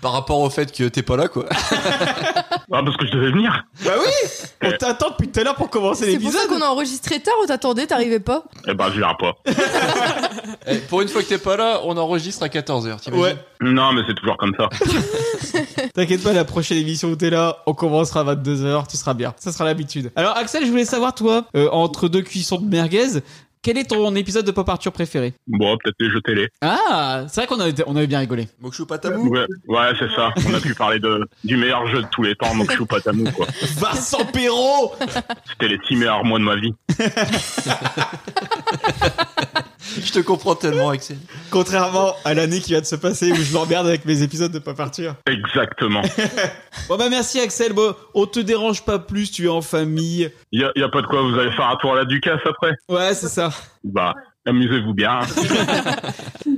Speaker 3: Par rapport au fait que t'es pas là, quoi.
Speaker 8: Ah, parce que je devais venir.
Speaker 2: bah oui On t'attend depuis tout à l'heure pour commencer
Speaker 5: C'est pour ça
Speaker 2: l'épisode.
Speaker 5: qu'on a enregistré tard, on t'attendait, t'arrivais pas.
Speaker 8: Eh ben, je viens pas.
Speaker 3: Eh, pour une fois que t'es pas là, on enregistre à 14h, t'imagines
Speaker 2: Ouais,
Speaker 8: Non, mais c'est toujours comme ça.
Speaker 2: t'inquiète pas, la prochaine émission où t'es là, on commencera à 22h, tu seras bien. Ça sera l'habitude. Alors Axel, je voulais savoir toi, euh, entre deux cuissons de merguez, quel est ton épisode de Pop Arthur préféré
Speaker 8: Bon, peut-être les jeter les.
Speaker 2: Ah, c'est vrai qu'on avait, on avait bien rigolé.
Speaker 3: Mokshu Patamou
Speaker 8: Ouais, ouais, c'est ça. On a pu parler de, du meilleur jeu de tous les temps, Mokshu Patamou, quoi.
Speaker 2: Vincent Perrault
Speaker 8: C'était les six meilleurs mois de ma vie.
Speaker 3: Je te comprends tellement, Axel.
Speaker 2: Contrairement à l'année qui vient de se passer où je l'emmerde avec mes épisodes de pas partir.
Speaker 8: Exactement.
Speaker 2: Bon bah merci Axel, bon, on te dérange pas plus, tu es en famille.
Speaker 8: Y a, y a pas de quoi, vous allez faire un tour à la Ducasse après
Speaker 2: Ouais, c'est ça.
Speaker 8: Bah, amusez-vous bien.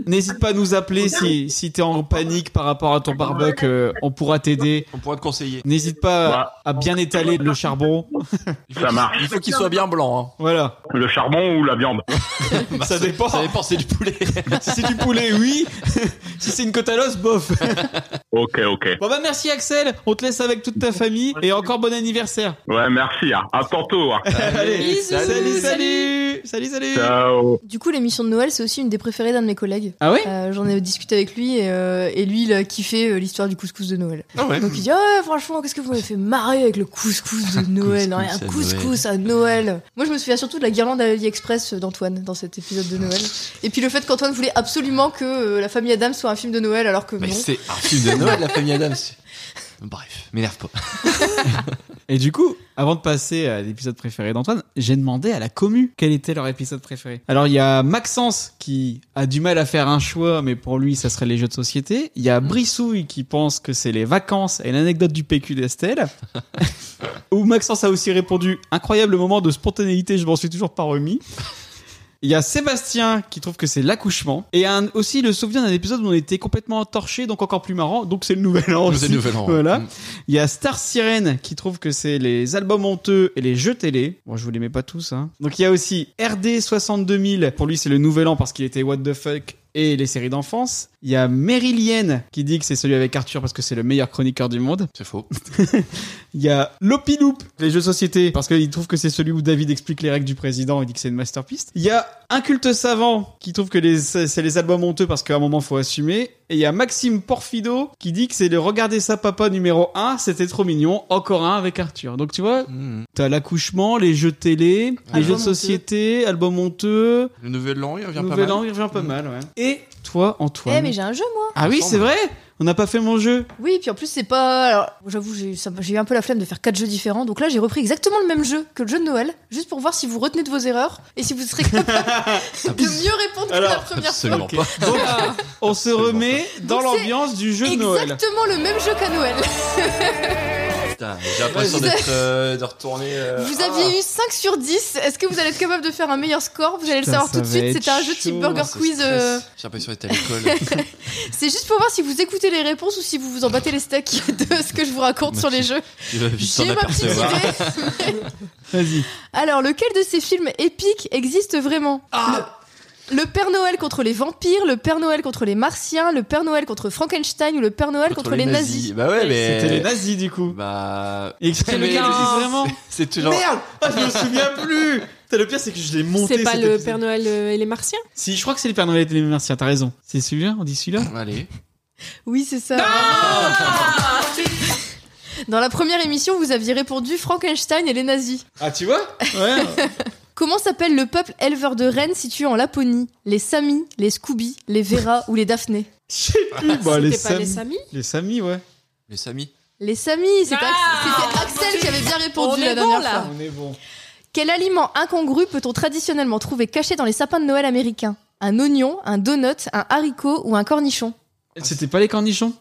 Speaker 2: N'hésite pas à nous appeler si, si t'es en panique par rapport à ton barbecue, euh, on pourra t'aider.
Speaker 3: On pourra te conseiller.
Speaker 2: N'hésite pas à, à bien étaler le charbon.
Speaker 8: Ça marche.
Speaker 3: Il faut qu'il soit bien blanc.
Speaker 2: Voilà,
Speaker 8: Le charbon ou la viande
Speaker 3: hein. Bah,
Speaker 2: ça dépend.
Speaker 3: Ça dépend, c'est du poulet.
Speaker 2: si c'est du poulet, oui. si c'est une côte à l'os, bof.
Speaker 8: Ok, ok.
Speaker 2: Bon bah merci Axel, on te laisse avec toute ta famille et encore bon anniversaire.
Speaker 8: Ouais, merci. Hein. À tantôt. hein.
Speaker 2: Allez,
Speaker 5: Bisous.
Speaker 2: salut, salut, salut, salut.
Speaker 7: Euh, oh.
Speaker 8: Ciao.
Speaker 5: Du coup, l'émission de Noël, c'est aussi une des préférées d'un de mes collègues.
Speaker 2: Ah oui
Speaker 5: Euh, J'en ai discuté avec lui et, euh, et lui, il a kiffé euh, l'histoire du couscous de Noël.
Speaker 2: Ah ouais.
Speaker 5: Donc il dit Ah ouais, franchement, qu'est-ce que vous m'avez fait marrer avec le couscous de Noël Non, Un
Speaker 2: Couscous à
Speaker 5: couscous à Noël. Moi, je me souviens surtout de la guirlande à AliExpress d'Antoine dans cet épisode de Noël. Et puis le fait qu'Antoine voulait absolument que euh, La famille Adam soit un film de Noël alors que
Speaker 3: Mais
Speaker 5: non.
Speaker 3: c'est un film de Noël, la famille Adams. Bref, m'énerve pas.
Speaker 2: Et du coup, avant de passer à l'épisode préféré d'Antoine, j'ai demandé à la commu quel était leur épisode préféré. Alors il y a Maxence qui a du mal à faire un choix, mais pour lui ça serait les jeux de société. Il y a Brissouille qui pense que c'est les vacances et l'anecdote du PQ d'Estelle. Où Maxence a aussi répondu incroyable moment de spontanéité, je m'en suis toujours pas remis. Il y a Sébastien qui trouve que c'est l'accouchement et un, aussi le souvenir d'un épisode où on était complètement torché donc encore plus marrant donc c'est le nouvel an.
Speaker 3: C'est le
Speaker 2: aussi.
Speaker 3: Nouvel An, ouais.
Speaker 2: Oh, Voilà. Il y a Star Sirène qui trouve que c'est les albums honteux et les jeux télé. Bon, je vous les mets pas tous. Hein. Donc il y a aussi RD 62000. Pour lui, c'est le nouvel an parce qu'il était What the fuck et les séries d'enfance. Il y a Merilienne qui dit que c'est celui avec Arthur parce que c'est le meilleur chroniqueur du monde.
Speaker 3: C'est faux.
Speaker 2: il y a Lopiloup, les jeux de société, parce qu'il trouve que c'est celui où David explique les règles du président et dit que c'est une masterpiece. Il y a un culte savant qui trouve que les- c'est les albums honteux parce qu'à un moment faut assumer. Et il y a Maxime Porfido qui dit que c'est le Regardez ça papa numéro 1, c'était trop mignon, encore un avec Arthur. Donc tu vois,
Speaker 3: Hmm.
Speaker 2: t'as l'accouchement, les jeux télé, les
Speaker 3: Album
Speaker 2: jeux de
Speaker 3: honteux.
Speaker 2: société, albums honteux.
Speaker 3: Le nouvel an, il revient pas mal. Hmm.
Speaker 2: Nouvel an, il revient pas mal, ouais. Et toi,
Speaker 5: Eh,
Speaker 2: Antoine
Speaker 5: mais j'ai un jeu, moi
Speaker 2: Ah oui, c'est vrai On n'a pas fait mon jeu
Speaker 5: Oui, puis en plus, c'est pas. Alors, j'avoue, j'ai ça- j'ai eu un peu la flemme de faire quatre jeux différents. Donc là, j'ai repris exactement le même jeu que le jeu de Noël, juste pour voir si vous retenez de vos erreurs et si vous serez capable de mieux répondre que la première
Speaker 3: Absolument
Speaker 5: fois.
Speaker 3: pas.
Speaker 2: Donc, on se remet dans
Speaker 5: Donc, c'est
Speaker 2: l'ambiance du jeu de Noël.
Speaker 5: Exactement le même jeu qu'à Noël.
Speaker 3: Putain, j'ai l'impression
Speaker 5: Vous avez-
Speaker 3: d'être euh, de retourner. euh,
Speaker 5: vous
Speaker 3: ah.
Speaker 5: aviez eu 5 sur 10. Est-ce que vous allez être capable de faire un meilleur score Vous allez le
Speaker 3: Putain,
Speaker 5: savoir
Speaker 3: ça
Speaker 5: tout de
Speaker 3: va
Speaker 5: suite.
Speaker 3: être
Speaker 5: C'était un jeu
Speaker 3: chaud. hein,
Speaker 5: type Burger
Speaker 3: Ça
Speaker 5: Quiz.
Speaker 3: stresse.
Speaker 5: euh,
Speaker 3: ah, J'ai l'impression d'être à l'école.
Speaker 5: C'est juste pour voir si vous écoutez les réponses ou si vous vous en battez les steaks de ce que je vous raconte sur les jeux.
Speaker 3: Tu vas vite
Speaker 5: J'ai
Speaker 3: t'en
Speaker 5: ma petite
Speaker 3: apercevoir.
Speaker 2: Vas-y.
Speaker 5: Alors, lequel de ces films épiques existe vraiment le, le Père Noël contre les vampires, le Père Noël contre les martiens, le Père Noël contre Frankenstein ou le Père Noël contre, les, nazis.
Speaker 3: Bah ouais, mais.
Speaker 2: C'était les nazis du coup.
Speaker 3: Bah.
Speaker 2: Et c'est le
Speaker 3: Mais-
Speaker 2: gars,
Speaker 3: c'est-
Speaker 2: vraiment.
Speaker 3: C'est toujours.
Speaker 2: Merde Ah, Je me souviens plus Putain, Le pire, c'est que je l'ai monté.
Speaker 6: C'est pas
Speaker 2: cet
Speaker 6: le
Speaker 2: épisode.
Speaker 6: Père Noël euh, et les Martiens
Speaker 2: Si, je crois que c'est le Père Noël et les Martiens, t'as raison. C'est celui-là On dit celui-là
Speaker 3: Allez.
Speaker 5: Oui, c'est ça.
Speaker 3: Ah
Speaker 5: Dans la première émission, vous aviez répondu Frankenstein et les nazis.
Speaker 2: Ah, tu vois Ouais.
Speaker 5: Comment s'appelle le peuple éleveur de rennes situé en Laponie Les Samis, les Scooby, les Vera ou les Daphné
Speaker 2: Oui, bah, les
Speaker 5: C'était pas les
Speaker 2: Sam-
Speaker 5: Samis
Speaker 2: Les Samis, ouais.
Speaker 3: Les Samis
Speaker 5: Les Samis, c'est Ax- c'était Axel qui avait bien
Speaker 6: Ah, On
Speaker 5: répondu
Speaker 6: est
Speaker 5: la
Speaker 6: bon,
Speaker 5: dernière
Speaker 6: là.
Speaker 5: fois.
Speaker 2: On est bon.
Speaker 5: Quel aliment incongru peut-on traditionnellement trouver caché dans les sapins de Noël américains Un oignon, un donut, un haricot ou un cornichon
Speaker 2: C'était pas les cornichons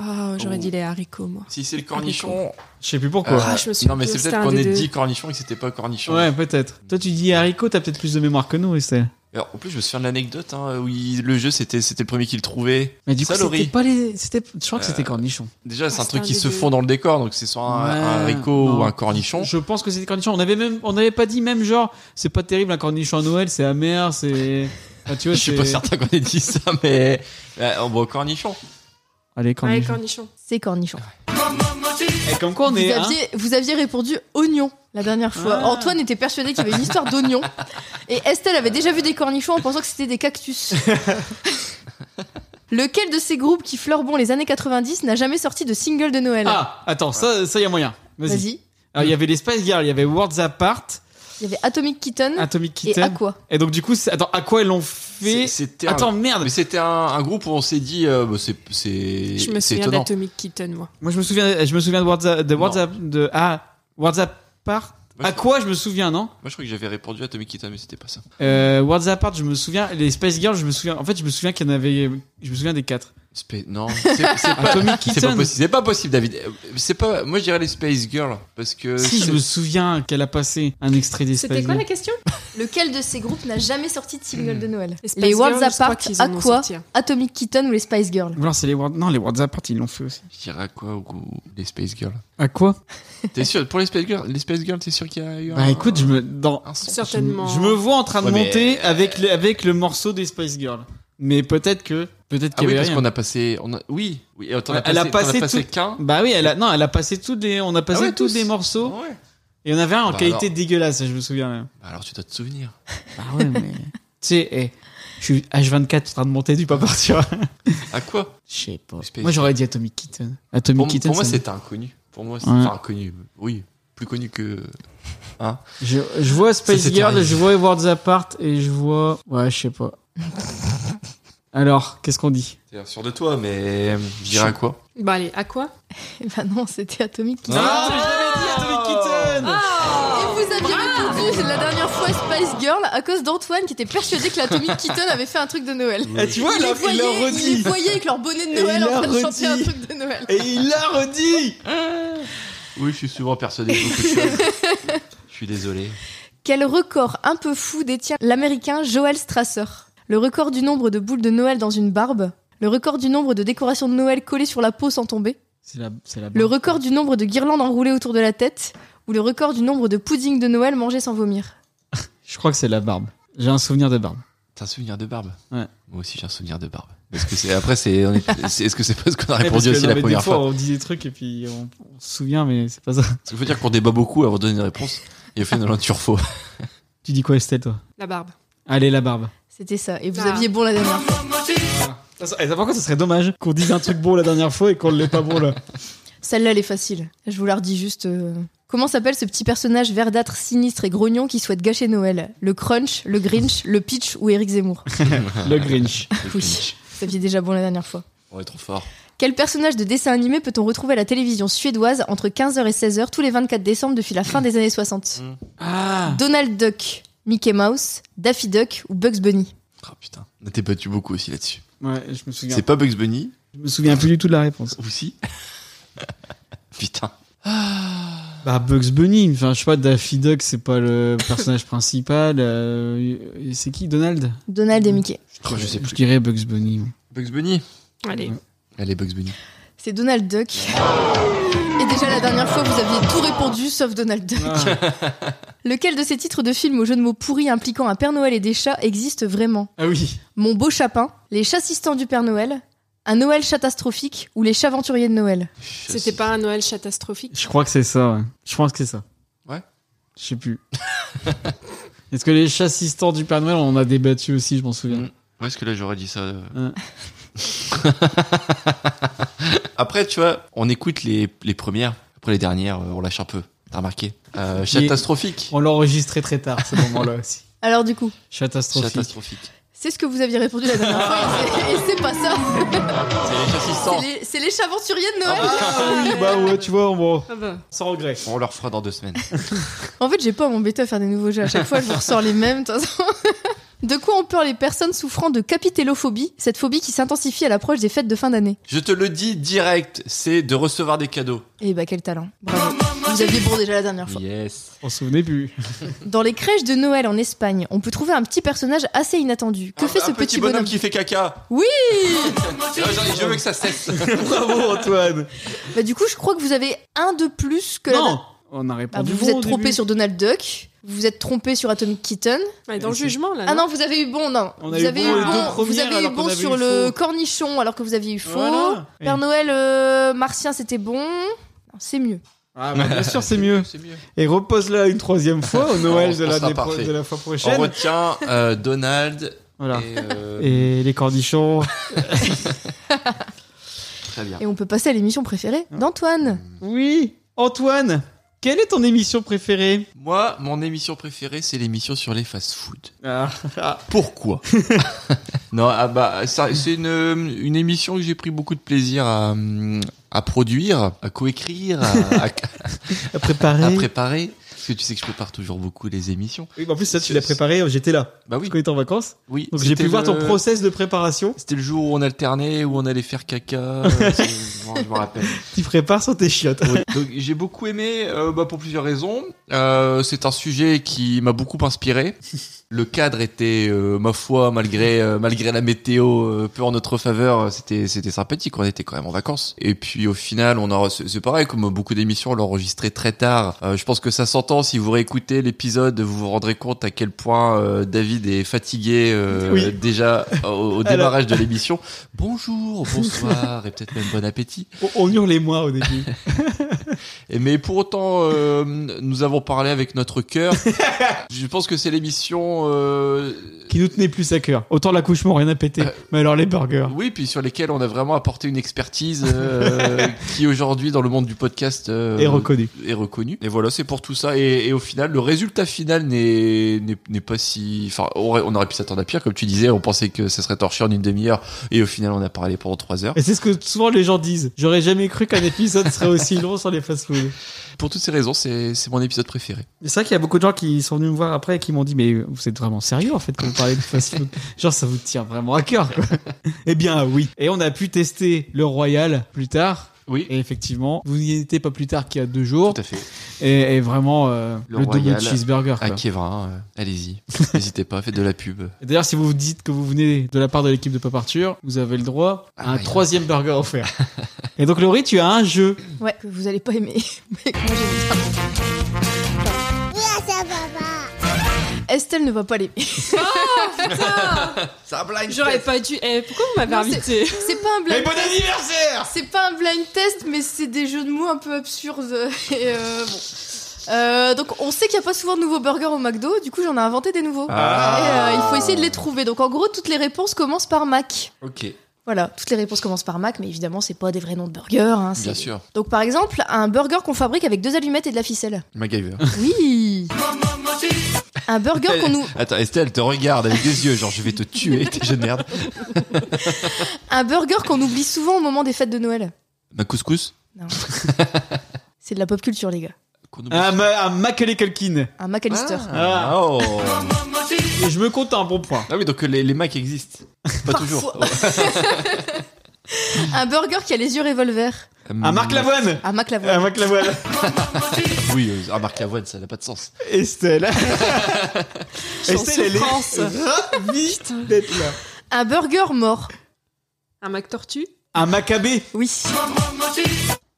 Speaker 6: Ah, j'aurais dit les haricots, moi.
Speaker 3: Si c'est le cornichon. euh,
Speaker 2: Je sais plus pourquoi.
Speaker 6: Ah, je me souviens
Speaker 3: Non, mais
Speaker 6: plus,
Speaker 3: c'est
Speaker 6: c'était
Speaker 3: peut-être
Speaker 6: un
Speaker 3: qu'on
Speaker 6: des
Speaker 3: ait
Speaker 6: deux.
Speaker 3: dit cornichon et que c'était pas cornichon.
Speaker 2: Ouais, peut-être. Toi, tu dis haricot, t'as peut-être plus de mémoire que nous, Estelle.
Speaker 3: Alors, en plus, je me souviens de l'anecdote hein, où il- le jeu, c'était c'était le premier qui le trouvait.
Speaker 2: Mais du coup,
Speaker 3: Ça, Laurie.
Speaker 2: c'était pas les. c'était- Je crois que c'était
Speaker 3: Euh,
Speaker 2: cornichon.
Speaker 3: Déjà, c'est
Speaker 2: Ah,
Speaker 3: un truc
Speaker 2: c'est
Speaker 3: qui
Speaker 2: un
Speaker 3: se
Speaker 2: des
Speaker 3: fond
Speaker 2: deux.
Speaker 3: dans le décor, donc c'est soit un, un
Speaker 2: Ouais,
Speaker 3: haricot
Speaker 2: non.
Speaker 3: ou un cornichon.
Speaker 2: Je pense que c'était cornichon. On avait même, on n'avait pas dit même genre, c'est pas terrible un cornichon à Noël, c'est amer, c'est. Ah, tu vois,
Speaker 3: Je suis pas
Speaker 2: c'est-
Speaker 3: certain qu'on ait dit ça, mais euh, on voit cornichon.
Speaker 2: Allez, cornichon.
Speaker 6: cornichon.
Speaker 5: C'est cornichon.
Speaker 2: Et comme quoi, on
Speaker 5: Vous
Speaker 2: est. hein.
Speaker 5: aviez, vous aviez répondu oignon la dernière fois.
Speaker 2: Ah.
Speaker 5: Antoine était persuadé qu'il y avait une histoire d'oignon. Et Estelle avait déjà vu des cornichons en pensant que c'était des cactus. Lequel de ces groupes qui fleurbont les années 90 n'a jamais sorti de single de Noël
Speaker 2: Ah, attends, ça, ça y a moyen. Vas-y.
Speaker 5: Vas-y.
Speaker 2: Alors, il y avait les Spice Girls, il y avait Worlds Apart,
Speaker 5: Il y avait Atomic Kitten.
Speaker 2: Atomic Kitten.
Speaker 5: Et Aqua.
Speaker 2: Et donc, du coup, c'est- attends, à quoi ils l'ont fait
Speaker 3: C'était un-
Speaker 2: Attends, merde.
Speaker 3: Mais c'était un, un groupe où on s'est dit, euh, bah, c'est c'est
Speaker 6: Je me
Speaker 3: c'est
Speaker 6: souviens
Speaker 3: étonnant.
Speaker 6: d'Atomic Kitten, moi.
Speaker 2: Moi, je me souviens, je me souviens de Worlds, A- de Worlds
Speaker 3: Non.
Speaker 2: A- de, ah, Worlds Apart. à quoi je me souviens, non
Speaker 3: Moi, je crois que j'avais répondu à Tommy Kita, mais c'était pas ça.
Speaker 2: euh, Worlds Apart, je me souviens. Les Spice Girls, je me souviens. En fait, je me souviens qu'il y en avait. Je me souviens des quatre.
Speaker 3: Spa- Non, c'est c'est pas,
Speaker 2: Atomic
Speaker 3: c'est
Speaker 2: Kitten.
Speaker 3: pas possible. C'est pas possible, David. Euh, C'est pas. Moi, je dirais les Space Girls parce que.
Speaker 2: Si, je
Speaker 3: Euh, c'est-
Speaker 2: me souviens qu'elle a passé un extrait des Spice Girls.
Speaker 5: question Lequel de ces groupes n'a jamais sorti de
Speaker 2: Hmm.
Speaker 5: single de Noël
Speaker 6: Spice
Speaker 5: Les Worlds
Speaker 6: Girls, je crois
Speaker 5: Apart,
Speaker 6: qu'ils en ont
Speaker 5: Aqua,
Speaker 6: sorti un.
Speaker 5: Atomic Kitten ou les Spice Girls
Speaker 2: Ou alors, c'est les Worlds. Non, les Worlds Apart, ils l'ont fait aussi.
Speaker 3: Je dirais à quoi ou- ou les Space Girls
Speaker 2: À quoi
Speaker 3: T'es sûr Pour les Space Girls, les Space Girls, t'es sûr qu'il y a eu un.
Speaker 2: Bah écoute, je me dans
Speaker 3: Ah
Speaker 6: Certainement.
Speaker 2: je me vois en train de
Speaker 3: Ouais, mais- euh,
Speaker 2: monter avec le, avec le morceau des Spice Girls. Mais peut-être que peut-être
Speaker 3: Ah
Speaker 2: qu'il y
Speaker 3: oui,
Speaker 2: avait
Speaker 3: parce
Speaker 2: rien.
Speaker 3: qu'on a passé. On a... Oui, oui. attends, on
Speaker 2: elle a
Speaker 3: passé,
Speaker 2: passé,
Speaker 3: t'en as passé
Speaker 2: tout-
Speaker 3: qu'un.
Speaker 2: Bah oui, elle a non, elle a passé toutes les on a passé
Speaker 3: Ah ouais,
Speaker 2: tous
Speaker 3: tous.
Speaker 2: les morceaux.
Speaker 3: Ouais.
Speaker 2: Et il y en avait un en
Speaker 3: Bah
Speaker 2: qualité
Speaker 3: alors.
Speaker 2: dégueulasse, je me souviens même.
Speaker 3: Bah alors, tu dois te souvenir.
Speaker 2: Bah ouais, mais sais, eh, je suis H24 en train de monter du pas partir.
Speaker 3: À quoi
Speaker 2: Je sais pas. Moi, j'aurais dit Atomic Kitten. Atomic
Speaker 3: Pour,
Speaker 2: Kitten.
Speaker 3: pour moi,
Speaker 2: ça-
Speaker 3: c'est inconnu. Pour moi, c'est
Speaker 2: Ouais.
Speaker 3: enfin, inconnu. Oui, plus connu que. Hein
Speaker 2: Je, je vois Space
Speaker 3: Ça, c'est
Speaker 2: Girl,
Speaker 3: terrible.
Speaker 2: je vois Edward's Apart et je vois. Ouais, je sais pas. Alors, qu'est-ce qu'on dit
Speaker 3: T'es sûr de toi, mais. euh, Je dirais quoi
Speaker 5: Bah allez, à quoi Eh ben non, c'était Atomic Kitten.
Speaker 3: Ah, mais
Speaker 2: Ah
Speaker 5: Et vous aviez répondu la dernière fois Spice Girl à cause d'Antoine qui était persuadé que l'Atomic Kitten avait fait un truc de Noël.
Speaker 2: Ah, tu vois,
Speaker 5: il
Speaker 2: là,
Speaker 5: les
Speaker 2: il
Speaker 5: voyait,
Speaker 2: l'a redit.
Speaker 5: il les voyait avec leur bonnet
Speaker 2: Et
Speaker 5: de Noël
Speaker 2: il
Speaker 5: en
Speaker 2: l'a
Speaker 5: train de
Speaker 2: redit.
Speaker 5: chanter un truc de Noël.
Speaker 2: Et il l'a redit
Speaker 3: Oui, je suis souvent persuadé de beaucoup de choses. Je suis désolé.
Speaker 5: Quel record un peu fou détient l'américain Joel Strasser Le record du nombre de boules de Noël dans une barbe Le record du nombre de décorations de Noël collées sur la peau sans tomber
Speaker 2: C'est la, c'est la
Speaker 5: Le record du nombre de guirlandes enroulées autour de la tête Ou le record du nombre de puddings de Noël mangés sans vomir
Speaker 2: Je crois que c'est la barbe. J'ai un souvenir de barbe.
Speaker 3: T'as un souvenir de barbe
Speaker 2: Ouais.
Speaker 3: Moi aussi, j'ai un souvenir de barbe. Est-ce que c'est. Après, c'est. on est- c'est- Est-ce que c'est parce qu'on a
Speaker 2: Ouais, Eh, parce
Speaker 3: répondu
Speaker 2: que,
Speaker 3: Ah, aussi
Speaker 2: non,
Speaker 3: la
Speaker 2: mais
Speaker 3: première
Speaker 2: des fois,
Speaker 3: fois
Speaker 2: On dit des trucs et puis on, on se souvient, mais c'est pas ça.
Speaker 3: Parce qu'il faut dire qu'on débat beaucoup avant de donner une réponse. Et au final, on a toujours faux.
Speaker 2: Tu dis quoi, Estelle, toi
Speaker 5: La barbe.
Speaker 2: Allez, la barbe.
Speaker 5: C'était ça. Et vous aviez bon la dernière fois.
Speaker 2: Et ça, par contre, ce serait dommage qu'on dise un truc bon la dernière fois et qu'on ne l'ait pas bon là.
Speaker 5: Celle-là, elle est facile. Je vous la redis juste. euh, Comment s'appelle ce petit personnage verdâtre, sinistre et grognon qui souhaite gâcher Noël Le Crunch, le Grinch, le Pitch ou Eric Zemmour
Speaker 2: Le Grinch.
Speaker 5: Oui, vous aviez déjà bon la dernière fois.
Speaker 3: On est trop fort.
Speaker 5: Quel personnage de dessin animé peut-on retrouver à la télévision suédoise entre 15h et 16h tous les 24 décembre depuis la fin des années 60 Donald Duck, Mickey Mouse, Daffy Duck ou Bugs Bunny
Speaker 3: Ah, On a débattu beaucoup aussi là-dessus.
Speaker 2: Ouais, je me souviens.
Speaker 3: C'est pas Bugs Bunny
Speaker 2: Je me souviens plus du tout de la réponse.
Speaker 3: Aussi Putain.
Speaker 2: Bah, Bugs Bunny. Enfin, je sais pas, Daffy Duck, c'est pas le personnage principal. euh, c'est qui, Donald
Speaker 5: Donald et Mickey.
Speaker 3: Oh, je sais plus.
Speaker 2: Je dirais Bugs Bunny. moi.
Speaker 3: Bugs Bunny
Speaker 5: Allez.
Speaker 3: Allez, Bugs Bunny.
Speaker 5: C'est Donald Duck. Et déjà la dernière fois, vous aviez tout répondu sauf Donald Duck.
Speaker 2: Ah.
Speaker 5: Lequel de ces titres de films aux jeux de mots pourris impliquant un Père Noël et des chats existe vraiment
Speaker 2: Ah oui.
Speaker 5: Mon beau chapin, Les chassistants du Père Noël, Un Noël catastrophique ou Les chaventuriers de Noël
Speaker 6: C'était pas un Noël catastrophique.
Speaker 2: Je crois que c'est ça, ouais. Je pense que c'est ça.
Speaker 3: Ouais.
Speaker 2: Je sais plus. Est-ce que les chassistants du Père Noël, on en a débattu aussi, je m'en souviens.
Speaker 3: Ouais, parce que là, j'aurais dit ça. euh.
Speaker 2: Ouais.
Speaker 3: Après, tu vois, on écoute les, les premières. Après, les dernières, euh, on lâche un peu. T'as remarqué Euh, Catastrophique.
Speaker 2: On l'a enregistré très tard, ce moment-là aussi.
Speaker 5: Alors du coup,
Speaker 2: Catastrophique.
Speaker 3: Catastrophique.
Speaker 5: c'est ce que vous aviez répondu la dernière fois et c'est- et c'est pas ça.
Speaker 3: C'est les chassistants.
Speaker 5: C'est les- C'est les, chaventuriers de Noël.
Speaker 2: Ah oui, bah ouais, tu vois, bon. Sans regret.
Speaker 3: On leur fera dans deux semaines.
Speaker 5: En fait, j'ai pas à m'embêter à faire des nouveaux jeux. À chaque fois, je vous ressors les mêmes. de toute façon. De quoi ont peur les personnes souffrant de capitellophobie, cette phobie qui s'intensifie à l'approche des fêtes de fin d'année
Speaker 3: Je te le dis direct, c'est de recevoir des cadeaux.
Speaker 5: Eh bah, quel talent. Bravo. Vous aviez bon déjà la dernière fois.
Speaker 3: Yes.
Speaker 2: On se souvenait plus.
Speaker 5: Dans les crèches de Noël en Espagne, on peut trouver un petit personnage assez inattendu.
Speaker 2: Ah,
Speaker 5: Que
Speaker 2: bah,
Speaker 5: fait ce
Speaker 3: un petit, bonhomme, qui fait caca.
Speaker 5: Oui
Speaker 3: Et là, j'en ai- je veux que ça cesse.
Speaker 2: Bravo, Ah Antoine.
Speaker 5: Bah, du coup, je crois que vous avez un de plus que la-
Speaker 2: Non On a
Speaker 5: Bah,
Speaker 2: répondu.
Speaker 5: vous vous
Speaker 2: bon
Speaker 5: êtes
Speaker 2: au
Speaker 5: trompé
Speaker 2: début.
Speaker 5: sur Donald Duck, vous vous êtes trompé sur Atomic Kitten.
Speaker 6: dans le jugement, là,
Speaker 5: Ah
Speaker 6: non
Speaker 5: non, vous avez eu bon, non.
Speaker 2: On
Speaker 5: vous
Speaker 2: a eu
Speaker 5: avez
Speaker 2: bon les deux
Speaker 5: vous
Speaker 2: premières
Speaker 5: avez eu
Speaker 2: alors qu'on
Speaker 5: bon
Speaker 2: avait
Speaker 5: sur
Speaker 2: eu
Speaker 5: le
Speaker 2: faux.
Speaker 5: cornichon alors que vous aviez eu faux.
Speaker 2: Voilà.
Speaker 5: Père
Speaker 2: Et-
Speaker 5: Noël euh, martien, c'était bon. Non, C'est mieux.
Speaker 2: Ah, bah, bien sûr, c'est mieux.
Speaker 3: C'est mieux.
Speaker 2: Et repose-la une troisième fois au Noël
Speaker 3: On-
Speaker 2: de,
Speaker 3: on
Speaker 2: la
Speaker 3: sera
Speaker 2: des pro-
Speaker 3: Oh, parfait.
Speaker 2: de la fois
Speaker 3: On
Speaker 2: prochaine.
Speaker 3: retient euh, Donald.
Speaker 2: Voilà.
Speaker 3: Et, euh,
Speaker 2: Ah.
Speaker 3: Mm.
Speaker 2: Et les cornichons.
Speaker 3: Très bien.
Speaker 5: Et on peut passer à l'émission préférée d'Antoine.
Speaker 2: Oui, Antoine, quelle est ton émission préférée
Speaker 3: Moi, mon émission préférée, c'est l'émission sur les fast-food.
Speaker 2: Ah, ah.
Speaker 3: Pourquoi Non, ah bah, ça, c'est une, euh, une émission que j'ai pris beaucoup de plaisir à, hum, à produire, à coécrire, à, à-
Speaker 2: À préparer.
Speaker 3: à préparer. Parce que tu sais que je prépare toujours beaucoup les émissions.
Speaker 2: Oui, mais en plus, ça, tu l'as préparée, j'étais là.
Speaker 3: Bah oui.
Speaker 2: Parce qu'on était en vacances.
Speaker 3: Oui.
Speaker 2: Donc j'ai pu
Speaker 3: c'était
Speaker 2: voir ton
Speaker 3: le-
Speaker 2: process de préparation.
Speaker 3: C'était le jour où on alternait, où on allait faire caca. euh, c'est- bon, je me rappelle.
Speaker 2: Tu prépares sur tes chiottes.
Speaker 3: Donc j'ai beaucoup aimé euh, bah, pour plusieurs raisons. Euh, c'est un sujet qui m'a beaucoup inspiré. Le cadre était, euh, ma foi, malgré euh, malgré la météo, euh, peu en notre faveur. euh, C'était c'était sympathique. On était quand même en vacances. Et puis au final, on a c'est c'est pareil comme beaucoup d'émissions, on l'enregistrait très tard. Euh, je pense que ça s'entend temps, si vous réécoutez l'épisode, vous vous rendrez compte à quel point euh, David est fatigué euh,
Speaker 2: Oui.
Speaker 3: déjà au, au
Speaker 2: Alors-
Speaker 3: démarrage de l'émission. Bonjour, bonsoir et peut-être même bon appétit.
Speaker 2: On, on hurlait moi au début.
Speaker 3: Et mais pour autant, euh, nous avons parlé avec notre cœur. Je pense que c'est l'émission. euh,
Speaker 2: Qui nous tenait plus à cœur. Autant l'accouchement, rien à péter. Mais alors les burgers.
Speaker 3: oui, puis sur lesquelles on a vraiment apporté une expertise euh, qui aujourd'hui dans le monde du podcast euh,
Speaker 2: Est reconnue.
Speaker 3: Est reconnue. Et voilà, c'est pour tout ça. Et, et au final, le résultat final n'est n'est- n'est pas si. Enfin, on aurait, on aurait pu s'attendre à pire, comme tu disais. On pensait que ça serait torché en une demi-heure, et au final, on a parlé pendant trois heures.
Speaker 2: Et c'est ce que souvent les gens disent. J'aurais jamais cru qu'un épisode serait aussi long sur les fast-food.
Speaker 3: Pour toutes ces raisons, c'est c'est mon épisode préféré.
Speaker 2: C'est vrai qu'il y a beaucoup de gens qui sont venus me voir après et qui m'ont dit mais vous êtes vraiment sérieux en fait quand vous parlez de fast-food. Genre ça vous tient vraiment à cœur. Quoi. eh bien oui. Et on a pu tester le Royal plus tard.
Speaker 3: Oui.
Speaker 2: Et effectivement, vous n'y étiez pas plus tard qu'il y a deux jours.
Speaker 3: Tout à fait.
Speaker 2: Et, et vraiment euh, le, double
Speaker 3: Royal
Speaker 2: cheeseburger.
Speaker 3: à
Speaker 2: quoi.
Speaker 3: Kievra, euh, allez-y. N'hésitez pas, faites de la pub.
Speaker 2: Et D'ailleurs, si vous dites que vous venez de la part de l'équipe de Pop Arthur, vous avez le droit à un troisième burger offert. Et donc, Laurie, tu as un jeu.
Speaker 5: Ouais, que vous allez pas aimer. Mais que moi j'aime bien. Estelle ne va pas l'aimer.
Speaker 3: Ça blind
Speaker 6: J'aurais pas dû. Eh, pourquoi vous m'avez
Speaker 5: Non,
Speaker 6: invité
Speaker 5: c'est- C'est pas un blind
Speaker 6: Mais bon
Speaker 5: test.
Speaker 6: anniversaire
Speaker 5: C'est pas un blind test, mais c'est des jeux de mots un peu absurdes. Et euh, bon. Euh, donc on sait qu'il n'y a pas souvent de nouveaux burgers au McDo, du coup j'en ai inventé des nouveaux.
Speaker 3: Ah.
Speaker 5: Et euh, il faut essayer de les trouver. Donc en gros toutes les réponses commencent par Mac.
Speaker 3: Ok.
Speaker 5: Voilà, toutes les réponses commencent par Mac, mais évidemment c'est pas des vrais noms de burgers. hein, c'est-
Speaker 3: Bien sûr.
Speaker 5: Donc par exemple un burger qu'on fabrique avec deux allumettes et de la ficelle.
Speaker 3: MacGyver.
Speaker 5: Oui. Un burger qu'on nous,
Speaker 3: Attends, Estelle te regarde avec des yeux, genre je vais te tuer, t'es jeune merde.
Speaker 5: un burger qu'on oublie souvent au moment des fêtes de Noël.
Speaker 3: Un couscous
Speaker 5: C'est de la pop culture les gars.
Speaker 2: Un, Ah, ma- un Macaulay Culkin.
Speaker 5: Un McAllister.
Speaker 2: Ah.
Speaker 3: Oh.
Speaker 2: Et je me compte un bon point.
Speaker 3: Ah oui, donc les, les Macs existent. Pas toujours. Ah.
Speaker 5: Un burger qui a les yeux revolver.
Speaker 2: Ah, Mm.
Speaker 3: Un Marc Lavoine.
Speaker 5: Un Mac Lavoine.
Speaker 2: Un Mac Lavoine.
Speaker 3: Hum, oui, euh, un Marc Lavoine, ça n'a pas de sens.
Speaker 2: Estelle.
Speaker 6: Estelle, elle est souffrance.
Speaker 2: vite d'être là.
Speaker 5: Un burger mort.
Speaker 6: Un Mac Tortue
Speaker 2: Un Macabé.
Speaker 5: Oui.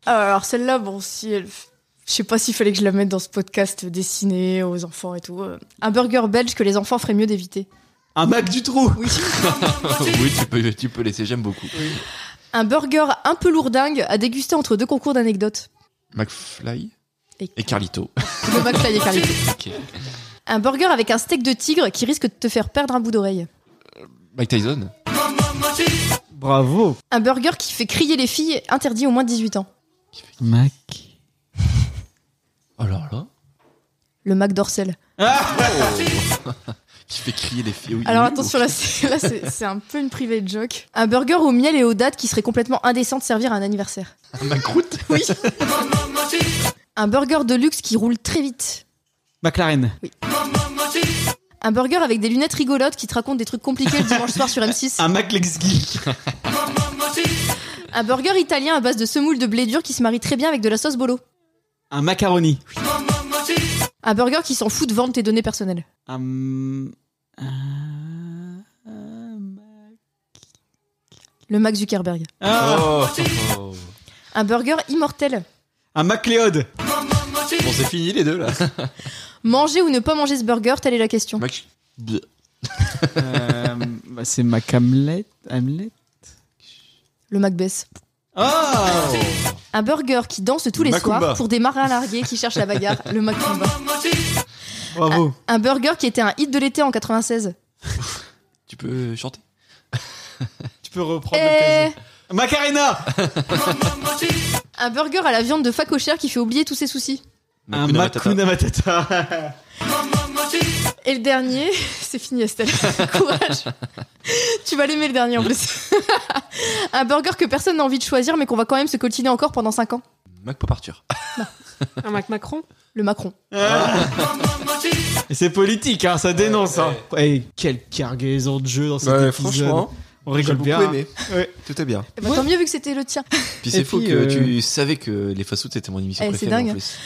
Speaker 5: Alors celle-là, bon, si elle... Je sais pas s'il fallait que je la mette dans ce podcast dessiné aux enfants et tout. Euh, Un burger belge que les enfants feraient mieux d'éviter.
Speaker 2: Un Mac du trou.
Speaker 5: Oui.
Speaker 3: oui, tu peux, tu peux laisser, j'aime beaucoup.
Speaker 5: Un burger un peu lourdingue à déguster entre deux concours d'anecdotes.
Speaker 3: McFly
Speaker 5: Et-
Speaker 3: et Carlito.
Speaker 5: Le McFly et Carlito.
Speaker 3: Ok.
Speaker 5: Un burger avec un steak de tigre qui risque de te faire perdre un bout d'oreille.
Speaker 3: Mike Tyson.
Speaker 2: Bravo.
Speaker 5: Un burger qui fait crier les filles interdit au moins de 18 ans.
Speaker 2: Mac. Oh
Speaker 3: Alors là.
Speaker 5: Le Mac d'Orsel.
Speaker 3: Oh. Qui fait crier les filles. oui,
Speaker 5: Alors
Speaker 3: oui,
Speaker 5: attention,
Speaker 3: oh.
Speaker 5: là, c'est, là, c'est- c'est un peu une private joke. Un burger au miel et aux dates qui serait complètement indécent de servir à un anniversaire.
Speaker 3: Un Macroute
Speaker 5: Oui. Un burger de luxe qui roule très vite.
Speaker 2: McLaren.
Speaker 5: Un burger avec des lunettes rigolotes qui te raconte des trucs compliqués le dimanche soir sur M6.
Speaker 2: Un Mac Lexgeek.
Speaker 5: Un burger italien à base de semoule de blé dur qui se marie très bien avec de la sauce bolo.
Speaker 2: Un Macaroni.
Speaker 5: Un burger qui s'en fout de vendre tes données personnelles.
Speaker 2: Un. euh,
Speaker 5: Le Mac Zuckerberg.
Speaker 2: Ah.
Speaker 3: Oh.
Speaker 5: Un burger immortel.
Speaker 2: Un MacLeod.
Speaker 3: Bon, c'est fini les deux là.
Speaker 5: Manger ou ne pas manger ce burger, telle est la question.
Speaker 3: Mac.
Speaker 2: Euh, bah, c'est Mac Hamlet. Hamlet.
Speaker 5: Le Macbeth.
Speaker 2: Oh
Speaker 5: Un burger qui danse tous les
Speaker 2: Macumba.
Speaker 5: soirs pour des marins largués qui cherchent la bagarre, le Macumba.
Speaker 2: Bravo.
Speaker 5: Un burger qui était un hit de l'été en 96.
Speaker 3: Tu peux chanter
Speaker 2: Tu peux reprendre
Speaker 5: Eh.
Speaker 2: le casino. Euh, Macarena
Speaker 5: Un burger à la viande de facochère qui fait oublier tous ses soucis.
Speaker 2: Un Makuna Matata.
Speaker 5: Et le dernier, c'est fini Estelle, courage. tu vas l'aimer le dernier en plus. un burger que personne n'a envie de choisir mais qu'on va quand même se coltiner encore pendant 5 ans.
Speaker 3: Mac Pop Arthur.
Speaker 2: Ah,
Speaker 5: Un Mac Macron Le Macron.
Speaker 2: Et c'est politique, hein, ça dénonce. hein. Eh, quelle cargaison de jeux dans cet
Speaker 3: Ouais,
Speaker 2: épisode.
Speaker 3: franchement,
Speaker 2: on rigole
Speaker 3: j'ai
Speaker 2: bien.
Speaker 3: beaucoup
Speaker 2: hein.
Speaker 3: aimé. Tout est bien.
Speaker 5: Eh ben, Tant mieux vu que c'était le tien.
Speaker 3: Puis c'est
Speaker 2: Et
Speaker 3: fou
Speaker 2: puis,
Speaker 3: que
Speaker 2: euh,
Speaker 3: tu savais que les fast c'était mon émission
Speaker 5: Eh, c'est
Speaker 3: préférée en
Speaker 5: dingue.
Speaker 3: plus.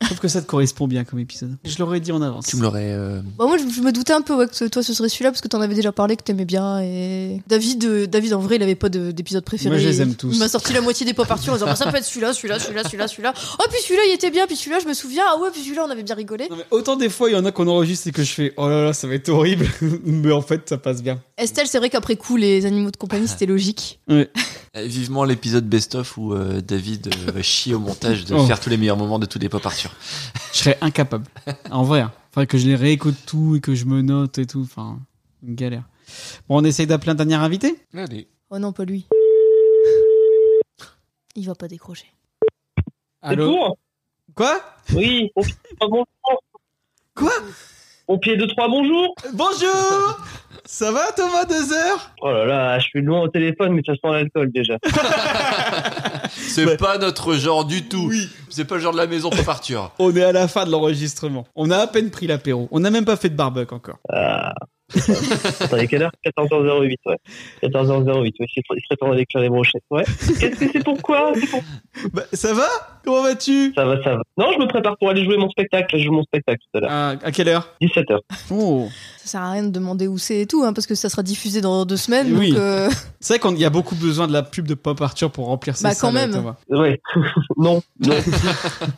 Speaker 2: Je trouve que ça te correspond bien comme épisode. Je l'aurais dit en avance. Tu
Speaker 3: me l'aurais. euh,
Speaker 5: Bon, Bah, moi, je, je me doutais un peu ouais, que toi, ce serait celui-là, parce que t'en avais déjà parlé, que t'aimais bien. Et David, euh, David en vrai, il avait pas de- d'épisode préféré.
Speaker 2: Moi, je les
Speaker 5: Il-
Speaker 2: aime tous.
Speaker 5: Il m'a sorti la moitié des pop parties en disant Bah, ça peut être celui-là, celui-là, celui-là, celui-là, celui-là. Oh, puis celui-là, il était bien, puis celui-là, je me souviens. Ah ouais, puis celui-là, on avait bien rigolé.
Speaker 2: Autant des fois, il y en a qu'on enregistre et que je fais oh là là, ça va être horrible, mais en fait, ça passe bien.
Speaker 5: Estelle, c'est vrai qu'après coup, les animaux de compagnie, c'était logique.
Speaker 3: Eh, Vivement l'épisode best-of où euh, David euh, va chier au montage de
Speaker 2: Oh.
Speaker 3: faire tous les meilleurs moments de tous les pop Arthur.
Speaker 2: Je serais incapable. En vrai, hein. faudrait que je les réécoute tout et que je me note et tout. Enfin, une galère. Bon, on essaye d'appeler un dernier invité
Speaker 3: Allez.
Speaker 5: Oh non, pas lui. Il va pas décrocher.
Speaker 2: Allô Quoi
Speaker 7: Oui, au pied de trois bonjour.
Speaker 2: Quoi
Speaker 7: Au pied de trois bonjour.
Speaker 2: Bonjour Ça va Thomas, deux heures
Speaker 7: Oh là là, je suis loin au téléphone, mais ça sent l'alcool déjà.
Speaker 3: C'est pas notre genre du tout. C'est pas le genre de la maison pop Arthur.
Speaker 2: On est à la fin de l'enregistrement. On a à peine pris l'apéro. On n'a même pas fait de barbuck encore.
Speaker 7: Attendez, quelle heure 14h08, ouais. 14h08, ouais, c'est- il serait temps d'aller cuire les brochettes, ouais. Qu'est-ce que c'est pourquoi
Speaker 2: Bah, Ça va Comment vas-tu
Speaker 7: Ça va, ça va. Non, je me prépare pour aller jouer mon spectacle. Je joue mon spectacle tout à l'heure.
Speaker 2: Ah, à quelle heure
Speaker 7: 17h.
Speaker 2: Oh.
Speaker 5: Ça sert à rien de demander où c'est et tout, hein, parce que ça sera diffusé dans deux semaines.
Speaker 2: Oui.
Speaker 5: Donc, euh,
Speaker 2: C'est vrai qu'on y a beaucoup besoin de la pub de Pop Arthur pour remplir ses
Speaker 5: Bah, quand
Speaker 2: salles,
Speaker 5: même.
Speaker 2: Thomas.
Speaker 7: Ouais. non, non.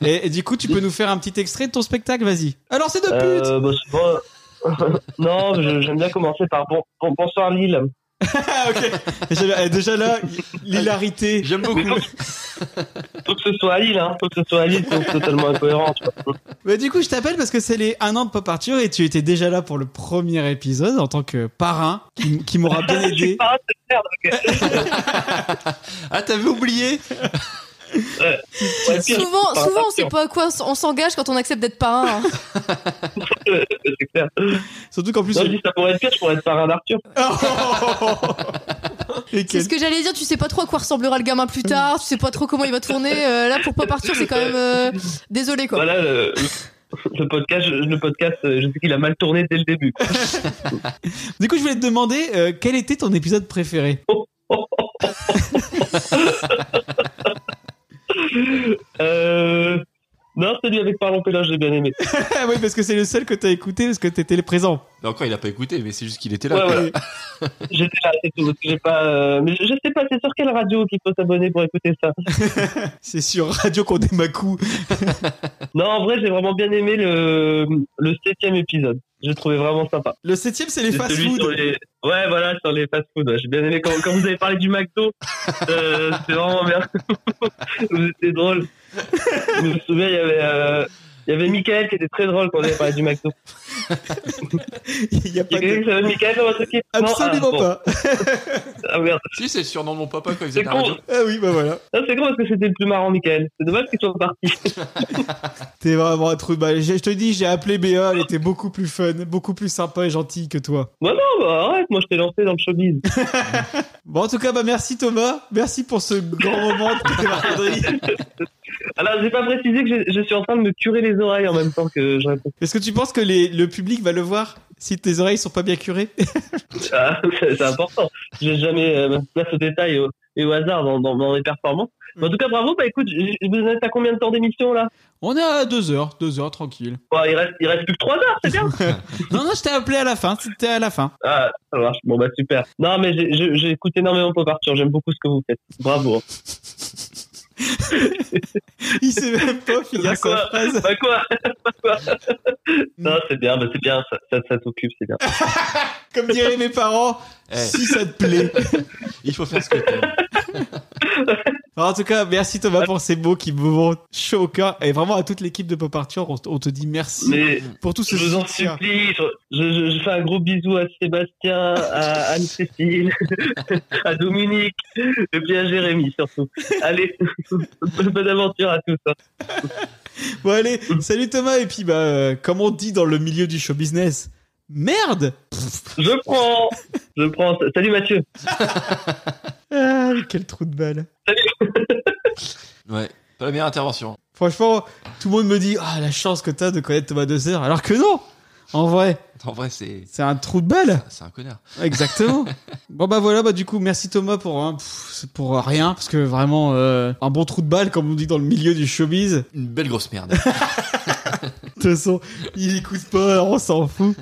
Speaker 2: et, et du coup, tu peux nous faire un petit extrait de ton spectacle, vas-y. Alors, c'est de Oh, pute
Speaker 7: Euh, bah, souvent- Non, je- j'aime bien commencer par bon, bon- bonsoir Lille.
Speaker 2: Ah, Déjà, eh, déjà là, l'hilarité.
Speaker 3: J'aime beaucoup.
Speaker 7: Faut que ce soit à Lille, hein. Faut que ce soit à Lille, c'est totalement incohérent. tu vois.
Speaker 2: Mais du coup, je t'appelle parce que c'est les 1 an de Pop Arthur et tu étais déjà là pour le premier épisode en tant que parrain qui, qui m'aura bien
Speaker 7: Je suis
Speaker 2: aidé.
Speaker 7: parrain de merde,
Speaker 3: Ah, t'avais oublié
Speaker 7: Ouais, pire,
Speaker 5: souvent,
Speaker 7: par
Speaker 5: souvent, on sait
Speaker 7: action.
Speaker 5: pas à quoi on s'engage quand on accepte d'être parrain. hein.
Speaker 7: C'est clair.
Speaker 2: Surtout qu'en plus.
Speaker 7: Non, je dis ça pourrait être pire, je pourrais être parrain d'Arthur.
Speaker 5: C'est ce que j'allais dire, tu sais pas trop à quoi ressemblera le gamin plus tard, tu sais pas trop comment il va tourner. euh, là, pour pas partir, c'est quand même. euh, Désolé quoi.
Speaker 7: Voilà, le, le podcast, le podcast, euh, je sais qu'il a mal tourné dès le début.
Speaker 2: Du coup, je voulais te demander euh, quel était ton épisode préféré
Speaker 7: Oh. Euh, non, celui avec Parlons Péloche, j'ai bien aimé.
Speaker 2: Ah oui, parce que c'est le seul que t'as écouté parce que t'étais le présent.
Speaker 3: Bah, Encore, il a pas écouté, mais c'est juste qu'il était
Speaker 7: Ouais,
Speaker 3: là. quoi.
Speaker 7: voilà. J'étais là, c'est tout. J'ai pas, euh, mais je, je sais pas, c'est sur quelle radio qu'il faut s'abonner pour écouter ça.
Speaker 2: C'est sur Radio Condé Macou.
Speaker 7: Non, en vrai, j'ai vraiment bien aimé le, le septième épisode. J'ai trouvé vraiment sympa.
Speaker 2: Le septième, c'est les
Speaker 7: C'est celui
Speaker 2: fast-food.
Speaker 7: sur les- Ouais, voilà, sur les fast-food. ouais. J'ai bien aimé quand, quand vous avez parlé du McDo. euh, C'était vraiment bien. vous étiez drôle. Je me souviens, il y avait. euh, Il y avait Michael qui était très drôle quand on avait parlé du McDo.
Speaker 2: Il y a
Speaker 7: quelqu'un qui s'appelle Michael dans votre équipe Non
Speaker 2: Absolument
Speaker 7: Ah, bon.
Speaker 2: pas.
Speaker 7: Ah merde.
Speaker 3: Si, c'est le surnom de mon papa quand il faisait
Speaker 7: C'est
Speaker 3: de la
Speaker 7: con.
Speaker 3: radio.
Speaker 2: Ah oui, bah voilà.
Speaker 7: Non, c'est con parce que c'était le plus marrant, Michael. C'est dommage qu'il soit parti.
Speaker 2: T'es vraiment un truc. Bah, j'ai- je te dis, j'ai appelé Béa, elle était beaucoup plus fun, beaucoup plus sympa et gentille que toi.
Speaker 7: Bah non, bah arrête, moi je t'ai lancé dans le showbiz.
Speaker 2: Bon, en tout cas, bah merci Thomas, merci pour ce grand moment de camaraderie.
Speaker 7: Alors, j'ai pas précisé que je, je suis en train de me curer les oreilles en même temps que je réponds.
Speaker 2: Est-ce que tu penses que les- le public va le voir si tes oreilles sont pas bien curées
Speaker 7: Ah, c'est c'est important. J'ai jamais euh, ma place au détail et au, et au hasard dans, dans, dans les performances. Mais en tout cas, bravo. Bah écoute, j- vous en êtes à combien de temps d'émission là
Speaker 2: On est à 2 heures, 2 heures tranquille.
Speaker 7: Bon, il, reste, il reste plus que 3 heures, c'est bien.
Speaker 2: Non, non, je t'ai appelé à la fin, c'était à la fin.
Speaker 7: ah, ça marche. Bon, bah super. Non, mais j'ai- j'ai- j'écoute énormément Pop Arthur. J'aime beaucoup ce que vous faites. Bravo.
Speaker 2: Il sait même pas finir sa
Speaker 7: Bah quoi
Speaker 2: phrase.
Speaker 7: Bah quoi Mm. Bah quoi Non, c'est bien, bah c'est bien, ça, ça, ça t'occupe, c'est bien.
Speaker 2: Comme diraient mes parents,
Speaker 3: Eh.
Speaker 2: si ça te plaît.
Speaker 3: Il faut faire ce que t'aimes.
Speaker 2: Alors, en tout cas, merci Thomas pour ces mots qui me vont chaud au cœur. Et vraiment à toute l'équipe de Pop Arthur, on, t- on te dit merci
Speaker 7: Mais
Speaker 2: pour tout ce
Speaker 7: je vous en
Speaker 2: soutien.
Speaker 7: supplie, je, je- je fais un gros bisou à Sébastien, à Anne-Cécile, à Dominique, et puis à Jérémy surtout. Allez, bonne aventure à tous. hein.
Speaker 2: Bon allez, salut Thomas et puis bah euh, comme on dit dans le milieu du show business, merde.
Speaker 7: Je prends, je prends. Salut Mathieu.
Speaker 2: Ah, quel trou de balle.
Speaker 3: Ouais, pas la meilleure intervention.
Speaker 2: Franchement, tout le monde me dit ah la chance que t'as de connaître Thomas Deux Heures alors que non. En vrai.
Speaker 3: En vrai, c'est.
Speaker 2: C'est un trou de balle.
Speaker 3: C'est un connard.
Speaker 2: Exactement. bon bah voilà, bah du coup merci Thomas pour hein, pff, c'est pour rien parce que vraiment euh, un bon trou de balle comme on dit dans le milieu du showbiz.
Speaker 3: Une belle grosse merde.
Speaker 2: De toute façon, il écoute pas, on s'en fout.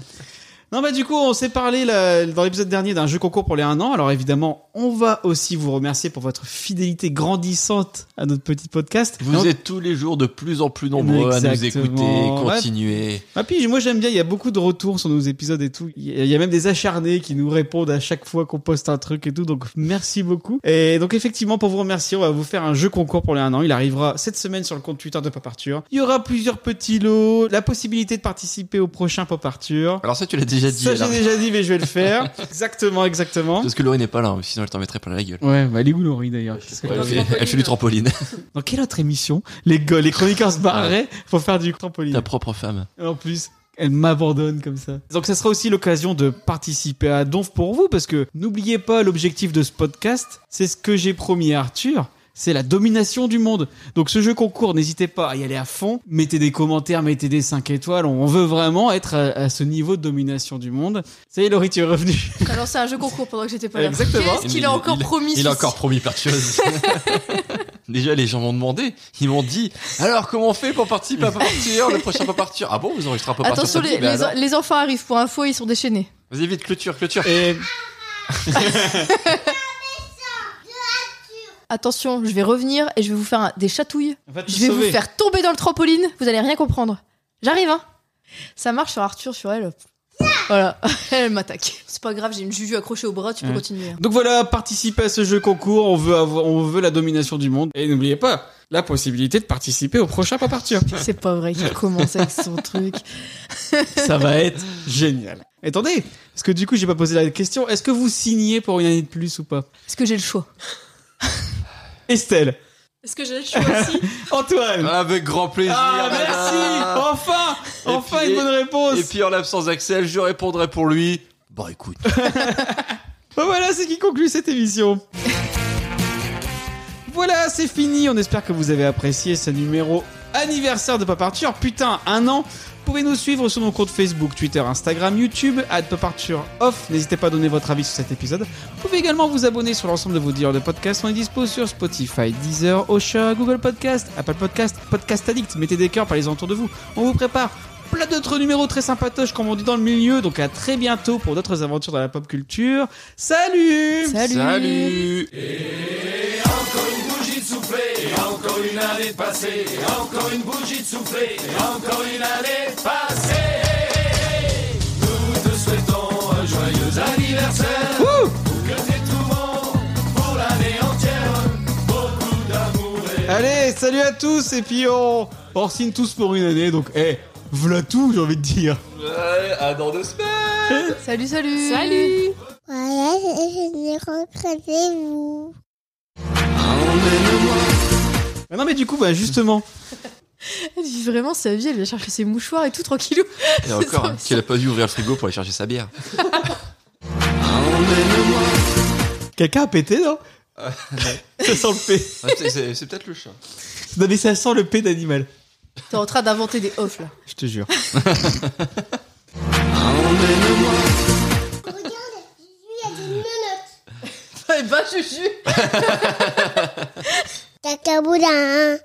Speaker 2: Non bah du coup on s'est parlé là, dans l'épisode dernier d'un jeu concours pour les 1 an. Alors évidemment on va aussi vous remercier pour votre fidélité grandissante à notre petit podcast.
Speaker 3: Vous
Speaker 2: Donc-
Speaker 3: êtes tous les jours de plus en plus nombreux à nous écouter,
Speaker 2: Exactement.
Speaker 3: continuer.
Speaker 2: Ah puis moi j'aime bien, il y a beaucoup de retours sur nos épisodes et tout. Il y a- il y a même des acharnés qui nous répondent à chaque fois qu'on poste un truc et tout. Donc merci beaucoup. Et donc effectivement pour vous remercier, on va vous faire un jeu concours pour les 1 an. Il arrivera cette semaine sur le compte Twitter de Pop Arthur. Il y aura plusieurs petits lots, la possibilité de participer au prochain Pop Arthur.
Speaker 3: Alors ça, tu l'as déjà dit.
Speaker 2: Ça
Speaker 3: alors.
Speaker 2: j'ai déjà dit mais je vais le faire. exactement, exactement.
Speaker 3: Parce que Laurie n'est pas là, hein, sinon elle t'en mettrait plein la gueule.
Speaker 2: Ouais, bah elle est où Laurie d'ailleurs
Speaker 3: Ouais, elle, fait, elle fait du trampoline.
Speaker 2: Dans quelle autre émission les, go- les chroniqueurs se barraient pour faire du trampoline
Speaker 3: Ta propre femme.
Speaker 2: En plus, elle m'abandonne comme ça. Donc, ça sera aussi l'occasion de participer à Donf pour vous, parce que n'oubliez pas l'objectif de ce podcast, c'est ce que j'ai promis à Arthur. C'est la domination du monde. Donc ce jeu concours, n'hésitez pas à y aller à fond. Mettez des commentaires, mettez des 5 étoiles. On veut vraiment être à, à ce niveau de domination du monde. Ça y est, Laurie, tu es revenue.
Speaker 5: T'as lancé un jeu concours pendant que j'étais pas là.
Speaker 3: Exactement.
Speaker 5: Qu'est-ce qu'il a encore promis
Speaker 3: Il
Speaker 5: celui-ci
Speaker 3: a encore promis plein de choses. Déjà, les gens m'ont demandé, ils m'ont dit Alors, comment on fait pour participer à Pop Arthur Le prochain Pop Arthur Ah bon, vous enregistrez un Pop Arthur
Speaker 5: Attention,
Speaker 3: samedi
Speaker 5: les,
Speaker 3: Ben
Speaker 5: les-
Speaker 3: alors.
Speaker 5: les enfants arrivent pour info, ils sont déchaînés.
Speaker 3: Vas-y, vite, clôture, cllouture.
Speaker 2: Et...
Speaker 5: Attention, je vais revenir et je vais vous faire un- des chatouilles.
Speaker 2: va te
Speaker 5: Je vais
Speaker 2: sauver.
Speaker 5: vous faire tomber dans le trampoline, vous allez rien comprendre. J'arrive, hein Ça marche sur Arthur, sur elle. Voilà, elle m'attaque. C'est pas grave, j'ai une juju accrochée au bras, tu peux
Speaker 2: Ouais.
Speaker 5: continuer. hein.
Speaker 2: Donc voilà, participez à ce jeu concours. On veut, avoir, on veut la domination du monde. Et n'oubliez pas la possibilité de participer au prochain Pop Arthur.
Speaker 5: C'est pas vrai qu'il commence avec son truc.
Speaker 2: Ça va être génial. Attendez, parce que du coup, j'ai pas posé la question. Est-ce que vous signez pour une année de plus ou pas
Speaker 5: Est-ce que j'ai le choix
Speaker 2: Estelle,
Speaker 6: Est-ce que j'ai le choix aussi
Speaker 2: Antoine.
Speaker 3: Avec grand plaisir.
Speaker 2: Ah,
Speaker 3: madame.
Speaker 2: merci Enfin Enfin une bonne réponse.
Speaker 3: Et puis, en l'absence d'Axel, je répondrai pour lui Bah écoute.
Speaker 2: Bah voilà, c'est qui conclut cette émission. Voilà, c'est fini. On espère que vous avez apprécié ce numéro anniversaire de Pop Arthur. Putain, un an. Vous pouvez nous suivre sur nos comptes Facebook, Twitter, Instagram, YouTube, at Pop Arthur Off. N'hésitez pas à donner votre avis sur cet épisode. Vous pouvez également vous abonner sur l'ensemble de vos dealers de podcasts. On est dispo sur Spotify, Deezer, Osha, Google Podcast, Apple Podcast, Podcast Addict. Mettez des cœurs par les entours de vous. On vous prépare plein d'autres numéros très sympatoches, comme on dit dans le milieu. Donc à très bientôt pour d'autres aventures dans la pop culture. Salut
Speaker 3: Salut. Salut.
Speaker 14: Encore une bougie de soufflé, et encore une année de passée, et encore une bougie de soufflé, et encore une année de passée. Nous te souhaitons un joyeux anniversaire. Que tes tourments pour l'année entière, beaucoup d'amour et
Speaker 2: Allez, salut à tous et puis on, on signe tous pour une année. Donc, eh, voilà tout, j'ai envie de dire.
Speaker 3: Ouais, Euh, à dans deux semaines.
Speaker 5: Salut, salut
Speaker 1: Salut. Voilà, je, je l'ai rencontré, vous.
Speaker 2: Ah non mais du coup, bah justement,
Speaker 5: Elle vit vraiment sa vie, elle vient chercher ses mouchoirs et tout, tranquillou.
Speaker 3: Et encore, hein, qu'elle a pas dû ouvrir le frigo pour aller chercher sa bière.
Speaker 2: quelqu'un a pété, non Ça sent le pé.
Speaker 3: Ouais, c'est- C'est c'est peut-être le chat.
Speaker 2: Non mais ça sent le pé d'animal,
Speaker 5: T'es en train d'inventer des offs là.
Speaker 2: je te jure.
Speaker 3: Ah,
Speaker 5: Eh ben, Juju Eh ben,
Speaker 10: 啊
Speaker 1: Cacaboula, hein.